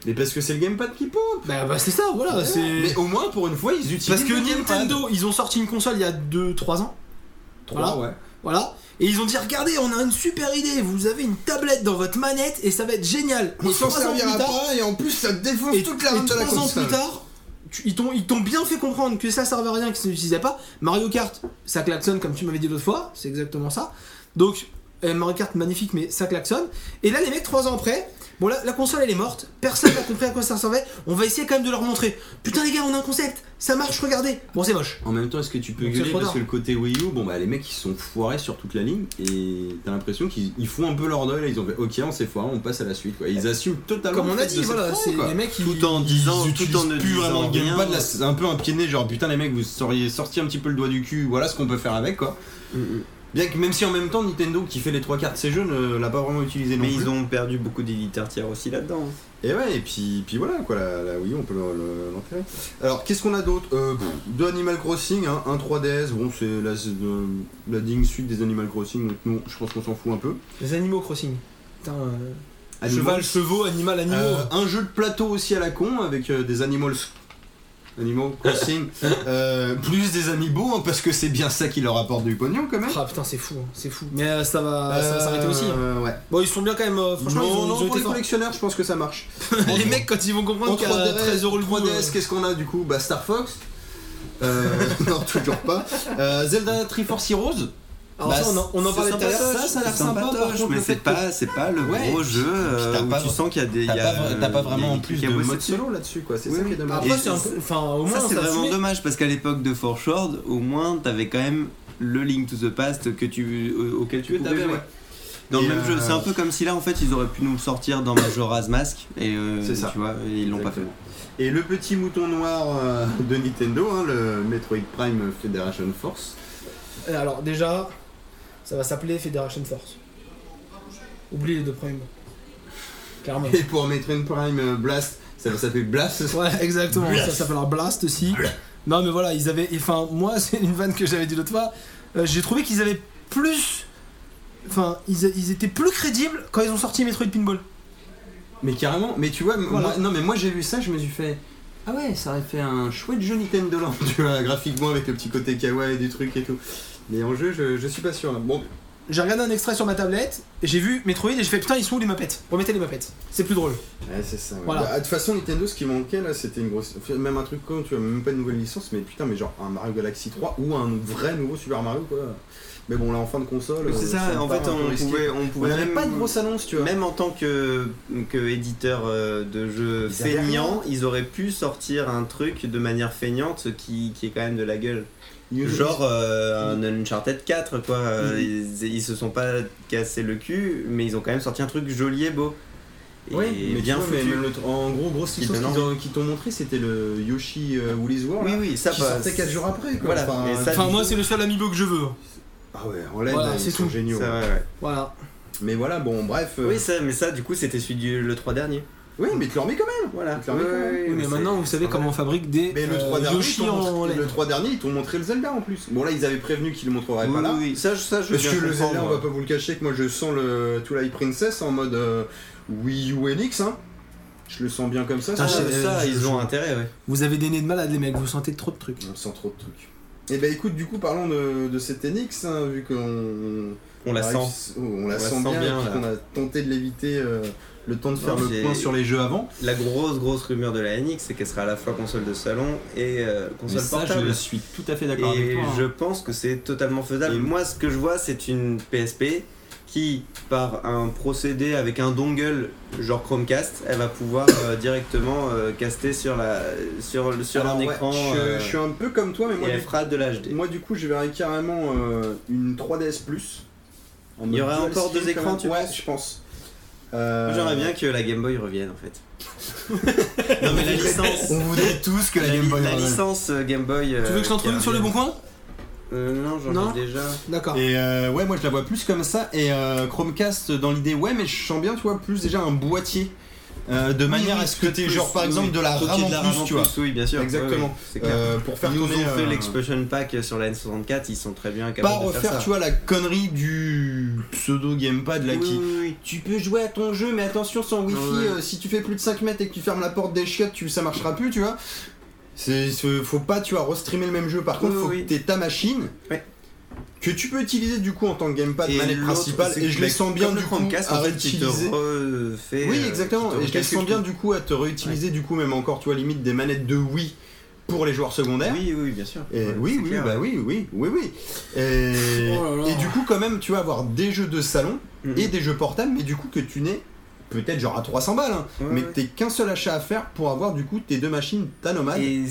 Mais parce que c'est le gamepad qui pend
Bah, bah, c'est ça, voilà,
Mais
c'est
au moins pour une fois ils utilisent
parce que
le gamepad.
Nintendo, ils ont sorti une console il y a 2 3 ans,
Trois, ouais.
voilà. Et ils ont dit regardez, on a une super idée, vous avez une tablette dans votre manette et ça va être génial.
On
Et
s'en
trois ans plus
servira
tard-
pas et en plus ça défonce
et,
toute la
et
rame de la
trois ans
console.
plus tard, tu- ils t'ont ils t'ont bien fait comprendre que ça servait à rien, que ça n'utilisait pas. Mario Kart, ça klaxonne comme tu m'avais dit l'autre fois, c'est exactement ça. Donc euh, Mario Kart magnifique, mais ça klaxonne. Et là les mecs trois ans après. Bon là la console elle est morte, personne n'a compris à quoi ça servait, on va essayer quand même de leur montrer. Putain les gars on a un concept, ça marche, regardez. Bon c'est moche.
En même temps, est-ce que tu peux
Donc, c'est
gueuler
trop
parce
tard.
que le côté Wii U, bon bah les mecs ils sont foirés sur toute la ligne et t'as l'impression qu'ils ils font un peu leur deuil là, ils ont fait ok on s'est foiré, on passe à la suite quoi. Ils assument totalement.
Comme on
le
a
Ah fait
dit,
de
voilà,
s'être
c'est
foirés, quoi.
les mecs qui.
tout en disant,
Ils
tout en ne
utilisent plus vraiment
disant
le
rien.
gamepad, là, c'est un peu un pied de nez, genre putain les mecs vous seriez sorti un petit peu le doigt du cul, voilà ce qu'on peut faire avec quoi. Bien que même si en même temps Nintendo qui fait les trois quarts de ses jeux ne l'a pas vraiment utilisé non
Mais
plus.
ils ont perdu beaucoup d'éditeurs tiers aussi là-dedans.
Et ouais, et puis, puis voilà, quoi, la, la Wii U, on peut le- le- l'enterrer. Alors, qu'est-ce qu'on a d'autre euh, pff, Deux Animal Crossing, hein, un 3DS, bon, c'est la, c'est de- la digne suite des Animal Crossing, donc nous, je pense qu'on s'en fout un peu.
Les animaux crossing. Putain. euh,
Animal.
Cheval, chevaux, animal, animaux.
Euh, un jeu de plateau aussi à la con, avec euh, des Animals... Animal Crossing, euh, plus des amiibo, hein, parce que c'est bien ça qui leur apporte du pognon quand même.
Ah putain c'est fou, hein, c'est fou. Mais euh, ça va, ça va
Euh,
s'arrêter aussi.
ouais.
Bon ils sont bien quand même. euh, franchement
non,
ils ont,
non,
ils ont
pour
été
les
forts.
collectionneurs, je pense que ça marche.
les mecs quand ils vont
En
comprendre qu'à
3DS,
13 euros le coup, euh,
3DS, qu'est-ce qu'on a du coup Bah Star Fox. Euh, non, toujours pas. Euh, Zelda Triforce Heroes.
Alors
Bah,
ça, on en, on en parlait tout à l'heure.
ça, ça a l'air
C'est
sympa, par contre,
mais
le fait
c'est pas, c'est pas le
Ouais.
gros jeu euh,
t'as
où
pas
tu
vra-
sens qu'il y a des. il y
T'as
a- euh,
pas,
il y
t'as
a
pas
des
vraiment en plus
clics
de
à bosser
mode
dessus.
solo là-dessus, quoi. C'est
Oui,
ça qui
oui.
est dommage.
Après
Et
c'est un
ça-
peu- enfin au moins
Ça c'est
ça
vraiment
assumait.
dommage parce qu'à l'époque de For Short, au moins t'avais quand même le Link to the Past que tu, euh, auquel tu
Que
pouvais
t'avais,
jouer.
ouais.
Dans le
Et,
même
euh,
jeu, c'est un peu comme si là en fait ils auraient pu nous le sortir dans Majora's Mask et euh,
C'est ça.
tu vois, et ils l'ont pas fait.
Exactement. Et le petit mouton noir euh, de Nintendo, hein, le Metroid Prime Federation Force.
Euh, Alors déjà, ça va s'appeler Federation Force. Oublie les deux premiers mots. Clairement.
Et pour Metroid Prime euh, Blast, ça va s'appeler Blast.
Ouais, exactement. Ça s'appelle un blast aussi. Non, mais voilà, ils avaient. Enfin, moi, c'est une vanne que j'avais dit l'autre fois. Euh, J'ai trouvé qu'ils avaient plus. Enfin, ils, ils étaient plus crédibles quand ils ont sorti Metroid Pinball.
Mais carrément, mais tu vois, m-
Voilà.
moi- non mais moi j'ai vu ça, je me suis fait. Ah ouais, ça aurait fait un chouette jeu Nintendo Land, tu vois, graphiquement avec le petit côté kawaii du truc et tout. Mais en jeu, je, je suis pas sûr là. Bon,
J'ai regardé un extrait sur ma tablette, et j'ai vu Metroid et j'ai fait putain, ils sont où les mapettes Remettez les mapettes. C'est plus drôle.
Ouais, c'est ça. ouais.
Voilà.
Bah, de toute façon, Nintendo, ce qui manquait là, c'était une grosse. enfin, Même un truc con, tu vois, même pas une nouvelle licence, mais putain, mais genre un Mario Galaxy 3 ou un vrai nouveau Super Mario, quoi. Mais bon, là, en fin de console.
C'est
euh,
ça,
me
en
paraît
fait
un peu
on
risqué.
pouvait, on
On
pouvait
n'avait
même,
pas de grosse annonce, tu vois.
même en tant que, que éditeur euh, de jeux
Ils avaient
feignant, ils auraient pu sortir un truc de manière feignante qui, qui est quand même de la gueule.
Ils-
Genre euh, un Uncharted 4 quoi, Euh, ils, ils se sont pas cassé le cul mais ils ont quand même sorti un truc joli et beau. Et
Oui, mais
bien
bien
foutu.
mais même le tr- en gros, grosse
Il
chose qu'ils
donne
ont- qu'ils t'ont montré, c'était le Yoshi euh, Woolly's World.
Oui,
là,
oui, ça
qui
passe.
sortait 4 jours après. Quoi.
Voilà,
Enfin,
mais ça-
Enfin, moi, c'est le seul amiibo que je veux.
Ah ouais, en LED,
Voilà,
là,
c'est
ils sont
tout.
géniaux.
Ça, ouais, ouais.
Voilà.
Mais voilà, bon, bref. euh,
Oui, ça, mais ça, du coup, c'était celui du le 3 dernier.
Oui, mais tu le remets quand même.
Ah, Voilà.
Tu le remets quand même.
Oui, mais
c'est-
maintenant, vous savez comment on fabrique des
Mais le
euh,
3 dernier, ils
Yoshi
t'ont
en
montré-
lait.
le 3 dernier, ils t'ont montré le Zelda en plus. Bon, là, ils avaient prévenu qu'ils le montreraient
Oui,
pas là.
oui, oui. Ça, je- ça, je veux
Parce que
bien
le
comprendre,
Zelda, on
moi.
va pas vous le cacher, que moi je sens le Twilight Princess en mode euh, Wii U NX, hein. Je le sens bien comme ça.
Putain,
ça.
je sais-
Ah, ça,
euh,
ils
je-
ont intérêt, ouais.
Vous avez des nez de malade, les mecs, vous sentez trop de trucs.
On sent trop de trucs. Et bah écoute, du coup, parlons de, de cette NX, hein, vu qu'on
On la
Ouais,
sent.
on, la sent, bien,
bien,
puisqu'on a tenté de l'éviter euh, le temps de faire
Non,
le
c'est-
point sur les jeux avant.
La grosse, grosse rumeur de la NX, c'est qu'elle sera à la fois console de salon et euh,
Mais
console
ça,
portable.
je suis tout à fait d'accord avec
Et
toi. hein.
je pense que c'est totalement faisable.
Et-
moi, ce que je vois, c'est une PSP qui, par un procédé avec un dongle genre Chromecast, elle va pouvoir euh, directement euh, caster sur, la, sur, le- sur
Alors,
un
ouais,
écran.
je,
euh,
je suis un peu comme toi, mais
et
moi,
elle
du,
fera de l'HD.
moi, du coup, je verrais carrément euh, une 3DS Plus. en
Il y
mode
aurait
dual
encore
screen,
deux
quand
écrans,
même.
tu
Ouais,
penses
je pense. Euh,
J'aimerais bien que la Game Boy revienne en fait. non, mais la licence.
On voudrait tous que la,
La,
Game
li-
Boy.
la
revienne.
licence euh, Game Boy.
Tu veux que je t'en trouve une sur le bon coin
euh, Non, j'en
Non.
ai déjà.
D'accord.
Et euh, ouais, moi je la vois plus comme ça. Et euh, Chromecast dans l'idée, ouais, mais je sens bien, tu vois, plus déjà un boîtier. euh, de manière
oui,
à ce que t'aies,
plus,
genre par
oui,
exemple,
oui.
de la
Faut qu'il
RAM
y ait de
en
RAM
plus, tu vois.
Oui, bien sûr.
Exactement.
Ouais, ouais, c'est clair.
Euh, pour faire
Ils nous
tourner,
ont fait
euh,
l'expansion pack sur la N64, ils sont très bien
pas
capables de
refaire,
faire ça.
tu vois, la connerie du pseudo gamepad là
Oui,
qui.
oui, oui.
Tu peux jouer à ton jeu, mais attention sans wifi,
Ouais.
euh, si tu fais plus de 5 mètres et que tu fermes la porte des chiottes, tu, ça marchera plus, tu vois. C'est, c'est- faut pas, tu vois, restreamer le même jeu. Par
Oui,
contre, faut
oui.
que t'aies ta machine.
Ouais.
Que tu peux utiliser du coup en tant que gamepad
Et
manette
l'autre,
principale
c'est
et je
que
les
la-
sens bien
comme
du
le
coup
Chromecast,
à
en fait, qui te
réutiliser.
refait,
Oui,
euh,
exactement.
qui te
Et je les
recalcule
sens bien
tout.
du coup à te réutiliser du coup même encore, tu vois, limite des manettes de Wii pour les joueurs secondaires.
Oui, oui, bien sûr.
Et
Ouais,
oui,
c'est
oui,
clair.
bah oui, oui, oui, oui. Et,
Oh là là.
et du coup, quand même, tu vas avoir des jeux de salon
Mhm.
et des jeux portables, mais du coup que tu n'es peut-être genre à 300 balles, hein,
Ouais,
mais
ouais.
que t'es qu'un seul achat à faire pour avoir du coup tes deux machines, ta nomade et,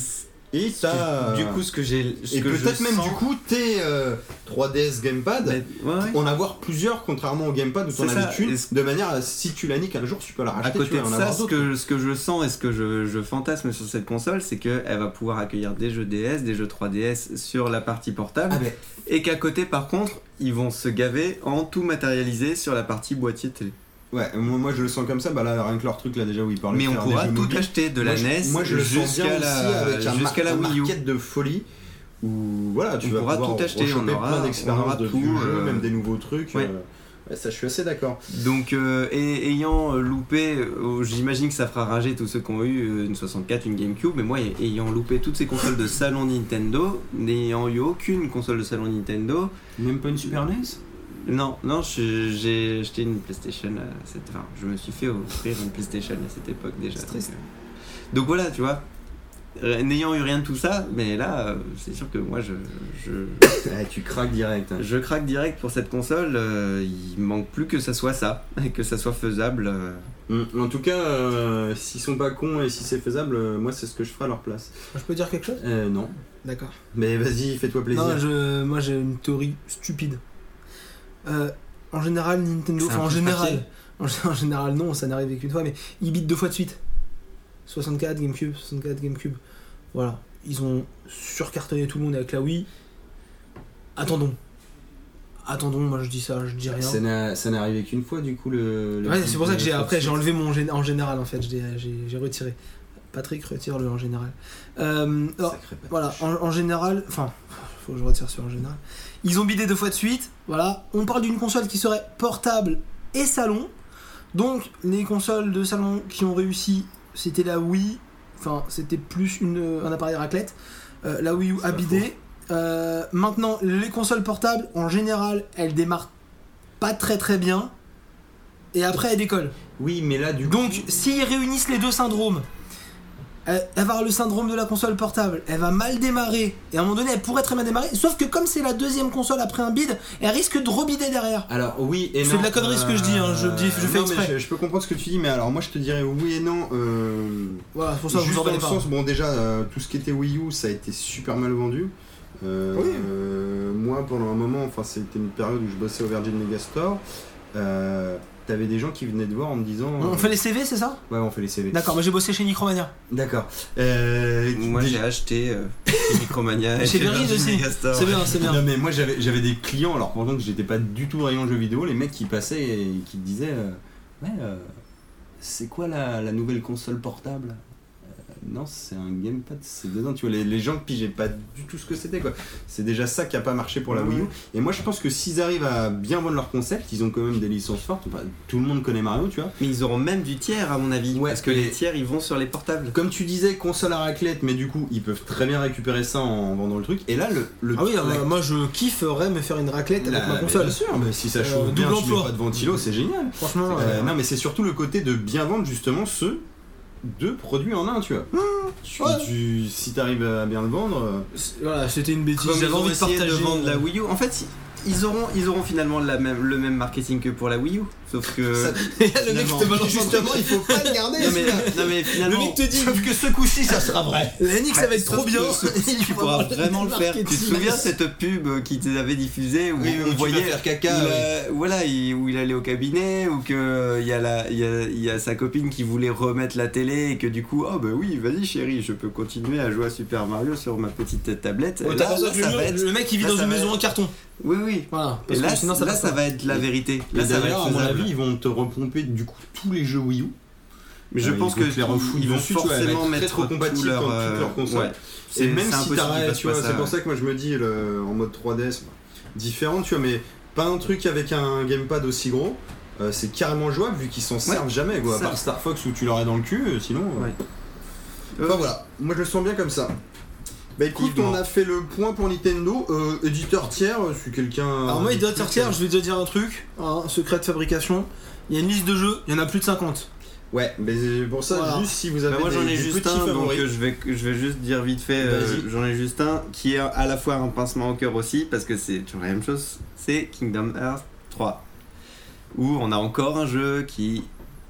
Et c-
ta.
du coup, ce que j'ai. ce
et
que je
peut-être même
sens-
du coup tes euh, 3DS Gamepad.
Ouais, ouais.
En avoir plusieurs, contrairement au gamepad où t'en
C'est ça.
avais qu'une,
Et ce-
de manière à si tu la niques un jour, tu peux la racheter.
À
tu vas
côté de
en
ça,
avoir
ce
d'autres.
que, ce que je sens et ce que je, je fantasme sur cette console, c'est qu'elle va pouvoir accueillir des jeux DS, des jeux 3DS sur la partie portable.
Ah, mais-
Et qu'à côté, par contre, ils vont se gaver en tout matérialisé sur la partie boîtier télé.
Ouais, moi, moi, je le sens comme ça, bah là rien que leur truc là déjà où ils parlent.
Mais
de
on
faire des
pourra
jeux
tout
mobiles.
acheter de
Moi,
la
je-
NES
moi, je le sens bien
jusqu'à
aussi avec
la,
un
jusqu'à la
mar- un
Wii U.
market de folie où voilà, tu
On
vas
pourra
pouvoir
tout acheter,
rechoper
on aura-
plein
on aura
d'expériences de
tout,
vieux jeux,
euh,
même des nouveaux trucs.
ouais.
euh, ouais, ça, je suis assez d'accord.
Donc, euh, et, ayant euh, loupé, euh, j'imagine que ça fera rager tous ceux qui ont eu euh, une 64, une GameCube, mais moi, ay- ayant loupé toutes ces consoles de salon Nintendo, n'ayant eu aucune console de salon Nintendo,
Même pas une Super NES
non, non, je- j'ai acheté une PlayStation à cette. Enfin, je me suis fait offrir une PlayStation à cette époque déjà.
C'est triste.
Donc, euh, donc voilà, tu vois. Euh, N'ayant eu rien de tout ça, mais là, euh, c'est sûr que moi, je- je,
Ah, tu craques direct. hein.
je craque direct pour cette console, euh, il manque plus que ça soit ça, et que ça soit faisable. euh.
Mm, En tout cas, euh, s'ils sont pas cons et si c'est faisable, euh, moi c'est ce que je ferai à leur place.
Je peux dire quelque chose
Euh, non.
D'accord.
Mais vas-y, fais-toi plaisir.
Non, je, moi j'ai une théorie stupide. Euh, en général, Nintendo. Enfin, en général. En, gé- en général, non, ça n'arrive qu'une fois, mais ils bitent deux fois de suite. 64 Gamecube, 64 Gamecube. Voilà. Ils ont surcartonné tout le monde avec la Wii. Attendons. Attendons, moi je dis ça, je dis rien.
Ça n'a- Ça n'est arrivé qu'une fois du coup le. le
Ouais,
petit-
c'est pour ça que j'ai
le-
après j'ai enlevé mon gén- en général en fait, j'ai j'ai- j'ai retiré. Patrick retire le en général. Euh, alors,
Sacré pâte.
voilà, en, en général, enfin, faut que je retire sur en général. Ils ont bidé deux fois de suite. Voilà, on parle d'une console qui serait portable et salon. Donc les consoles de salon qui ont réussi, c'était la Wii. Enfin, c'était plus une, un appareil raclette. Euh, la Wii U a
pas
bidé. Euh, maintenant, les consoles portables, en général, elles démarrent pas très très bien. Et après, elles décollent.
Oui, mais là du coup.
Donc, s'ils réunissent les deux syndromes, elle, elle va avoir le syndrome de la console portable, elle va mal démarrer, et à un moment donné, elle pourrait très mal démarrer, sauf que comme c'est la deuxième console après un bid, elle risque de rebider derrière.
Alors oui et non.
C'est de la connerie, ce que je dis, hein, je dis- je fais
non, mais
exprès.
Je, je peux comprendre ce que tu dis, mais alors moi je te dirais oui et non. euh,
Voilà, c'est pour ça que je
juste
vous en
dans
parle
le
pas.
sens, bon déjà euh, tout ce qui était Wii U, ça a été super mal vendu. Euh,
Oui.
euh, moi pendant un moment, enfin c'était une période où je bossais au Virgin Megastore. Euh, t'avais des gens qui venaient te voir en me disant.
On
euh,
fait les CV, c'est ça
Ouais, on fait les CV.
D'accord, moi j'ai bossé chez Micromania.
D'accord. Euh,
Moi j'ai acheté euh, Micromania. et
Chez Virgin aussi.
Megastore.
C'est bien, c'est bien.
Non mais moi j'avais j'avais des clients alors pendant que j'étais pas du tout rayon jeux vidéo les mecs qui passaient et qui te disaient euh, ouais euh, c'est quoi la, la nouvelle console portable Euh, non c'est un gamepad c'est dedans tu vois les, les gens pigeaient pas du tout ce que c'était quoi c'est déjà ça qui a pas marché pour la Wii U et moi je pense que s'ils arrivent à bien vendre leur concept ils ont quand même des licences fortes Enfin, tout le monde connaît Mario tu vois
Mais ils auront même du tiers à mon avis.
Ouais,
parce que
mais-
les tiers ils vont sur les portables.
comme tu disais console à raclette mais du coup ils peuvent très bien récupérer ça en vendant le truc et là le, le
Ah oui,
la-
euh, moi je kifferais me faire une raclette avec
la-
ma console.
bien sûr mais si ça
Euh,
chauffe bien tu
double
mets
emploi.
pas de ventilo c'est génial
Franchement,
Euh,
euh,
non, mais c'est surtout le côté de bien vendre justement ce deux produits en un, tu
Mmh,
vois. Tu-
ouais.
tu- si t'arrives à bien le vendre, euh,
c'est- voilà, c'était une bêtise.
Comme ils
J'avais
ont
envie de
essayé
partager. euh.
de vendre la Wii U. En fait, ils auront, ils auront finalement la même, le même marketing que pour la Wii U. Sauf que.
Ça-
le mec
Finalement.
te balance justement.
il faut pas le garder.
non, mais, Ah non, mais
Le
finalement.
mec te dit,
que ce coup-ci, ça sera vrai.
la Nick ça va être
Sauf
trop
que
bien.
ce coup-ci, tu
Il
pourras
faudra
vraiment le faire. Tu te
marketing.
souviens cette pub qu'ils avaient diffusée où
Oui,
on
on
voyait
faire
Il,
caca. oui.
euh, voilà, il- où il allait au cabinet, ou que euh, il y, a la- il y a, il y a sa copine qui voulait remettre la télé, et que du coup, oh bah oui, vas-y chérie, je peux continuer à jouer à Super Mario sur ma petite tablette.
Ouais,
Et
Oh, t'as
là,
pas ça,
là,
je
ça
jure,
va être-
le mec il vit
là,
dans
ça
une
va
maison
être-
en carton.
Oui, oui.
Voilà.
Et
Parce
là,
que sinon ça
là,
passe
ça
pas.
va être la vérité.
Et
Là, ça va
d'ailleurs,
être
à mon
faisable.
avis, ils vont te repomper du coup tous les jeux Wii U.
Mais je
Euh,
pense
ils
que
vont te les refouler
ils vont
dessus, tu vois,
forcément
elle va être
mettre
rétrocompatible
tout leur, euh,
comme toutes leurs consoles.
ouais.
Et même
c'est
si
impossible qu'ils
t'arrêtes,
fassent
tu
pas
vois,
ça,
c'est pour
ouais.
ça que moi je me dis le- en mode 3DS, différent, tu vois, mais pas un truc avec un gamepad aussi gros. euh, c'est carrément jouable vu qu'ils s'en servent jamais, quoi. À
Ça.
part Star Fox où tu l'aurais dans le cul, euh, sinon. euh,
Ouais. Euh,
Enfin voilà, moi je le sens bien comme ça. Bah écoute, on a fait le point pour Nintendo. Euh, éditeur tiers, euh, si quelqu'un. euh.
Alors moi, éditeur tiers, je vais déjà dire un truc, un secret de fabrication. Il y a une liste de jeux, il y en a plus de 50.
Ouais, mais c'est pour ça,
Voilà.
juste si vous avez
Bah, moi
des,
j'en
des
ai juste
petits
un, donc
favoris.
euh, je vais, je vais juste dire vite fait, euh,
Vas-y.
j'en ai juste un qui est à la fois un pincement au cœur aussi, parce que c'est toujours la même chose, c'est Kingdom Hearts 3, où on a encore un jeu qui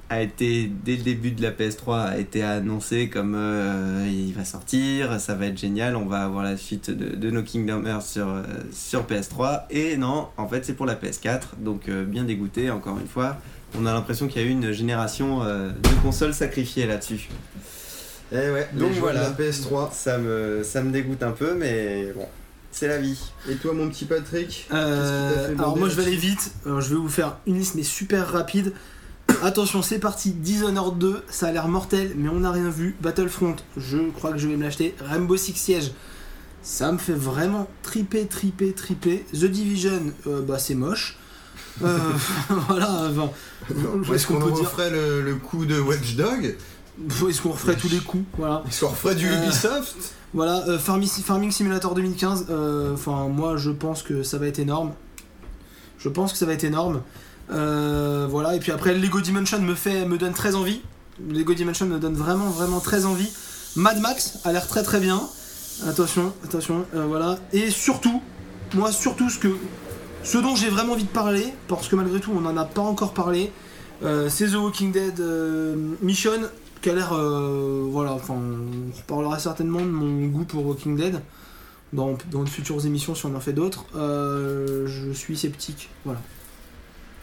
a été, dès le début de la PS3, a été annoncé comme euh, il va sortir, ça va être génial, on va avoir la suite de, de nos Kingdom Hearts sur, euh, sur PS3, et non, en fait c'est pour la PS4, donc euh, bien dégoûté encore une fois. On a l'impression qu'il y a eu une génération euh, de consoles sacrifiées là-dessus.
Eh ouais,
Donc
donc voilà.
voilà.
La PS3.
Ça me, ça me dégoûte un peu, mais bon, c'est la vie.
Et toi, mon petit Patrick
Euh,
Qu'est-ce qui t'a fait
alors
bander
moi, je vais aller
là-dessus
vite. Alors, je vais vous faire une liste mais super rapide. Attention, c'est parti. Dishonored 2, ça a l'air mortel, mais on n'a rien vu. Battlefront, je crois que je vais me l'acheter. Rainbow Six Siege, ça me fait vraiment triper, triper, triper. The Division, euh, bah c'est moche. Euh, voilà. enfin,
Est-ce qu'on referait le, le coup de Watch Dog
Est-ce qu'on referait tous les coups Voilà.
Est-ce qu'on referait du
Euh,
Ubisoft
Voilà, euh, Farmi- Farming Simulator 2015, euh, enfin moi je pense que ça va être énorme. Je pense que ça va être énorme. Euh, voilà, et puis après Lego Dimension me fait me donne très envie. Lego Dimension me donne vraiment vraiment très envie. Mad Max a l'air très très bien. Attention, attention, euh, voilà. Et surtout, moi surtout ce que ce dont j'ai vraiment envie de parler, parce que malgré tout on n'en a pas encore parlé, euh, c'est The Walking Dead euh, Mission qui a l'air euh, voilà enfin on reparlera certainement de mon goût pour Walking Dead dans, dans de futures émissions si on en fait d'autres Euh, je suis sceptique voilà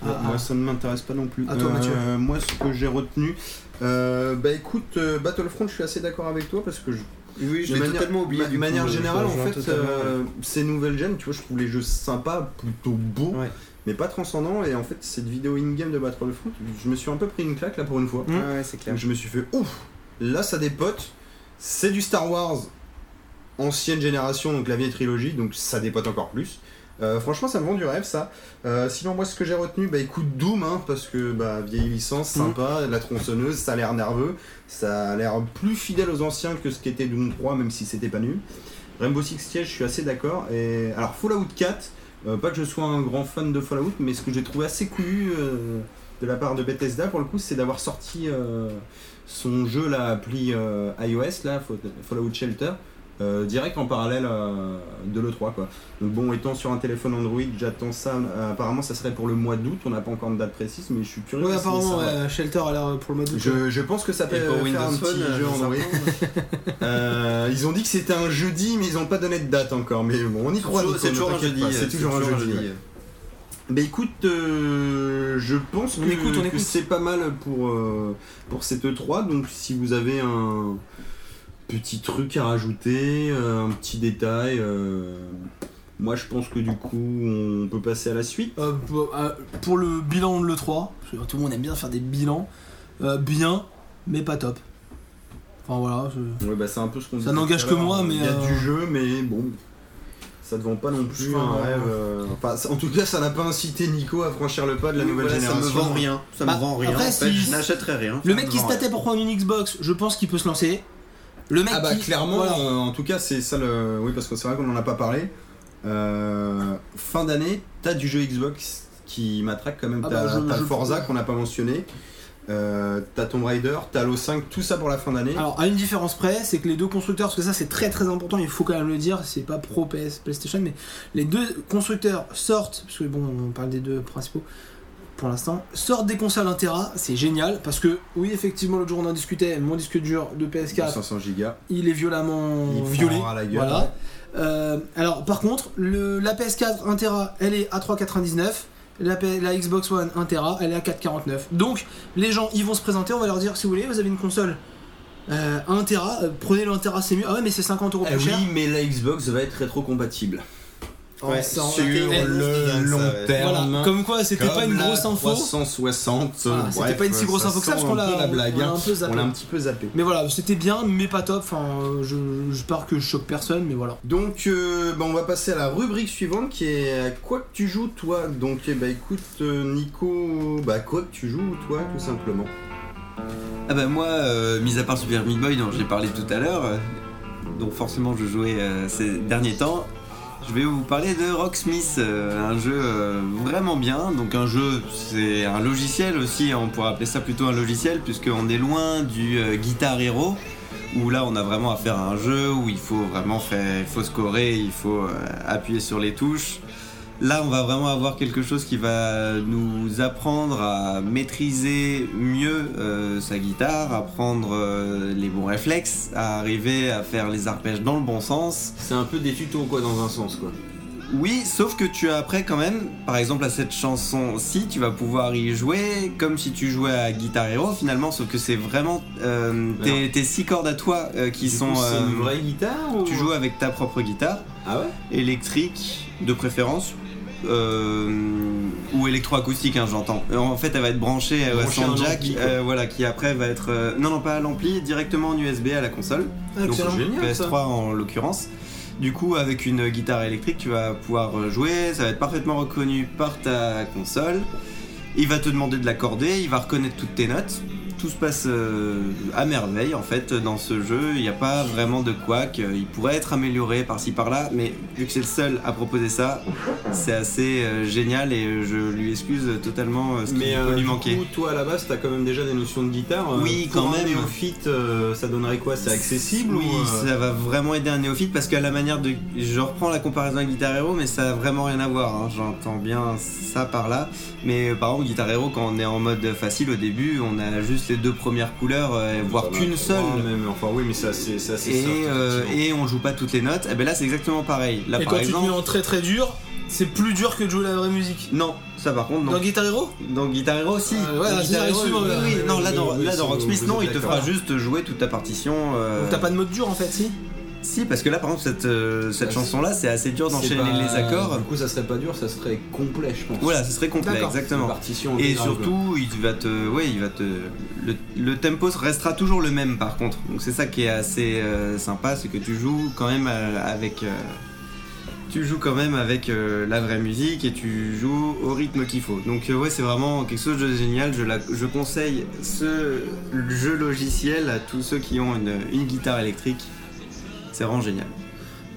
Ah,
Moi,
ah.
ça ne m'intéresse pas non plus.
À toi,
Euh,
Mathieu.
moi, ce que j'ai retenu. euh, bah écoute, euh, Battlefront, je suis assez d'accord avec toi parce que je
Oui,
De manière- ma- manière générale, en fait, euh, ces nouvelles gemmes, tu vois, je trouve les jeux sympas, plutôt beaux,
Ouais.
mais pas transcendants. Et en fait, cette vidéo in-game de Battlefront, je me suis un peu pris une claque là pour une fois.
Mm.
ouais, c'est clair.
Donc, je me suis fait ouf, là ça dépote. C'est du Star Wars ancienne génération, donc la vieille trilogie, donc ça dépote encore plus. Euh, franchement, ça me vend du rêve ça. Euh, sinon, moi ce que j'ai retenu, bah écoute Doom, hein, parce que bah, vieille licence,
Mhm.
sympa, la tronçonneuse, ça a l'air nerveux, ça a l'air plus fidèle aux anciens que ce qu'était Doom 3, même si c'était pas nul. Rainbow Six Siege, je suis assez d'accord. Et alors Fallout 4, euh, pas que je sois un grand fan de Fallout, mais ce que j'ai trouvé assez couillu euh, de la part de Bethesda pour le coup, c'est d'avoir sorti euh, son jeu là, appli euh, iOS là, Fallout Shelter. euh, direct en parallèle euh, de l'E3 quoi. Donc bon étant sur un téléphone Android j'attends ça, euh, apparemment ça serait pour le mois d'août, on n'a pas encore de date précise mais je suis curieux.
ouais
de signer
apparemment
ça, ouais.
ouais, Shelter a l'air euh, pour le mode
Je, je pense que ça peut
Et pour
euh, faire
Windows
un petit
Phone, euh,
jeu
ça
Android. Euh, ils ont dit que c'était un jeudi, mais ils n'ont pas donné de date encore. Mais bon, on y croit.
Toujours-
Nico,
C'est
ne
toujours un
t'inquiète
jeudi.
pas,
euh,
C'est toujours un jeudi. ouais. Bah écoute, euh, je pense
On
que,
écoute, on
que
écoute.
c'est pas mal pour, euh, pour cette E3. Donc si vous avez un petit truc à rajouter, euh, un petit détail, euh, moi je pense que du coup on peut passer à la suite.
Euh, pour, euh, pour le bilan de l'E3, parce que tout le monde aime bien faire des bilans, euh, bien, mais pas top. Enfin voilà, je-
Ouais bah c'est un peu ce qu'on
Ça
disait
n'engage
tout à
que moi,
l'heure. hein.
mais,
Il y a
euh,
du jeu mais bon. Ça ne vend pas non plus
Enfin,
un
ouais.
rêve. euh, enfin, ça- en tout cas, ça n'a pas incité Nico à franchir le pas de la nouvelle
Voilà, ça me
génération.
vend rien. Ça me
Bah,
vend rien.
après,
en fait,
si-
je n'achèterai rien.
le
Ça
mec
me
qui se
vend
tâtait pour prendre une Xbox, je pense qu'il peut se lancer. Le mec
Ah bah
qui-
clairement,
voilà.
euh, en tout cas c'est ça le... Oui parce que c'est vrai qu'on n'en a pas parlé. Euh, fin d'année, t'as du jeu Xbox qui m'attraque quand même.
Ah
t'as
bah, je-
t'as
je-
Forza qu'on n'a pas mentionné. Euh, t'as Tomb Raider, t'as Halo 5, tout ça pour la fin d'année.
Alors à une différence près, c'est que les deux constructeurs, parce que ça c'est très très important, il faut quand même le dire, c'est pas pro PS, PlayStation, mais les deux constructeurs sortent, parce que bon on parle des deux principaux pour l'instant, sortent des consoles 1 Tera, c'est génial, parce que oui effectivement l'autre jour on en discutait, mon disque dur de PS4
500 gigas.
il est violemment
Il
violé.
fendra la gueule.
Voilà. Euh, alors par contre, le, la PS4 1 Tera, elle est à 3,99. La, P- la Xbox One 1 Tera, elle est à 4,49. Donc les gens, ils vont se présenter, on va leur dire si vous voulez, vous avez une console euh, 1 Tera, euh, prenez le 1 Tera, c'est mieux. Ah ouais, mais c'est 50 euros
Eh
plus
oui,
cher.
mais la Xbox va être rétro-compatible.
Ouais,
ça, on-
sur
eh,
le long terme.
voilà. Comme quoi, c'était
Comme
pas une
la
grosse info.
360.
Voilà,
euh,
c'était
bref,
pas une si grosse info que ça,
sent
parce qu'on
un peu
l'a
la blague.
on l'a
hein.
un peu zappé.
On l'a un petit peu zappé.
Mais voilà, c'était bien, mais pas top. Enfin, euh, je, je pars que je choque personne, mais voilà.
Donc, euh, bah, on va passer à la rubrique suivante qui est à quoi que tu joues, toi. Donc, eh bah, écoute, euh, Nico, bah, à quoi que tu joues, toi, tout simplement.
Ah bah moi, euh, mis à part Super Meat Boy dont j'ai parlé tout à l'heure, euh, dont forcément je jouais euh, ces derniers temps, je vais vous parler de Rocksmith, euh, un jeu euh, vraiment bien. Donc un jeu, c'est un logiciel aussi, hein, on pourrait appeler ça plutôt un logiciel puisqu'on est loin du euh, Guitar Hero où là on a vraiment affaire à un jeu où il faut vraiment faire, il faut scorer, il faut euh, appuyer sur les touches. Là, on va vraiment avoir quelque chose qui va nous apprendre à maîtriser mieux euh, sa guitare, à prendre euh, les bons réflexes, à arriver à faire les arpèges dans le bon sens.
C'est un peu des tutos, quoi, dans un sens, quoi.
Oui, sauf que tu as après quand même, par exemple à cette chanson-ci, tu vas pouvoir y jouer comme si tu jouais à Guitar Hero finalement, sauf que c'est vraiment euh, tes, tes six cordes à toi euh, qui
Du
sont...
coup, C'est
euh,
une vraie guitare ou...
tu joues avec ta propre guitare
Ah ouais
électrique de préférence euh, ou électroacoustique hein, j'entends Euh, en fait elle va être branchée euh, à
Branchée à
son
un
jack
ampli, quoi.
euh, voilà qui après va être euh, non non pas à l'ampli directement en USB à la console
Ah,
donc
excellent.
génial, ça.
PS3 en l'occurrence du coup avec une guitare électrique tu vas pouvoir euh, jouer ça va être parfaitement reconnu par ta console il va te demander de l'accorder il va reconnaître toutes tes notes tout se passe euh, à merveille en fait dans ce jeu. Il n'y a pas vraiment de couac. Il pourrait être amélioré par-ci par-là, mais vu que c'est le seul à proposer ça, c'est assez euh, génial et euh, je lui excuse totalement euh, ce qui
Mais
peut
euh,
lui
du
manquer.
coup, toi à la base, t'as quand même déjà des notions de guitare. euh,
Oui,
pour
quand
un
même.
néophyte, euh, ça donnerait quoi C'est accessible
Oui,
ou, euh,
ça va vraiment aider un néophyte parce qu'à la manière de. Je reprends la comparaison avec Guitar Hero, mais ça a vraiment rien à voir. hein. J'entends bien ça par là. Mais euh, par exemple, Guitar Hero, quand on est en mode facile au début, on a juste les deux premières couleurs, euh, voire
voilà,
qu'une seule.
ouais, Même. Enfin, oui, mais c'est assez, c'est assez
et,
soft,
euh,
effectivement.
et on joue pas toutes les notes, et ben là c'est exactement pareil. Là
Et
par
quand tu te mets
exemple,
en très très dur, c'est plus dur que de jouer la vraie musique.
non, ça par contre non.
Dans Guitar Hero
Dans Guitar Hero aussi.
Euh, ouais,
Dans
c'est
Guitar
vrai,
Hero,
excuse-moi,
oui,
ouais,
oui,
ouais,
non,
ouais,
là
ouais,
dans,
ouais,
là,
c'est-
dans Rocksmith,
vous
non,
êtes
il te
d'accord.
fera juste jouer toute ta partition. euh,
Donc T'as pas de mode dur en fait, si
Si, parce que là par exemple cette, euh, cette
Ah,
chanson là, c'est assez dur
C'est
d'enchaîner
pas-
les accords.
Du coup, ça serait pas dur, ça serait complet, je pense.
Voilà, ce serait complet,
D'accord.
Une
exactement.
partition
Et
intégrale, quoi.
surtout, il va te, ouais, il va te, le, le tempo restera toujours le même par contre. Donc c'est ça qui est assez euh, sympa, c'est que tu joues quand même euh, avec, euh, tu joues quand même avec euh, la vraie musique et tu joues au rythme qu'il faut. Donc euh, ouais, c'est vraiment quelque chose de génial. Je, la- je conseille ce jeu logiciel à tous ceux qui ont une, une guitare électrique. C'est vraiment génial.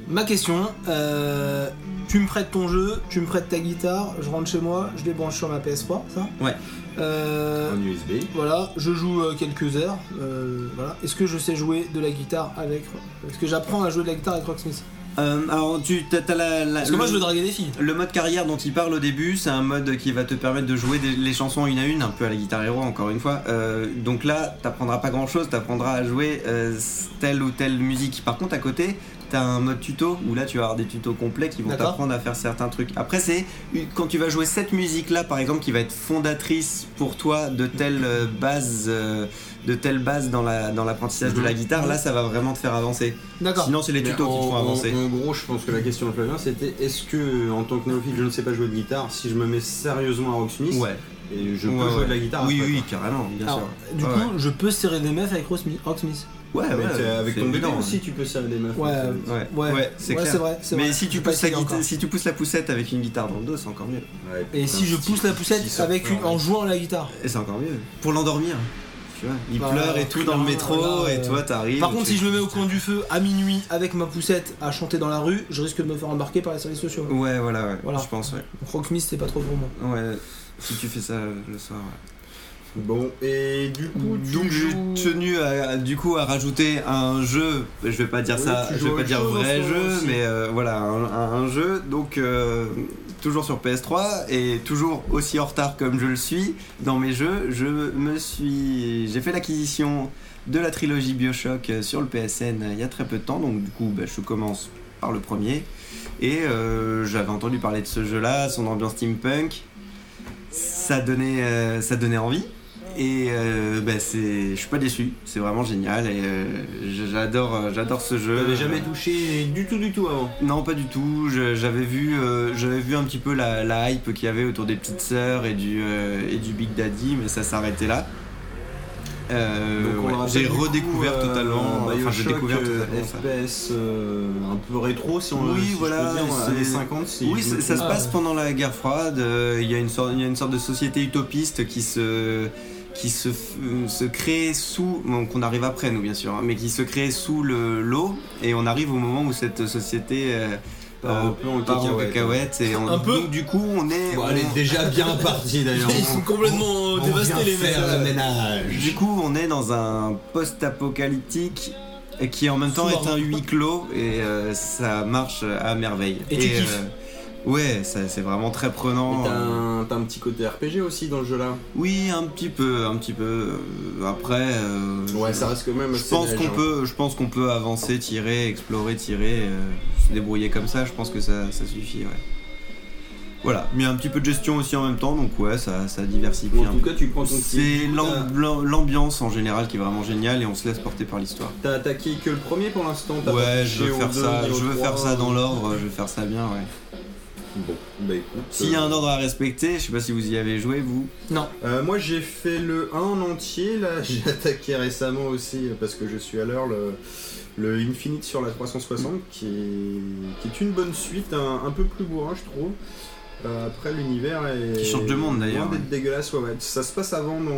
Ma question, euh, tu me prêtes ton jeu, tu me prêtes ta guitare, je rentre chez moi, je les branche sur ma PS3, ça
Ouais.
Euh,
En USB.
voilà, je joue euh, quelques heures. euh, voilà. Est-ce que je sais jouer de la guitare avec Est-ce que j'apprends à jouer de la guitare avec Rocksmith
Euh, alors tu, t'as t'as la, la-
Parce que moi je
le-
veux draguer des filles.
Le mode carrière dont il parle au début, c'est un mode qui va te permettre de jouer des- les chansons une à une, un peu à la guitare héros encore une fois. Euh, donc là, t'apprendras pas grand chose, t'apprendras à jouer euh, telle ou telle musique. Par contre, à côté, t'as un mode tuto où là tu vas avoir des tutos complets qui vont
D'accord.
t'apprendre à faire certains trucs. Après, c'est une- quand tu vas jouer cette musique là par exemple qui va être fondatrice pour toi de telle euh, base, euh, de telle base dans la- dans l'apprentissage de la guitare, là ça va vraiment te faire avancer.
Mhm. D'accord.
Sinon, c'est les
Mais
tutos qui te font
en-
avancer.
En, en gros, je pense que la question de Flavien c'était est-ce que, en tant que néophyte, je ne sais pas jouer de guitare, si je me mets sérieusement à Rocksmith,
Ouais,
et je
Ouais,
peux jouer
ouais.
de la guitare
oui,
après,
oui, carrément, bien
Alors,
sûr.
Du
Ouais,
coup, je peux serrer des meufs avec Rocksmith. Rocksmith.
Ouais,
quoi.
ouais,
Ah, Mais t'es- avec
c'est
ton hein. bébé
évident,
aussi, tu peux serrer des meufs.
Ouais,
en fait.
Ouais,
Ouais,
ouais, c'est clair.
vrai. c'est
Mais
vrai.
si tu,
J'ai pas
pousses la
essayé
guita-
encore.
si tu pousses la poussette avec une guitare dans le dos, c'est encore mieux.
Ouais,
Et
putain,
si je
c'est-
pousse la poussette
c'est-
avec une, en jouant à la guitare.
Et c'est encore mieux. Pour l'endormir. Tu vois, il
Bah,
pleure et tout dans
clairement,
le métro,
là,
et
euh,
toi t'arrives.
Par
et
contre,
tu-
si je me mets au coin du feu à minuit avec ma poussette à chanter dans la rue, je risque de me faire embarquer par les services sociaux.
Ouais, voilà, ouais.
Voilà.
Je pense, ouais.
Donc, Rocksmith, c'est pas trop pour moi.
Ouais. Si tu fais ça euh, le soir, ouais.
Bon, et du coup, tu
Donc j'ai
joues-
tenu à, à- du coup à rajouter un jeu, je vais pas dire
Oui,
ça,
tu
je
joues
vais
à
pas
autre
dire
chose en
vrai
ce moment
jeu,
aussi.
mais euh, voilà, un, un- un jeu, donc euh, toujours sur PS3 et toujours aussi en retard comme je le suis dans mes jeux, je me suis. J'ai fait l'acquisition de la trilogie Bioshock euh, sur le PSN euh, il y a très peu de temps, donc du coup bah, je commence par le premier. Et euh, j'avais entendu parler de ce jeu-là, son ambiance steampunk, ça donnait, euh, ça donnait envie. Et euh, bah, c'est, je suis pas déçu, c'est vraiment génial et euh, j- j'adore, euh, j'adore ce jeu. Euh,
T'avais jamais touché du tout, du tout avant.
Non, pas du tout. Je- J'avais vu, euh, j'avais vu un petit peu la, la hype qu'il y avait autour des petites sœurs et du, euh, et du Big Daddy, mais ça s'arrêtait là.
Donc,
Euh,
on
ouais,
le rappelle,
J'ai
du coup,
redécouvert
euh,
totalement. enfin, j'ai
Bioshock,
découvert
euh,
totalement ça.
FPS euh, un peu rétro, si on
Oui,
si je peux
voilà,
dire,
c'est-
années 50. Si
Oui,
je
ça,
me Ah,
ça se
trompe.
passe pendant la guerre froide. euh, Il y a une sorte, il y a une sorte de société utopiste qui se qui se, f- euh, se crée sous, bon, qu'on arrive après nous bien sûr, hein, mais qui se crée sous le l'eau et on arrive au moment où cette société euh,
Part un
euh,
peu en
part en
cacahuète. hein.
cacahuète et on,
Un peu.
donc du coup on est,
Bon,
on-
elle est déjà bien partie d'ailleurs.
Ils sont complètement euh,
On
dévastés,
vient
les mecs.
faire le ménage.
du coup on est dans un post-apocalyptique et qui en même temps est
Sous-marin.
un huis clos et euh, ça marche à merveille.
Et tu kiffes.
euh, Ouais, ça, c'est vraiment très prenant. euh,
Et T'as un, t'as un petit côté RPG aussi dans le jeu là.
Oui, un petit peu, un petit peu. Euh, Après, euh,
Ouais,
je-
ça reste quand même.
je
assez
pense
léger,
qu'on
hein.
peut, je pense qu'on peut avancer, tirer, explorer, tirer, euh, se débrouiller comme ça. Je pense que ça, ça suffit, ouais. Voilà, mais un petit peu de gestion aussi en même temps, donc ouais, ça, ça diversifie
Bon,
un
en tout
peu.
cas, tu prends ton euh,
C'est
petit.
l'am- l'am- l'ambiance en général qui est vraiment géniale et on se laisse porter par l'histoire.
T'as attaqué que le premier pour l'instant. t'as pas
Ouais,
touché
je veux
au
faire
deux,
ça,
ni au
je veux faire
trois. euh,
ça dans l'ordre, je veux faire ça bien, ouais.
Bon, bah écoute.
S'il y a
euh,
un ordre à respecter, je sais pas si vous y avez joué, vous.
Euh, moi j'ai fait le 1 en entier, là j'ai attaqué récemment aussi euh, parce que je suis à l'heure le, le Infinite sur la 360 qui est, qui est une bonne suite, un, un peu plus bourrin je trouve. Euh, après l'univers est...
Qui change de monde, d'ailleurs,
loin d'être dégueulasse, ouais, ouais. Ça se passe avant dans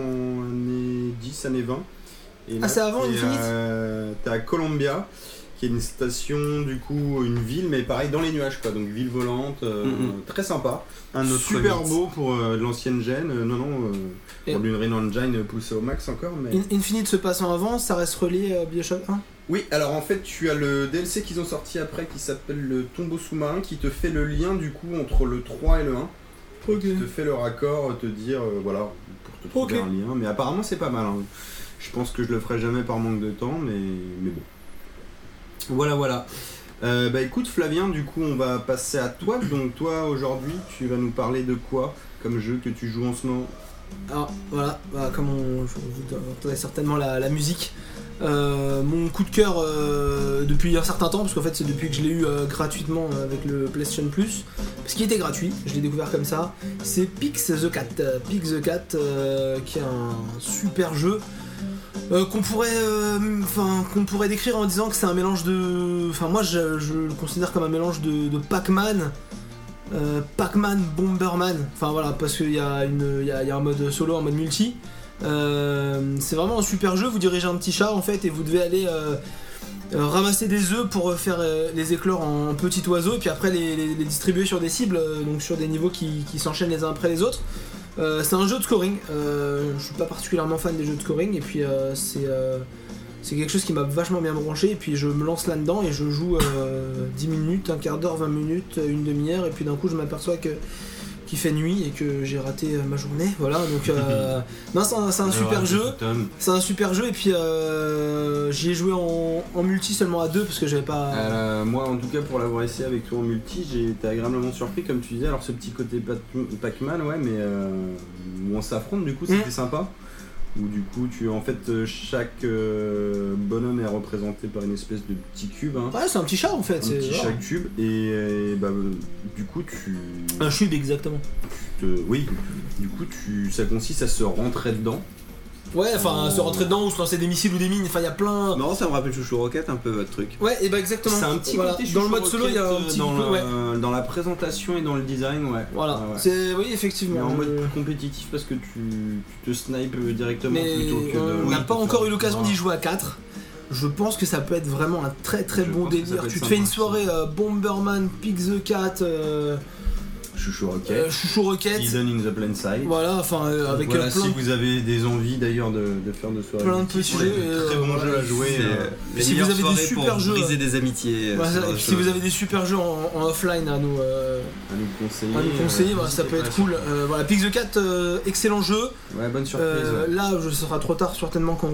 années 10, années 20. Et là,
Ah, c'est avant
t'es,
Infinite
euh, T'as Columbia qui est une station du coup une ville mais pareil dans les nuages quoi donc ville volante euh,
Mhm.
très sympa
Un autre
super
mythe.
beau pour euh, de l'ancienne gêne euh, non non euh,
Et-
pour d'une Rain Engine poussée au max encore, mais.
In- Infinite se passant avant, ça reste relié à Bioshock 1.
Oui, alors en fait, tu as le DLC qu'ils ont sorti après qui s'appelle le Tombeau sous-marin qui te fait le lien du coup entre le 3 et le 1. Qui te fait le raccord, te dire, euh, voilà, pour te trouver
Ok.
un lien. Mais apparemment, c'est pas mal. hein. Je pense que je le ferai jamais par manque de temps, mais, mais bon. Voilà, voilà. Euh, bah écoute, Flavien, du coup, on va passer à toi. Donc, toi, aujourd'hui, tu vas nous parler de quoi comme jeu que tu joues en ce moment
Alors voilà, bah, comme on, vous entendez certainement la, la musique, euh, mon coup de cœur euh, depuis un certain temps, parce qu'en fait c'est depuis que je l'ai eu euh, gratuitement avec le PlayStation Plus, parce qu'il était gratuit, je l'ai découvert comme ça, c'est Pix the Cat. Euh, Pix the Cat euh, qui est un super jeu. euh, qu'on pourrait, euh, enfin, qu'on pourrait décrire en disant que c'est un mélange de, enfin moi je, je le considère comme un mélange de, de Pac-Man, euh, Pac-Man, Bomberman, enfin voilà, parce qu'il y, a une- il y a, il y a un mode solo, un mode multi. Euh, c'est vraiment un super jeu, vous dirigez un petit chat en fait et vous devez aller euh, euh, ramasser des œufs pour euh, faire euh, les éclore en petits oiseaux et puis après les, les- les distribuer sur des cibles, euh, donc sur des niveaux qui, qui s'enchaînent les uns après les autres. Euh, c'est un jeu de scoring, euh, je suis pas particulièrement fan des jeux de scoring et puis euh, c'est... euh, c'est quelque chose qui m'a vachement bien branché et puis je me lance là-dedans et je joue euh, 10 minutes, un quart d'heure, 20 minutes, une demi-heure et puis d'un coup je m'aperçois que qu'il qui fait nuit et que j'ai raté euh, ma journée. Voilà, donc euh, non, c'est un, c'est un super jeu. C'est un super jeu et puis euh, j'y ai joué en, en multi seulement à deux parce que j'avais pas.
Euh, moi, en tout cas, pour l'avoir essayé avec toi en multi, j'ai été agréablement surpris, comme tu disais. Alors, ce petit côté Pac- Pac-Man, ouais, mais euh, où on s'affronte, du coup,
Mm.
c'était sympa. Où du coup, tu en fait, euh, chaque euh, bonhomme est représenté par une espèce de petit cube, hein,
Ouais, c'est un petit chat en fait.
un
c'est-
petit
voilà.
chaque cube, et euh, bah, euh, du coup, tu,
Un chub exactement.
tu te- oui, du coup, tu, ça consiste à se rentrer dedans.
Ouais,
Oh.
enfin se rentrer dedans ou se lancer des missiles ou des mines, enfin il y a plein.
Non, ça me rappelle Chouchou Rocket un peu votre truc.
Ouais, et bah exactement.
C'est un petit
Voilà.
côté
Dans le
chouchou
mode solo, il y a un
roquette, euh,
petit
dans,
peu-
la,
ouais.
dans la présentation et dans le design, ouais. Ah,
Voilà,
Ouais, ouais.
c'est euh, oui
Mais
effectivement.
en mode
je-
plus compétitif parce que tu, tu te snipes euh, directement
Mais
plutôt que de.
on
Oui,
n'a pas
pour
encore
faire-
eu l'occasion
Voilà.
d'y jouer à 4. Je pense que ça peut être vraiment un très très
Je
bon
pense que ça
délire.
peut être
Tu te
sympa
fais une
aussi.
soirée euh, Bomberman, Pig the Cat, euh,
Chouchou
euh,
Rocket,
Chouchou Rocket.
Hidden in the Plain Sight.
Voilà, enfin euh, avec
voilà,
euh, plein,
si
de-
vous avez des envies d'ailleurs de, de faire de soirées.
plein de
multi,
petits
ouais,
jeux. et,
Très
euh,
bon
voilà.
jeu à jouer.
C'est,
euh,
la
si
meilleure
vous avez des
soirée
super
pour
jeux,
briser des amitiés. euh,
Voilà,
ce genre de
Bah, si
choses.
vous avez des super jeux en, en offline à nous, euh,
à nous conseiller.
à nous conseiller,
euh,
voilà, ça peut être
n'hésitez
cool. Euh, voilà, Pig the Cat, euh, excellent jeu.
pas. Ouais, bonne surprise.
Euh,
ouais.
là, je ce sera trop tard certainement quand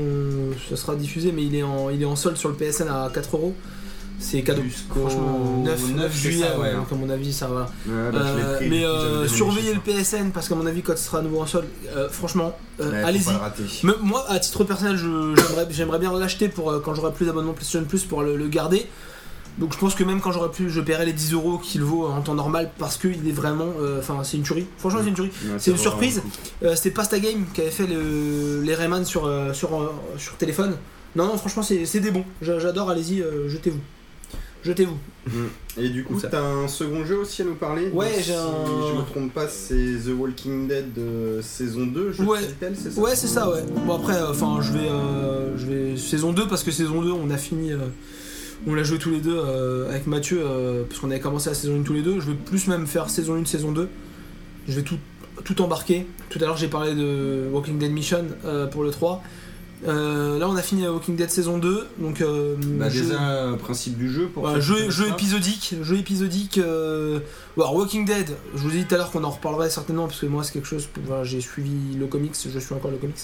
ce sera diffusé, mais il est en, il est en solde sur le PSN à 4 euros. C'est cadeau.
Jusqu'au
Franchement, 9,
9,
9
c'est
juillet, hein,
ça, ouais.
ouais, donc à mon avis, ça va.
Ouais, bah, je l'ai
Euh,
pris,
mais
j'avais
euh,
donné mes
surveillez le
chiffres.
PSN parce qu'à mon avis, quand ce sera à nouveau en solde, euh, franchement, euh,
Ouais, faut
allez-y.
pas le rater.
Me- Moi, à titre personnel, je- j'aimerais, j'aimerais bien l'acheter pour euh, quand j'aurai plus d'abonnement PlayStation Plus pour le, le garder. Donc je pense que même quand j'aurai plus, je paierai les 10 euros qu'il vaut en temps normal parce qu'il est vraiment, euh, enfin, c'est une tuerie. Franchement, c'est une tuerie.
Ouais,
c'est une
vaut
surprise.
vraiment le coup.
Euh, c'était Pasta Game qui avait fait le, les Rayman sur, euh, sur, euh, sur téléphone. Non, non, franchement, c'est c'est des bons. J'a- J'adore, allez-y, euh, jetez-vous. Jetez-vous.
Et du coup,
Où ça
t'as un second jeu aussi à nous parler
Ouais,
Donc,
j'ai
si
un-
je me trompe pas, c'est The Walking Dead euh, saison 2, je
Ouais.
c'est ça
Ouais, c'est ça, ouais. Bon, après, enfin, je vais. euh, je vais. Saison 2, parce que saison 2, on a fini. euh, on l'a joué tous les deux euh, avec Mathieu, euh, parce qu'on avait commencé la saison 1 tous les deux. Je vais plus même faire saison 1, saison 2. Je vais tout, tout embarquer. Tout à l'heure, j'ai parlé de Walking Dead Mission euh, pour le 3. Euh, là, on a fini Walking Dead saison 2. Donc, euh,
Bah,
je-
déjà, euh, principe du jeu pour.
Voilà,
ceux qui
Bah, jeu, jeu
connaissent pas.
épisodique, jeu épisodique. euh, Alors Walking Dead, je vous ai dit tout à l'heure qu'on en reparlerait certainement parce que moi c'est quelque chose. voilà, j'ai suivi le comics, je suis encore le comics.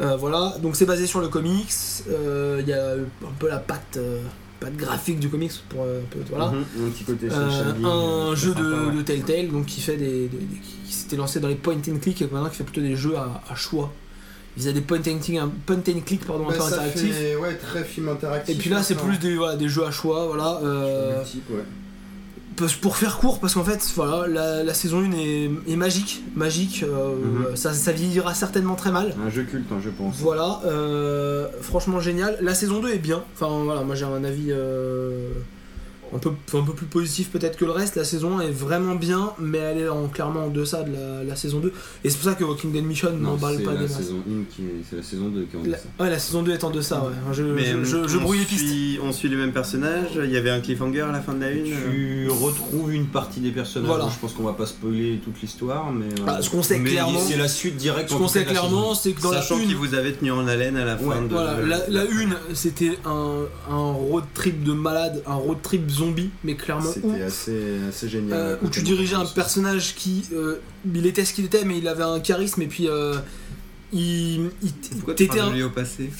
Euh, voilà, donc c'est basé sur le comics. euh, Il y a un peu la patte, euh, patte graphique du comics pour euh, un peu- voilà.
Mhm, un petit côté cel
Euh,
shading,
un
euh,
jeu
sympa,
de,
ouais.
de Telltale donc qui fait des, des- des- qui s'était lancé dans les point and click et maintenant qui fait plutôt des jeux à, à choix. Ils faisaient des point and click, un- point and click pardon, un
Bah,
peu
ça
interactifs.
fait, ouais, très film interactif. hein,
Et puis là c'est
ça.
plus des, voilà, des jeux à choix, voilà. euh,
Multiple, ouais.
parce- pour faire court, parce qu'en fait, voilà, la, la saison 1 est, est magique, magique, euh,
Mhm.
ça, ça vieillira certainement très mal.
Un jeu culte, hein, je pense.
Voilà, euh, franchement génial. La saison 2 est bien, enfin voilà, moi j'ai un avis euh, un, peu, un peu plus positif peut-être que le reste. La saison 1 est vraiment bien, mais elle est en, clairement en deçà de la, la saison 2. Et c'est pour ça que Walking Dead Mission
Non,
n'emballe
c'est
pas
la
des masses.
saison 1 qui est- C'est la saison 2 qui en
La,
ça.
ouais, la saison 2 est en deçà, ouais. Je,
Mais,
je, je-
euh,
je
on
brouille les pistes.
suit- On suit les mêmes personnages. Il y avait un cliffhanger à la fin de la une. euh.
Tu retrouves une partie des personnages.
Voilà.
Je pense qu'on va pas spoiler toute l'histoire, mais. euh,
Ah, ce qu'on sait
mais
clairement-
C'est la suite directe.
Ce
en
qu'on
tout cas,
sait
de la saison
clairement, c'est que dans la
Sachant
une-
qu'il vous avait tenu en haleine à la fin
Ouais,
de.
Voilà, la, la une, c'était un, un road trip de malade, un road trip zombie, mais clairement où,
C'était assez, assez génial.
euh,
ouais,
où tu
complètement.
dirigeais un personnage qui, euh, il était ce qu'il était, mais il avait un charisme et puis euh, il, il-
Pourquoi tu
t'étais
parles
un,
de lui au passé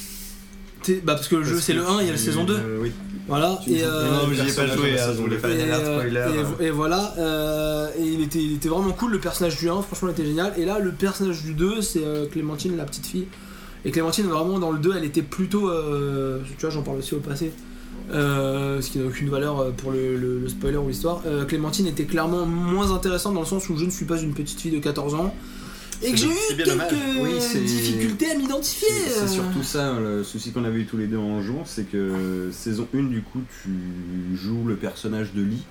t'es- bah parce que le jeu
Parce
c'est
que
le 1, il y a la
tu-
saison 2,
euh, oui.
voilà
tu-
et
tu-
euh,
non,
j'y ai pas
personnage
joué,
de la
hein,
saison
je voulais
deux.
pas-
et, euh,
alerte,
euh,
spoiler. hein.
et- et voilà, euh, et il était, il était vraiment cool le personnage du 1, franchement il était génial. Et là, le personnage du 2, c'est euh, Clémentine, la petite fille. Et Clémentine, vraiment dans le 2, elle était plutôt. euh, tu vois, j'en parle aussi au passé, euh, ce qui n'a aucune valeur euh, pour le, le- le spoiler ou l'histoire. Euh, Clémentine était clairement moins intéressante dans le sens où je ne suis pas une petite fille de 14 ans. Et
C'est
que j'ai
bien- c'est
eu
bien
quelques
dommage.
Oui, c'est-
difficultés à m'identifier.
C'est c'est
euh.
surtout ça hein, le souci qu'on avait eu tous les deux en jouant, c'est que saison 1 du coup tu joues le personnage de Lee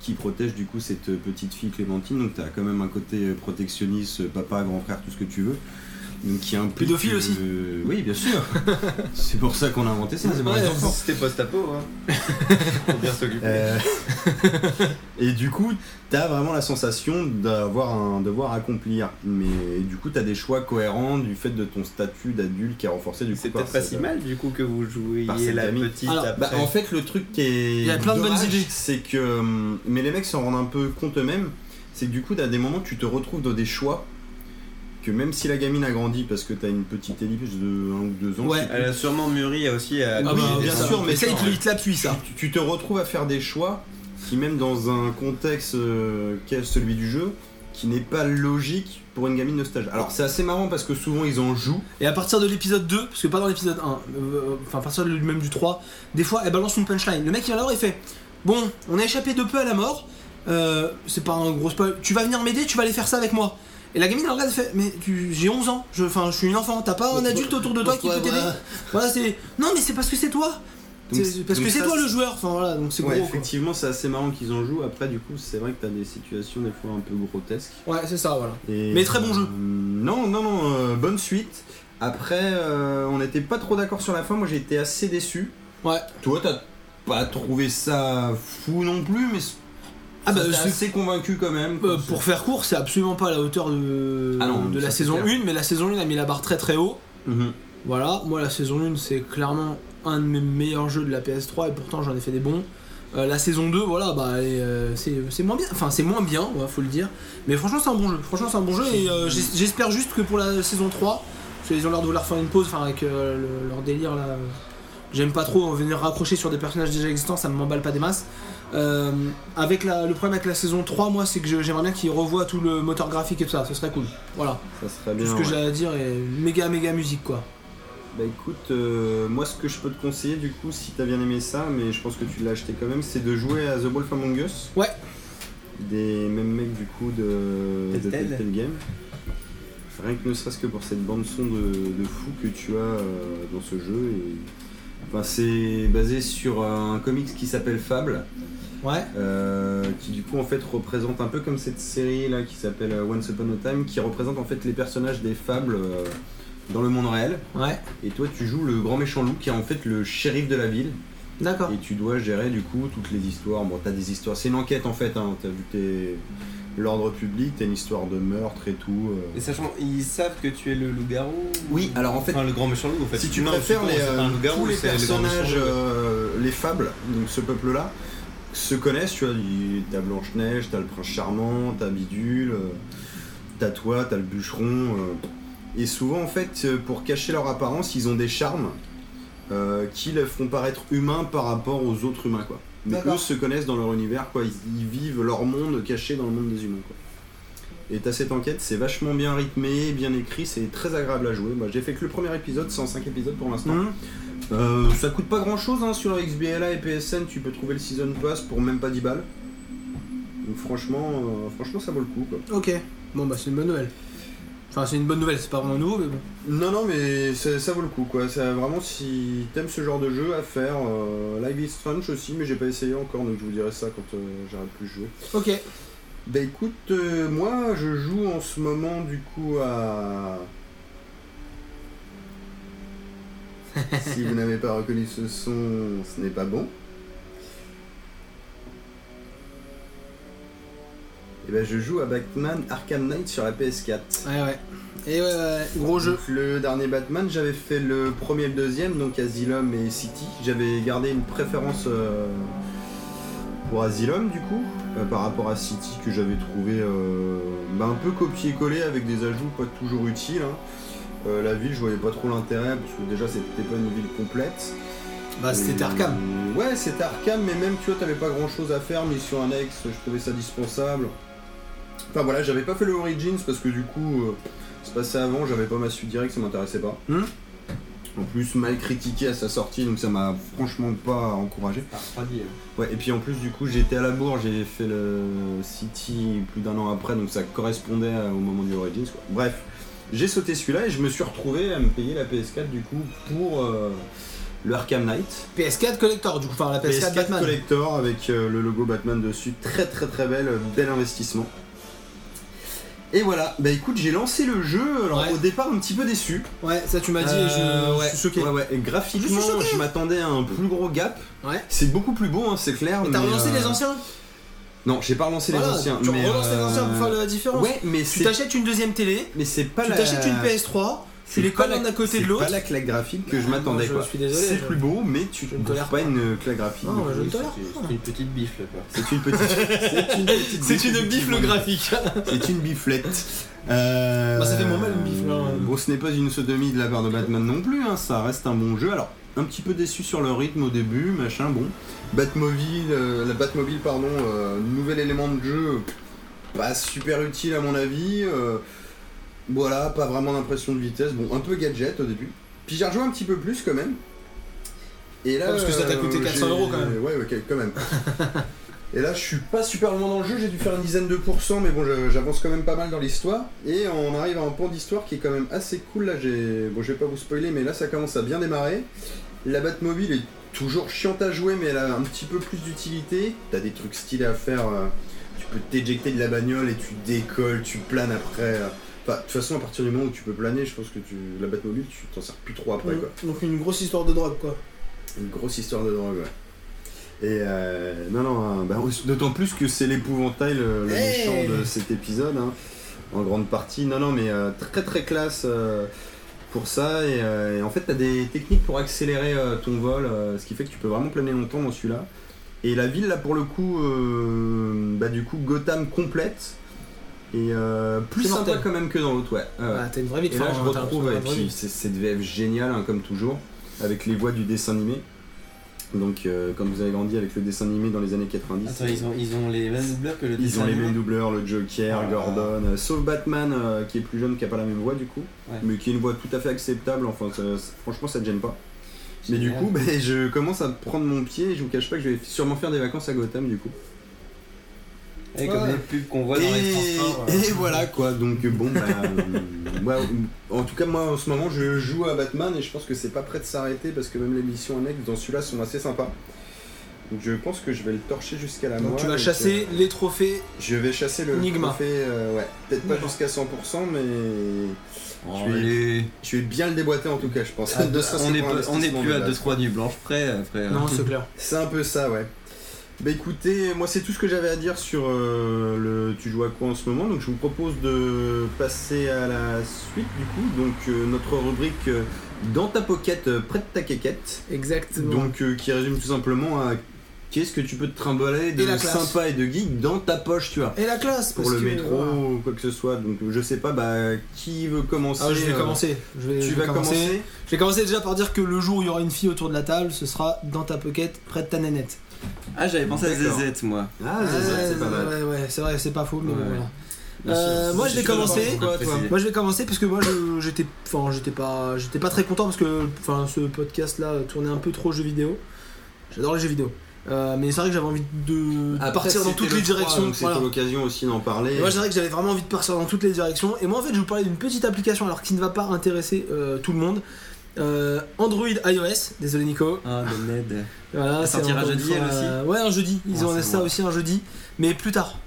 qui protège du coup cette petite fille Clémentine, donc t'as quand même un côté protectionniste, papa, grand frère, tout ce que tu veux. Donc qui implique.
Pédophile aussi.
euh, Oui bien sûr. c'est pour ça qu'on a inventé ça, c'est pour les
Ouais,
enfants.
C'était post-apo, hein. Faut bien s'occuper.
Euh, et du coup, t'as vraiment la sensation d'avoir un devoir à accomplir. Mais du coup, t'as des choix cohérents du fait de ton statut d'adulte qui est renforcé du coup.
C'est
par
peut-être pas
cette-
si mal du coup que vous
par
jouiez
cette
la
gamine.
petite
Alors,
Bah,
après.
en fait, le truc qui est.
Il y a plein de bonnes
dommage,
idées.
C'est que. hum, Mais les mecs s'en rendent un peu compte eux-mêmes. c'est que du coup, à des moments, tu te retrouves dans des choix que même si la gamine a grandi parce que t'as une petite ellipse de 1 ou 2 ans,
Ouais.
je sais plus,
Elle a sûrement mûri aussi à.
Ah
oui,
bah,
bien
bien
sûr,
sûr,
mais
mais ça,
ça,
il te,
ouais.
il te l'appuie, ça.
Ah, tu, tu te retrouves à faire des choix qui, même dans un contexte euh, qu'est celui du jeu, qui n'est pas logique pour une gamine de stage. Alors c'est assez marrant parce que souvent ils en jouent.
Et à partir de l'épisode 2, parce que pas dans l'épisode 1, euh, enfin à partir de- même du 3, des fois elle balance une punchline. Le mec il va là-haut et fait Bon, on a échappé de peu à la mort, euh, c'est pas un gros spoil, tu vas venir m'aider, tu vas aller faire ça avec moi. Et la gamine elle regarde et fait Mais tu- j'ai 11 ans, je, enfin, je suis une enfant, t'as pas un adulte autour de toi qui peut t'aider. Voilà, c'est. Non, mais c'est parce que c'est toi
Donc,
C'est- Parce
donc
que c'est
ça,
toi le joueur, enfin voilà, donc c'est
Ouais,
gros. quoi.
effectivement, c'est assez marrant qu'ils en jouent. Après, du coup, c'est vrai que t'as des situations des fois un peu grotesques.
Ouais, c'est ça, voilà.
Et,
Mais très bon jeu.
Euh, non, non, non, euh, bonne suite. Après, euh, on n'était pas trop d'accord sur la fin. Moi, j'ai été assez déçu.
Ouais.
Toi, t'as pas trouvé ça fou non plus, mais c-
Ah bah,
t'as
c'est-
assez convaincu quand même.
Euh, pour faire court, c'est absolument pas à la hauteur de,
Ah non,
de
ça,
la
c'est
saison
clair.
1, mais la saison 1 a mis la barre très très haut.
Mhm.
Voilà, moi la saison 1 c'est clairement un de mes meilleurs jeux de la PS3 et pourtant j'en ai fait des bons. Euh, la saison 2, voilà, bah elle est, euh, c'est c'est moins bien, enfin c'est moins bien, ouais, faut le dire. Mais franchement c'est un bon jeu, franchement c'est un bon jeu et euh, j'es- j'espère juste que pour la saison 3, parce qu'ils ont l'air de vouloir faire une pause, enfin avec euh, le- leur délire là, euh, j'aime pas trop venir raccrocher sur des personnages déjà existants, ça m'emballe pas des masses. Euh, avec la- le problème avec la saison 3, moi c'est que je- j'aimerais bien qu'ils revoient tout le moteur graphique et tout ça, ce serait cool. Voilà,
Ça serait
tout
bien.
ce que
ouais.
j'ai à dire et méga méga musique quoi.
Bah écoute, euh, moi ce que je peux te conseiller du coup, si t'as bien aimé ça, mais je pense que tu l'as acheté quand même, c'est de jouer à The Wolf Among Us.
Ouais.
Des mêmes mecs du coup de, de
Telltale.
Telltale Game. Rien que ne serait-ce que pour cette bande son de, de fou que tu as euh, dans ce jeu. Et... Enfin, c'est basé sur un comics qui s'appelle Fable,
Ouais.
euh, qui du coup en fait représente un peu comme cette série là qui s'appelle euh, Once Upon a Time, qui représente en fait les personnages des fables euh, dans le monde réel.
Ouais,
Et toi, tu joues le grand méchant loup qui est en fait le shérif de la ville.
d'accord.
Et tu dois gérer du coup toutes les histoires. Bon, t'as des histoires. C'est une enquête en fait. Hein. T'as vu t'es- l'ordre public, t'as une histoire de meurtre et tout. euh.
Et sachant, ils savent que tu es le loup-garou
Oui, alors en fait,
Enfin, le grand méchant loup en fait.
si tu
Non,
préfères
je
les,
suppose, c'est pas
euh,
un loup-garou,
tous les
c'est le grand
personnages,
méchant loup.
euh, les fables, donc ce peuple-là, se connaissent. Tu vois, il- t'as Blanche Neige, t'as le prince charmant, t'as Bidule, euh, t'as toi, t'as le bûcheron. euh. Et souvent, en fait, euh, pour cacher leur apparence, ils ont des charmes euh, qui les font paraître humains par rapport aux autres humains, quoi. Mais
D'accord.
eux se connaissent dans leur univers, quoi. Ils, ils vivent leur monde caché dans le monde des humains, quoi. Et t'as cette enquête, c'est vachement bien rythmé, bien écrit, c'est très agréable à jouer. Moi, j'ai fait que le premier épisode, c'est en 5 épisodes pour l'instant.
Mhm.
Euh, ça coûte pas grand chose hein, sur XBLA et PSN, tu peux trouver le season pass pour même pas 10 balles. Donc franchement, euh, franchement ça vaut le coup quoi.
Ok. Bon bah c'est une bonne nouvelle. Enfin c'est une bonne nouvelle, c'est pas vraiment nouveau mais bon.
Non non mais ça, ça vaut le coup quoi. Ça, vraiment si t'aimes ce genre de jeu à faire, euh, Live is Strange aussi mais j'ai pas essayé encore donc je vous dirai ça quand euh, j'arrête plus de jouer.
Ok.
Bah écoute, euh, moi je joue en ce moment du coup à. si vous n'avez pas reconnu ce son, ce n'est pas bon. Et ben je joue à Batman Arkham Knight sur la PS4.
Ouais ouais. Et ouais, ouais, ouais, gros jeu.
Donc, le dernier Batman, j'avais fait le premier et le deuxième, donc Asylum et City. J'avais gardé une préférence euh, pour Asylum du coup, euh, par rapport à City que j'avais trouvé euh, bah, un peu copié-collé avec des ajouts pas toujours utiles. hein. Euh, la ville, je voyais pas trop l'intérêt parce que déjà c'était pas une ville complète.
Bah c'était
Et-
Arkham.
Ouais, c'était Arkham, mais même tu vois, t'avais pas grand chose à faire, mais sur un ex, je trouvais ça dispensable. Enfin voilà, j'avais pas fait le Origins parce que du coup, euh, c'est passé avant, j'avais pas ma suite directe, ça m'intéressait pas.
Hmm.
en plus, mal critiqué à sa sortie, donc ça m'a franchement pas encouragé.
Ah, pas dit, hein.
Ouais, et puis en plus, du coup, j'étais à la bourre, j'ai fait le City plus d'un an après, donc ça correspondait à- au moment du Origins. Quoi. Bref, j'ai sauté celui-là et je me suis retrouvé à me payer la PS4 du coup pour euh, le Arkham Knight.
PS4 Collector du coup, enfin la PS4,
PS4
Batman.
Ah, Collector avec euh, le logo Batman dessus, très très très belle, euh, bel investissement. Et voilà, bah écoute, j'ai lancé le jeu, alors
Ouais.
au départ un petit peu déçu.
Ouais, ça tu m'as dit
Euh,
et je,
ouais.
je suis choqué.
Ouais, ouais, et
Je
Graphiquement,
suis choqué.
je m'attendais à un plus gros gap.
Ouais.
C'est beaucoup plus beau, hein, c'est clair.
T'as
mais,
relancé
euh,
les anciens
Non, j'ai pas relancé
Voilà,
les anciens.
Tu
mais,
relances les
euh,
anciens pour faire la différence.
Ouais, mais
Tu
c'est.
t'achètes une deuxième télé,
Mais c'est pas
tu
la.
t'achètes une PS3, Tu les
pas
commandes
la-
à côté
C'est
de
pas
l'autre.
la claque graphique que je
Ah,
m'attendais
je
quoi.
suis désolé,
C'est
je-
plus beau, mais tu
je
ne
ne tolère
pas une claque graphique.
Non,
Donc,
je
oui,
ne tolère
c'était-
pas.
C'était une petite bifle quoi. C'est une petite. C'est une petite. bifle, effectivement.
graphique.
C'est une biflette. Euh,
Bah, ça fait moins mal, une bifle, hein.
Bon, ce n'est pas une sodomie de la part de Batman non plus, hein, ça reste un bon jeu. Alors, un petit peu déçu sur le rythme au début, machin, bon. Batmobile, euh, la Batmobile, pardon, euh, nouvel élément de jeu, pas super utile à mon avis. euh, voilà, pas vraiment d'impression de vitesse, bon, un peu gadget au début. Puis j'ai rejoué un petit peu plus quand même. Et là,
Ah, parce que ça t'a coûté
euh,
400
j'ai-
euros, quand même.
Ouais, ouais, quand même. Et là, je suis pas super loin dans le jeu, j'ai dû faire une dizaine de pourcents, mais bon, je- j'avance quand même pas mal dans l'histoire. Et on arrive à un point d'histoire qui est quand même assez cool. Là, j'ai. Bon, je vais pas vous spoiler, mais là, ça commence à bien démarrer. La Batmobile est toujours chiante à jouer, mais elle a un petit peu plus d'utilité. T'as des trucs stylés à faire. euh, Tu peux t'éjecter de la bagnole et tu décolles, tu planes après. euh. Enfin, de toute façon, à partir du moment où tu peux planer, je pense que tu... la Batmobile, tu t'en sers plus trop
Mm.
après, quoi.
Donc une grosse histoire de drogue quoi.
Une grosse histoire de drogue, ouais. Et euh, non, non, hein, bah, d'autant plus que c'est l'épouvantail, euh, le, le
Hey
méchant de cet épisode, hein, en grande partie. Non, non, mais euh, très très classe euh, pour ça. Et, euh, et en fait, t'as des techniques pour accélérer euh, ton vol, euh, ce qui fait que tu peux vraiment planer longtemps dans celui-là. Et la ville, là, pour le coup, euh, bah, du coup, Gotham complète. Et euh, plus
C'est
sympa
mortel.
quand même que dans l'autre, ouais. Euh, Ouais, ouais.
Ah, t'as une vraie vie
Et là, je
enfin, t'as
retrouve,
un
et
vrai
puis
vie.
c'est cette VF géniale, hein, comme toujours, avec les voix du dessin animé. Donc, euh, quand vous avez grandi avec le dessin animé dans les années 90,
Attends, ils ont, ils ont les mêmes doubleurs que le
ils
dessin
ont les
animé
mêmes doubleurs, le Joker,
Ah.
Gordon, euh, sauf Batman euh, qui est plus jeune, qui a pas la même voix du coup,
Ouais.
mais qui est une voix tout à fait acceptable. Enfin, ça- ça- franchement, ça te gêne pas. Mais du
Génial.
coup, ben, je commence à prendre mon pied et je vous cache pas que je vais sûrement faire des vacances à Gotham du coup.
Et comme
Ouais.
les pubs qu'on voit dans les transports. euh.
et voilà quoi, donc bon bah. euh, ouais, en tout cas, moi en ce moment je joue à Batman et je pense que c'est pas prêt de s'arrêter parce que même les missions annexes dans celui-là sont assez sympas. Donc je pense que je vais le torcher jusqu'à la mort.
Donc tu vas chasser
euh,
les trophées.
Je vais chasser le
Enigma.
trophée, euh, ouais. Peut-être pas jusqu'à 100%, mais
Oh,
Je vais-
les-
je vais bien le déboîter en tout cas, je pense.
Ah,
Ne serait-ce
on
que
est,
pour
pas- on est
l'investissement
plus
de
à
base.
2-3 nuits blanches près après. euh.
Non, c'est clair.
C'est un peu ça, ouais. Bah écoutez, moi c'est tout ce que j'avais à dire sur euh, le tu joues à quoi en ce moment, donc je vous propose de passer à la suite du coup, donc euh, notre rubrique euh, dans ta pocket, euh, près de ta quéquette,
Exactement.
donc euh, qui résume tout simplement à qu'est-ce que tu peux te trimballer de
Et la classe.
sympa et de geek dans ta poche, tu vois.
Et la classe
Pour
parce
le
que,
métro
voilà.
ou quoi que ce soit, donc je sais pas, bah qui veut commencer
Ah, je vais
euh,
commencer. Je vais,
Tu
je
vas
vais
commencer
Je vais commencer déjà par dire que le jour où il y aura une fille autour de la table, ce sera dans ta pocket, près de ta nanette.
Ah, j'avais pensé à
D'accord.
Zezette, moi.
Ah, c'est ça, c'est pas mal.
Ouais, ouais, c'est vrai, c'est pas faux, mais
Ouais.
bon, voilà.
Bien
Euh,
sûr.
moi, je vais
Tu
commencer.
peux le préciser.
Moi je vais commencer parce que moi je- j'étais enfin j'étais pas j'étais pas très content parce que enfin ce podcast là tournait un peu trop jeux vidéo. J'adore les jeux vidéo. Euh, mais c'est vrai que j'avais envie de
Après,
partir dans
c'était
toutes
le
les
trois,
directions.
donc C'était
voilà.
l'occasion aussi d'en parler.
Et Moi, c'est vrai que j'avais vraiment envie de partir dans toutes les directions. Et moi, en fait, je vais vous parlais d'une petite application alors qui ne va pas intéresser euh, tout le monde. Euh, Android iOS, désolé Nico.
Ah, de Ned.
Voilà,
Elle
c'est
sortira
encore une
jeudi,
fois,
elle aussi
euh, Ouais, un jeudi. Ils
Ah,
ont
c'est
ça
bon.
aussi un jeudi, mais plus tard.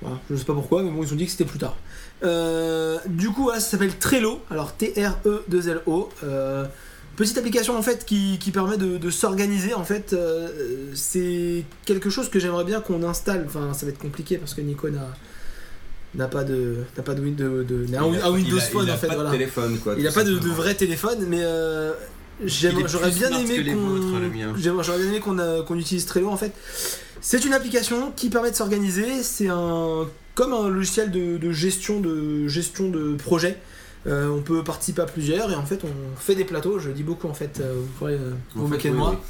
Voilà, je sais pas pourquoi, mais bon, ils ont dit que c'était plus tard. Euh, du coup, voilà, ça s'appelle Trello. Alors E T-R-E-2-L-O. Euh, petite application en fait qui, qui permet de, de s'organiser. En fait, euh, c'est quelque chose que j'aimerais bien qu'on installe. Enfin, ça va être compliqué parce que Nico n'a n'a pas de n'a pas de, win- de- de- n'a un,
Il a-
un Windows
il a-
Phone
il a
en fait.
pas
voilà.
de téléphone quoi.
Il
tout
n'a pas de, de
simplement.
vrai téléphone, mais euh,
Il est
j'aimerais-
plus
j'aurais bien
smart que les
aimé
vôtres, le mien.
qu'on j'aimerais- j'aurais bien aimé qu'on euh, qu'on utilise Trello en fait. C'est une application qui permet de s'organiser. C'est un comme un logiciel de, de gestion de gestion de projet. Euh, on peut participer à plusieurs et en fait on fait des plateaux. Je dis beaucoup en fait. euh, vous pourrez euh,
En
vous
fait,
moquer de
oui,
moi.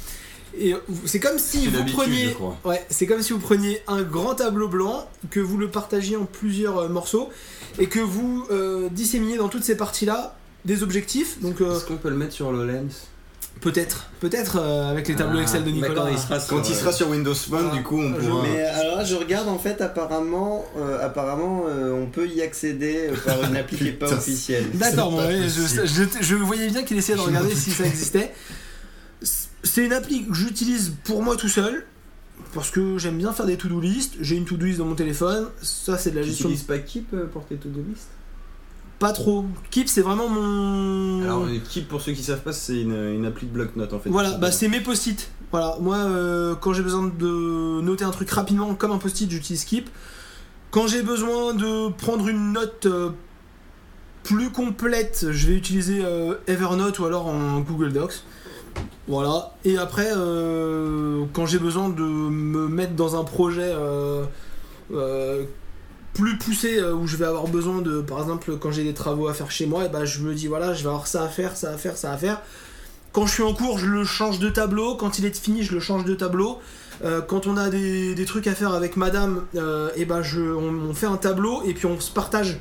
Et vous- c'est comme si
C'est
vous
l'habitude,
preniez
je crois.
Ouais, c'est comme si vous preniez un grand tableau blanc, que vous le partagiez en plusieurs euh, morceaux, et que vous euh, disséminiez dans toutes ces parties-là des objectifs. Donc euh,
Est-ce qu'on peut le mettre sur le lens
peut-être, peut-être euh, avec les tableaux
Ah,
Excel de Nicolas.
d'accord, il sera sur, euh,
Quand il sera sur Ah. Windows Phone,
Ah,
du coup, on
je
pourra.
Mais alors là, je regarde en fait, apparemment, euh, apparemment euh, on peut y accéder euh, par une appli qui n'est pas
Putain.
officielle.
D'accord, bon,
pas
ouais, je, je- je voyais bien qu'il essayait de regarder si ça existait. C'est une appli que j'utilise pour moi tout seul. Parce que j'aime bien faire des to-do list, j'ai une to-do list dans mon téléphone, ça c'est de la
Tu
gestion.
n'utilises pas Keep euh, pour tes to-do list
Pas trop. Keep c'est vraiment mon.
Alors, euh, Keep, pour ceux qui savent pas, c'est une, une appli de bloc-notes en fait.
Voilà, bah c'est mes post-it. Voilà, moi euh, quand j'ai besoin de noter un truc rapidement comme un post-it, j'utilise Keep. Quand j'ai besoin de prendre une note euh, plus complète, je vais utiliser euh, Evernote ou alors en Google Docs. Voilà. Et après, euh, quand j'ai besoin de me mettre dans un projet euh, euh, plus poussé, euh, où je vais avoir besoin de, par exemple, quand j'ai des travaux à faire chez moi, et ben je me dis voilà, je vais avoir ça à faire, ça à faire, ça à faire. Quand je suis en cours, je le change de tableau. Quand il est fini, je le change de tableau. Euh, quand on a des, des trucs à faire avec madame, et ben je, on, on fait un tableau et puis on se partage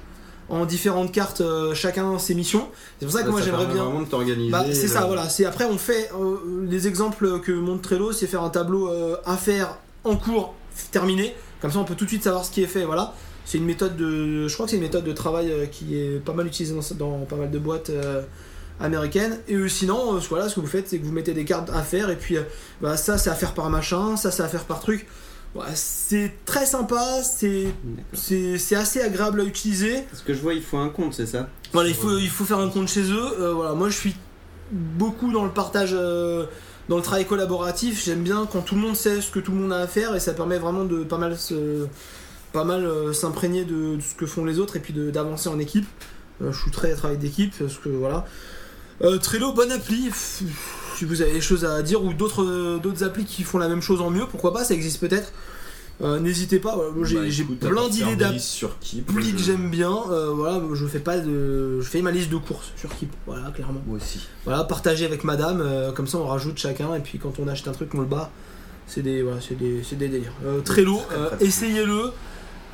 en différentes cartes euh, chacun ses missions. C'est pour ça que moi
ça
j'aimerais
permet
bien.
vraiment de t'organiser.
Bah, c'est ça,
euh,
voilà. C'est après on fait euh, les exemples que montre Trello, c'est faire un tableau euh, à faire en cours terminé. Comme ça, on peut tout de suite savoir ce qui est fait. Voilà. C'est une méthode de, je crois que c'est une méthode de travail euh, qui est pas mal utilisée dans, dans pas mal de boîtes euh, américaines. Et euh, sinon, euh, voilà, ce que vous faites, c'est que vous mettez des cartes à faire et puis euh, bah, ça c'est à faire par machin, ça c'est à faire par truc. Voilà, c'est très sympa, c'est c'est c'est assez agréable à utiliser.
Parce que je vois, il faut un compte, c'est ça
Voilà, il faut, il faut faire un compte chez eux. Euh, voilà, moi je suis beaucoup dans le partage, euh, dans le travail collaboratif. J'aime bien quand tout le monde sait ce que tout le monde a à faire et ça permet vraiment de pas mal se, pas mal euh, s'imprégner de, de ce que font les autres et puis de- d'avancer en équipe. Euh, je suis très travail d'équipe parce que voilà. Euh, Trello, bonne appli. Pff, Si vous avez des choses à dire ou d'autres euh, d'autres applis qui font la même chose en mieux, pourquoi pas, ça existe peut-être. Euh, N'hésitez pas, voilà, moi, j'ai
Bah,
j'ai
écoute, à
plein
partir
d'idées
de
d'applis
dix sur qui
appli que
je-
j'aime bien, euh, voilà, je fais pas de, je fais ma liste de courses sur Keep, voilà, clairement.
Moi aussi.
Voilà, partager avec Madame, euh, comme ça on rajoute chacun et puis quand on achète un truc on le bat. C'est des, voilà, c'est des, c'est des délires. Euh, Trello, euh, essayez-le,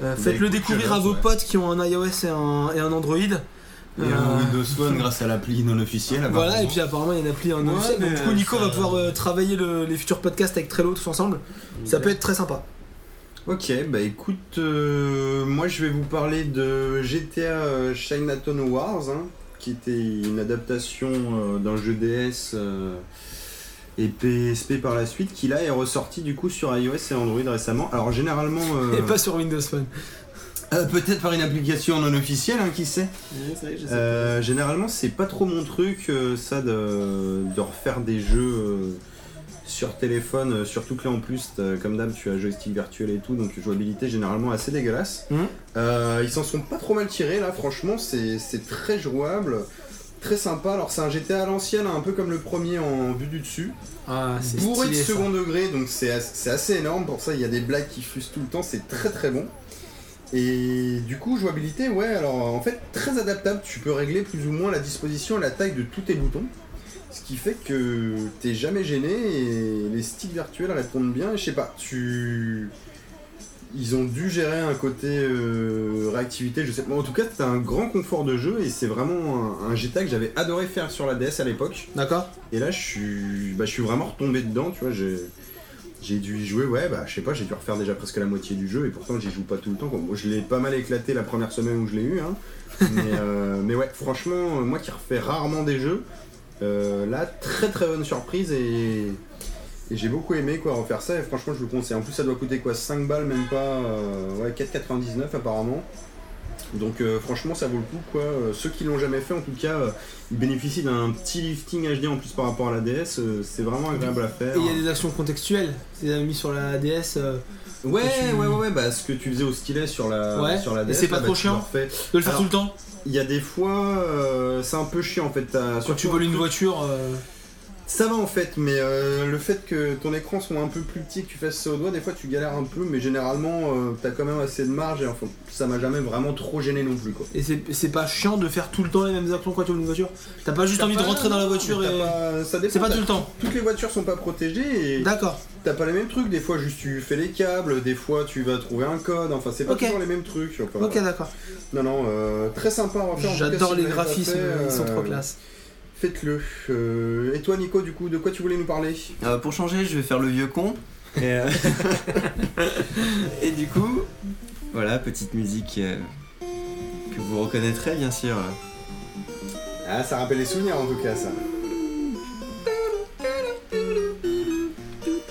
Euh, faites-le
écoute,
découvrir
je
à vos
note, ouais.
potes qui ont un iOS et un, et un Android.
Et
Euh,
un Windows Phone grâce à l'appli non officielle.
voilà, et
apparemment.
puis apparemment il y a une appli un
Ouais,
officiel. Donc,
mais
du coup, Nico
ça-
va pouvoir euh, travailler le- les futurs podcasts avec Trello tous ensemble. Ça peut être très sympa.
Ok, bah écoute, euh, moi je vais vous parler de GTA euh, Chinatown Wars, hein, qui était une adaptation euh, d'un jeu DS euh, et PSP par la suite, qui là est ressorti du coup sur iOS et Android récemment. Alors généralement, euh,
Et pas sur Windows Phone.
euh, peut-être par une application non officielle, hein, qui sait.
Ouais, c'est vrai, je sais
Euh, généralement, c'est pas trop mon truc, euh, ça, de, de refaire des jeux euh, sur téléphone, euh, surtout que là en plus, t'as- comme d'hab, tu as joystick virtuel et tout, donc jouabilité généralement assez dégueulasse.
Mhm.
Euh, ils s'en sont pas trop mal tirés là, franchement, c'est c'est très jouable, très sympa. Alors, c'est un GTA à l'ancienne, hein, un peu comme le premier en vue du dessus,
Ah, c'est
bourré de
stylé, ça.
second degré, donc c'est as- c'est assez énorme. Pour ça, il y a des blagues qui fusent tout le temps, c'est très très bon. Et du coup, jouabilité, ouais, alors en fait, très adaptable. Tu peux régler plus ou moins la disposition et la taille de tous tes boutons. Ce qui fait que t'es jamais gêné et les sticks virtuels répondent bien. Et je sais pas, tu. Ils ont dû gérer un côté euh, réactivité, je sais pas. En tout cas, t'as un grand confort de jeu et c'est vraiment un, un GTA que j'avais adoré faire sur la DS à l'époque.
D'accord.
Et là, je suis, bah, je suis vraiment retombé dedans, tu vois. J'ai, j'ai dû y jouer, ouais, bah, je sais pas, j'ai dû refaire déjà presque la moitié du jeu, et pourtant, j'y joue pas tout le temps. quoi. Moi, je l'ai pas mal éclaté la première semaine où je l'ai eu, hein. Mais, euh, mais ouais, franchement, euh, moi qui refais rarement des jeux, euh, là, très très bonne surprise, et, et j'ai beaucoup aimé, quoi, refaire ça, et franchement, je vous le conseille. En plus, ça doit coûter quoi 5 balles, même pas, euh, ouais, 4,99 apparemment. Donc euh, franchement ça vaut le coup quoi, Euh, ceux qui l'ont jamais fait en tout cas euh, il bénéficie d'un petit lifting HD en plus par rapport à la DS, euh, c'est vraiment agréable à faire.
Et il y a des actions contextuelles. C'est mis sur la DS. euh,
Ouais,
tu-
ouais, ouais, ouais, bah ce que tu faisais au stylet sur la,
Ouais.
sur la
Et
DS.
c'est pas
là, bah,
trop
tu
chiant
le refais.
de le faire
Alors,
tout le temps.
Il y a des fois, euh, c'est un peu chiant en fait. t'as-
Quand tu
surtout-
voles une voiture. euh,
Ça va en fait, mais euh, le fait que ton écran soit un peu plus petit et que tu fasses ça au doigt, des fois tu galères un peu, mais généralement euh, t'as quand même assez de marge et enfin ça m'a jamais vraiment trop gêné non plus quoi.
Et c'est c'est pas chiant de faire tout le temps les mêmes actions quand tu roules une voiture. T'as pas juste envie de rentrer dans la voiture
T'as
et.
pas- ça dépend,
C'est pas
t'as-
tout le temps.
Toutes les voitures sont pas protégées et
D'accord.
T'as pas les mêmes trucs, des fois juste tu fais les câbles, des fois tu vas trouver un code, enfin c'est pas
Ok.
toujours les mêmes trucs. enfin,
Ok, d'accord.
Non, non, euh, très sympa à refaire. en tout cas, si
J'adore
vous
les
l'avez pas
graphismes,
fait,
ils sont trop
euh,
classe.
Faites-le. Euh, et toi Nico, du coup, de quoi tu voulais nous parler
Euh, pour changer, je vais faire le vieux con. Et, euh, et du coup, voilà, petite musique euh, que vous reconnaîtrez bien sûr.
Ah, ça rappelle les souvenirs en tout cas, ça.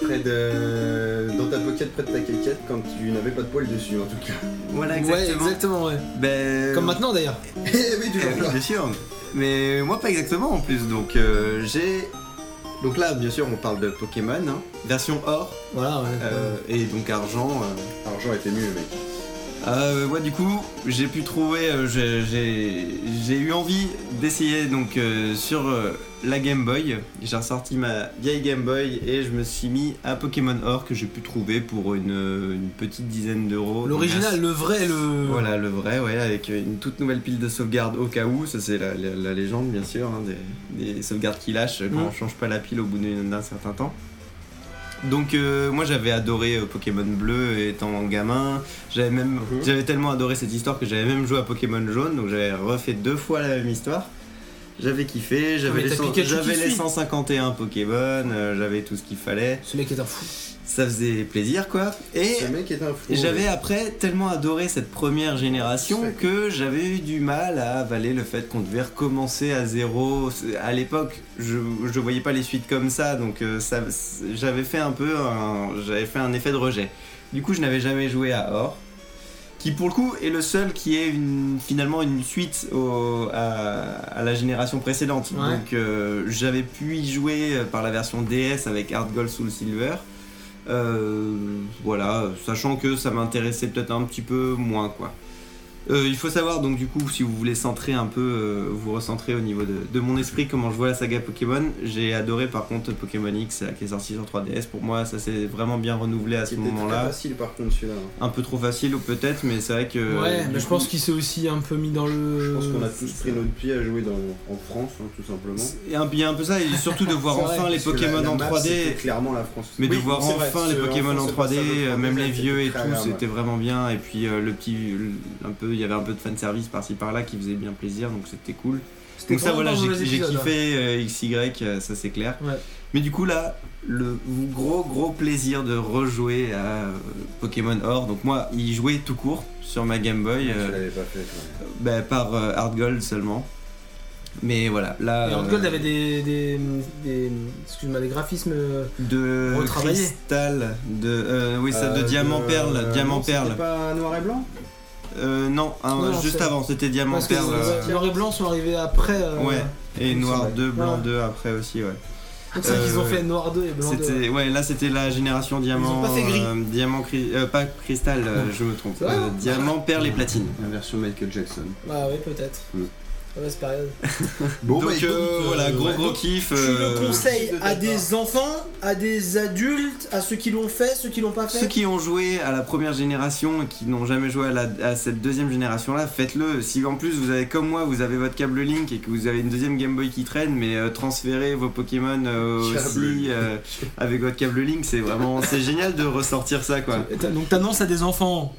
Près de... Dans ta pocket, près de ta quéquette, quand tu n'avais pas de poils dessus en tout cas.
Voilà,
Ouais, exactement, ouais.
Ben,
euh,
Comme maintenant d'ailleurs.
Eh oui,
Eh
toujours
oui,
là.
bien sûr. Mais moi, pas exactement en plus. Donc, euh, j'ai. Donc là, bien sûr, on parle de Pokémon, hein, version or
Voilà, ouais.
euh, et donc argent. euh,
Argent était mieux, mec.
Euh, ouais, du coup, j'ai pu trouver, euh, j'ai- j'ai j'ai eu envie d'essayer donc euh, sur euh, la Game Boy. J'ai ressorti ma vieille Game Boy et je me suis mis à Pokémon Or que j'ai pu trouver pour une, une petite dizaine d'euros.
Euh, L'original, le vrai, le.
Voilà, le vrai, ouais, avec une toute nouvelle pile de sauvegarde au cas où. Ça, c'est la, la- la légende, bien sûr, hein, des, des sauvegardes qui lâchent quand
Mm.
on change pas la pile au bout d'un d'un certain temps. Donc, euh, moi, j'avais adoré euh, Pokémon Bleu étant gamin. J'avais même,
Mm-hmm.
j'avais tellement adoré cette histoire que j'avais même joué à Pokémon Jaune. Donc, j'avais refait deux fois la même histoire. J'avais kiffé, j'avais
mais
les,
t'as
cent-
Pikachu qui
j'avais les
suit.
151 Pokémon, euh, j'avais tout ce qu'il fallait.
Ce mec est un fou.
Ça faisait plaisir, quoi. Et
Ce mec est un fou. hein.
et J'avais après tellement adoré cette première génération que j'avais eu du mal à avaler le fait qu'on devait recommencer à zéro. C'est- À l'époque, je, je voyais pas les suites comme ça, donc euh, ça, c'est- j'avais fait un peu un, j'avais fait un effet de rejet. Du coup, je n'avais jamais joué à Or, qui pour le coup est le seul qui est une, finalement une suite au- à, à la génération précédente.
Ouais.
Donc euh, j'avais pu y jouer euh, par la version DS avec Hard Gold Soul Silver. Euh, voilà, sachant que ça m'intéressait peut-être un petit peu moins quoi. Euh, il faut savoir donc du coup si vous voulez centrer un peu, euh, vous recentrer au niveau de, de mon esprit comment je vois la saga Pokémon. J'ai adoré par contre Pokémon X euh, qui est sorti sur 3DS. Pour moi ça s'est vraiment bien renouvelé à ce
C'était très
moment-là.
facile par contre celui-là. hein.
Un peu trop facile ou peut-être mais c'est vrai que... euh,
ouais,
du
mais je
coup,
pense qu'il s'est aussi un peu mis dans le.
Euh, Je pense qu'on a tous pris notre pied à jouer dans, en France, hein, tout simplement.
Euh, c'est un- Il y a un peu ça et surtout de voir
C'est vrai,
enfin les
Parce que la-
Pokémon
la
en
map,
3D.
c'était clairement la France.
Mais
Oui,
de voir
c'est
enfin
vrai, parce
les
que
Pokémon
France,
en
c'est
3D,
pas ça,
euh,
notre
même les
problème,
vieux et
c'était très
tout,
agréable.
c'était vraiment bien. Et puis euh, le petit, le- un peu, il y avait un peu de fan service par-ci par-là qui faisait bien plaisir, donc c'était cool.
C'était
Donc ça
vraiment
voilà,
pas un
j'ai
mauvais
j'ai
épisode, hein.
kiffé euh, XY, euh, ça c'est clair.
Ouais.
Mais du coup là, le gros gros plaisir de rejouer à euh, Pokémon Or. Donc moi, y jouer tout court sur ma Game Boy,
Je
euh,
l'avais pas fait. ouais.
bah, par euh, Hard Gold seulement. Mais voilà, là.
Et Hard
euh,
Gold avait des. des, des- excuse-moi, des graphismes. euh,
de
Retravaillé.
cristal de euh, oui ça de
Euh,
diamant perle
euh,
diamant
non,
perle
C'était pas noir et blanc
Euh, non, hein,
Non, non,
juste
c'est-
avant, c'était Diamant
Parce que
Perle
euh, noir et blanc sont arrivés après. euh,
Ouais. et
il me
Noir
semble.
2, Blanc
Ouais.
2 après aussi, ouais.
Donc c'est vrai qu'ils ont
Euh,
fait noir 2 et blanc 2.
C'était, ouais, là c'était la génération Diamant.
pas fait gris.
euh, diamant, cri- euh, pas cristal, euh, je me trompe.
C'est vrai,
Euh, diamant, Perle et Platine.
La version Michael Jackson.
Bah ouais, peut-être. Ah
Mm.
Ouais, c'est pareil.
Bon,
donc,
bah, écoute,
euh, voilà,
euh,
gros
ouais.
gros kiff.
Tu
euh,
le conseilles à
à
des
des
enfants, à des adultes, à ceux qui l'ont fait, ceux qui l'ont pas fait
Ceux qui ont joué à la première génération et qui n'ont jamais joué à, la- à cette deuxième génération là, faites-le. Si en plus vous avez comme moi, vous avez votre câble Link et que vous avez une deuxième Game Boy qui traîne, mais euh, transférez vos Pokémon euh,
Câble
aussi
Link.
euh, avec votre câble Link, c'est vraiment c'est génial de ressortir ça quoi.
Donc t'annonces à des enfants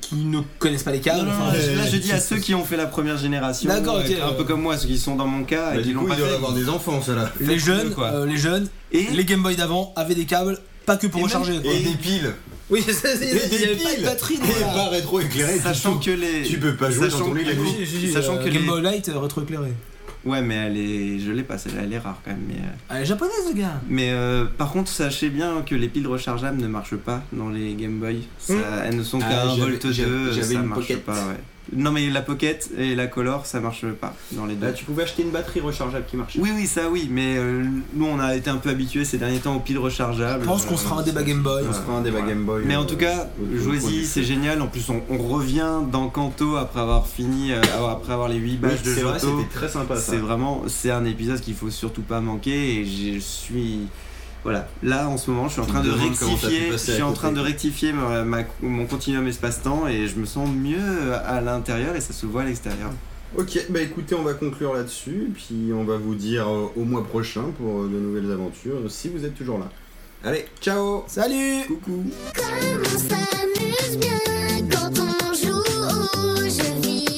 qui ne connaissent pas les
Non,
cadres.
non,
enfin,
je- là je dis à ceux qui ont fait la première génération,
hein, D'accord, ok,
euh, un peu
euh.
comme moi, ceux qui sont dans mon cas
Bah,
et qui
du
l'ont
coup,
pas
il doit
fait.
avoir des enfants, ça là.
les jeunes,
quoi.
euh, les jeunes,
Et
les Game Boy d'avant avaient des câbles pas que pour
Et même-
recharger. quoi.
Et des piles
Oui, ça, c'est-
Et
il y
des
avait pas de
piles
batterie. dans
Et
la-
pas rétro-éclairé du
sachant
tout.
que les
Tu peux pas jouer dans
sachant
ton lit
que-
la nuit.
Oui, j'ai dit,
Sachant
euh,
que
Game
les-
Boy Light euh, rétroéclairé.
ouais mais elle est je l'ai pas celle-là elle est rare quand même mais euh,
Elle est japonaise, le gars.
Mais euh, par contre, sachez bien que les piles rechargeables ne marchent pas dans les Game Boy.
Hmm.
Ça- Elles ne sont
Ah,
qu'à 1
j'avais-
volt 2,
j'avais- j'avais
ça
une
marche
Pocket.
pas. ouais. Non mais la pocket et la color, ça marche pas dans les deux.
Bah,
Là, tu pouvais acheter une batterie rechargeable qui marchait.
Oui oui ça oui, mais euh, nous on a été un peu habitués ces derniers temps aux piles rechargeables.
Je pense qu'on se fera un débat Game Boy.
On se fera un débat Game Boy.
Mais en
euh,
tout cas,
au- au-
jouez-y, c'est génial. En plus, on, on revient dans Kanto après avoir fini, euh, après avoir les 8
Oui,
badges de
Bah, c'est vrai,
Johto.
c'était très sympa ça.
C'est vraiment, c'est un épisode qu'il faut surtout pas manquer et je suis, voilà, là en ce moment je suis en
Je
train
me
de
demande comment t'as pu
rectifier, je
passer à
suis en
côté.
train de rectifier ma- ma- mon continuum espace-temps et je me sens mieux à l'intérieur et ça se voit à l'extérieur.
Ok, bah écoutez, on va conclure là-dessus, puis on va vous dire euh, au mois prochain pour euh, de nouvelles aventures, euh, si vous êtes toujours là. Allez, ciao
Salut
Coucou
Comme on s'amuse bien quand on joue aux jeux vidéo.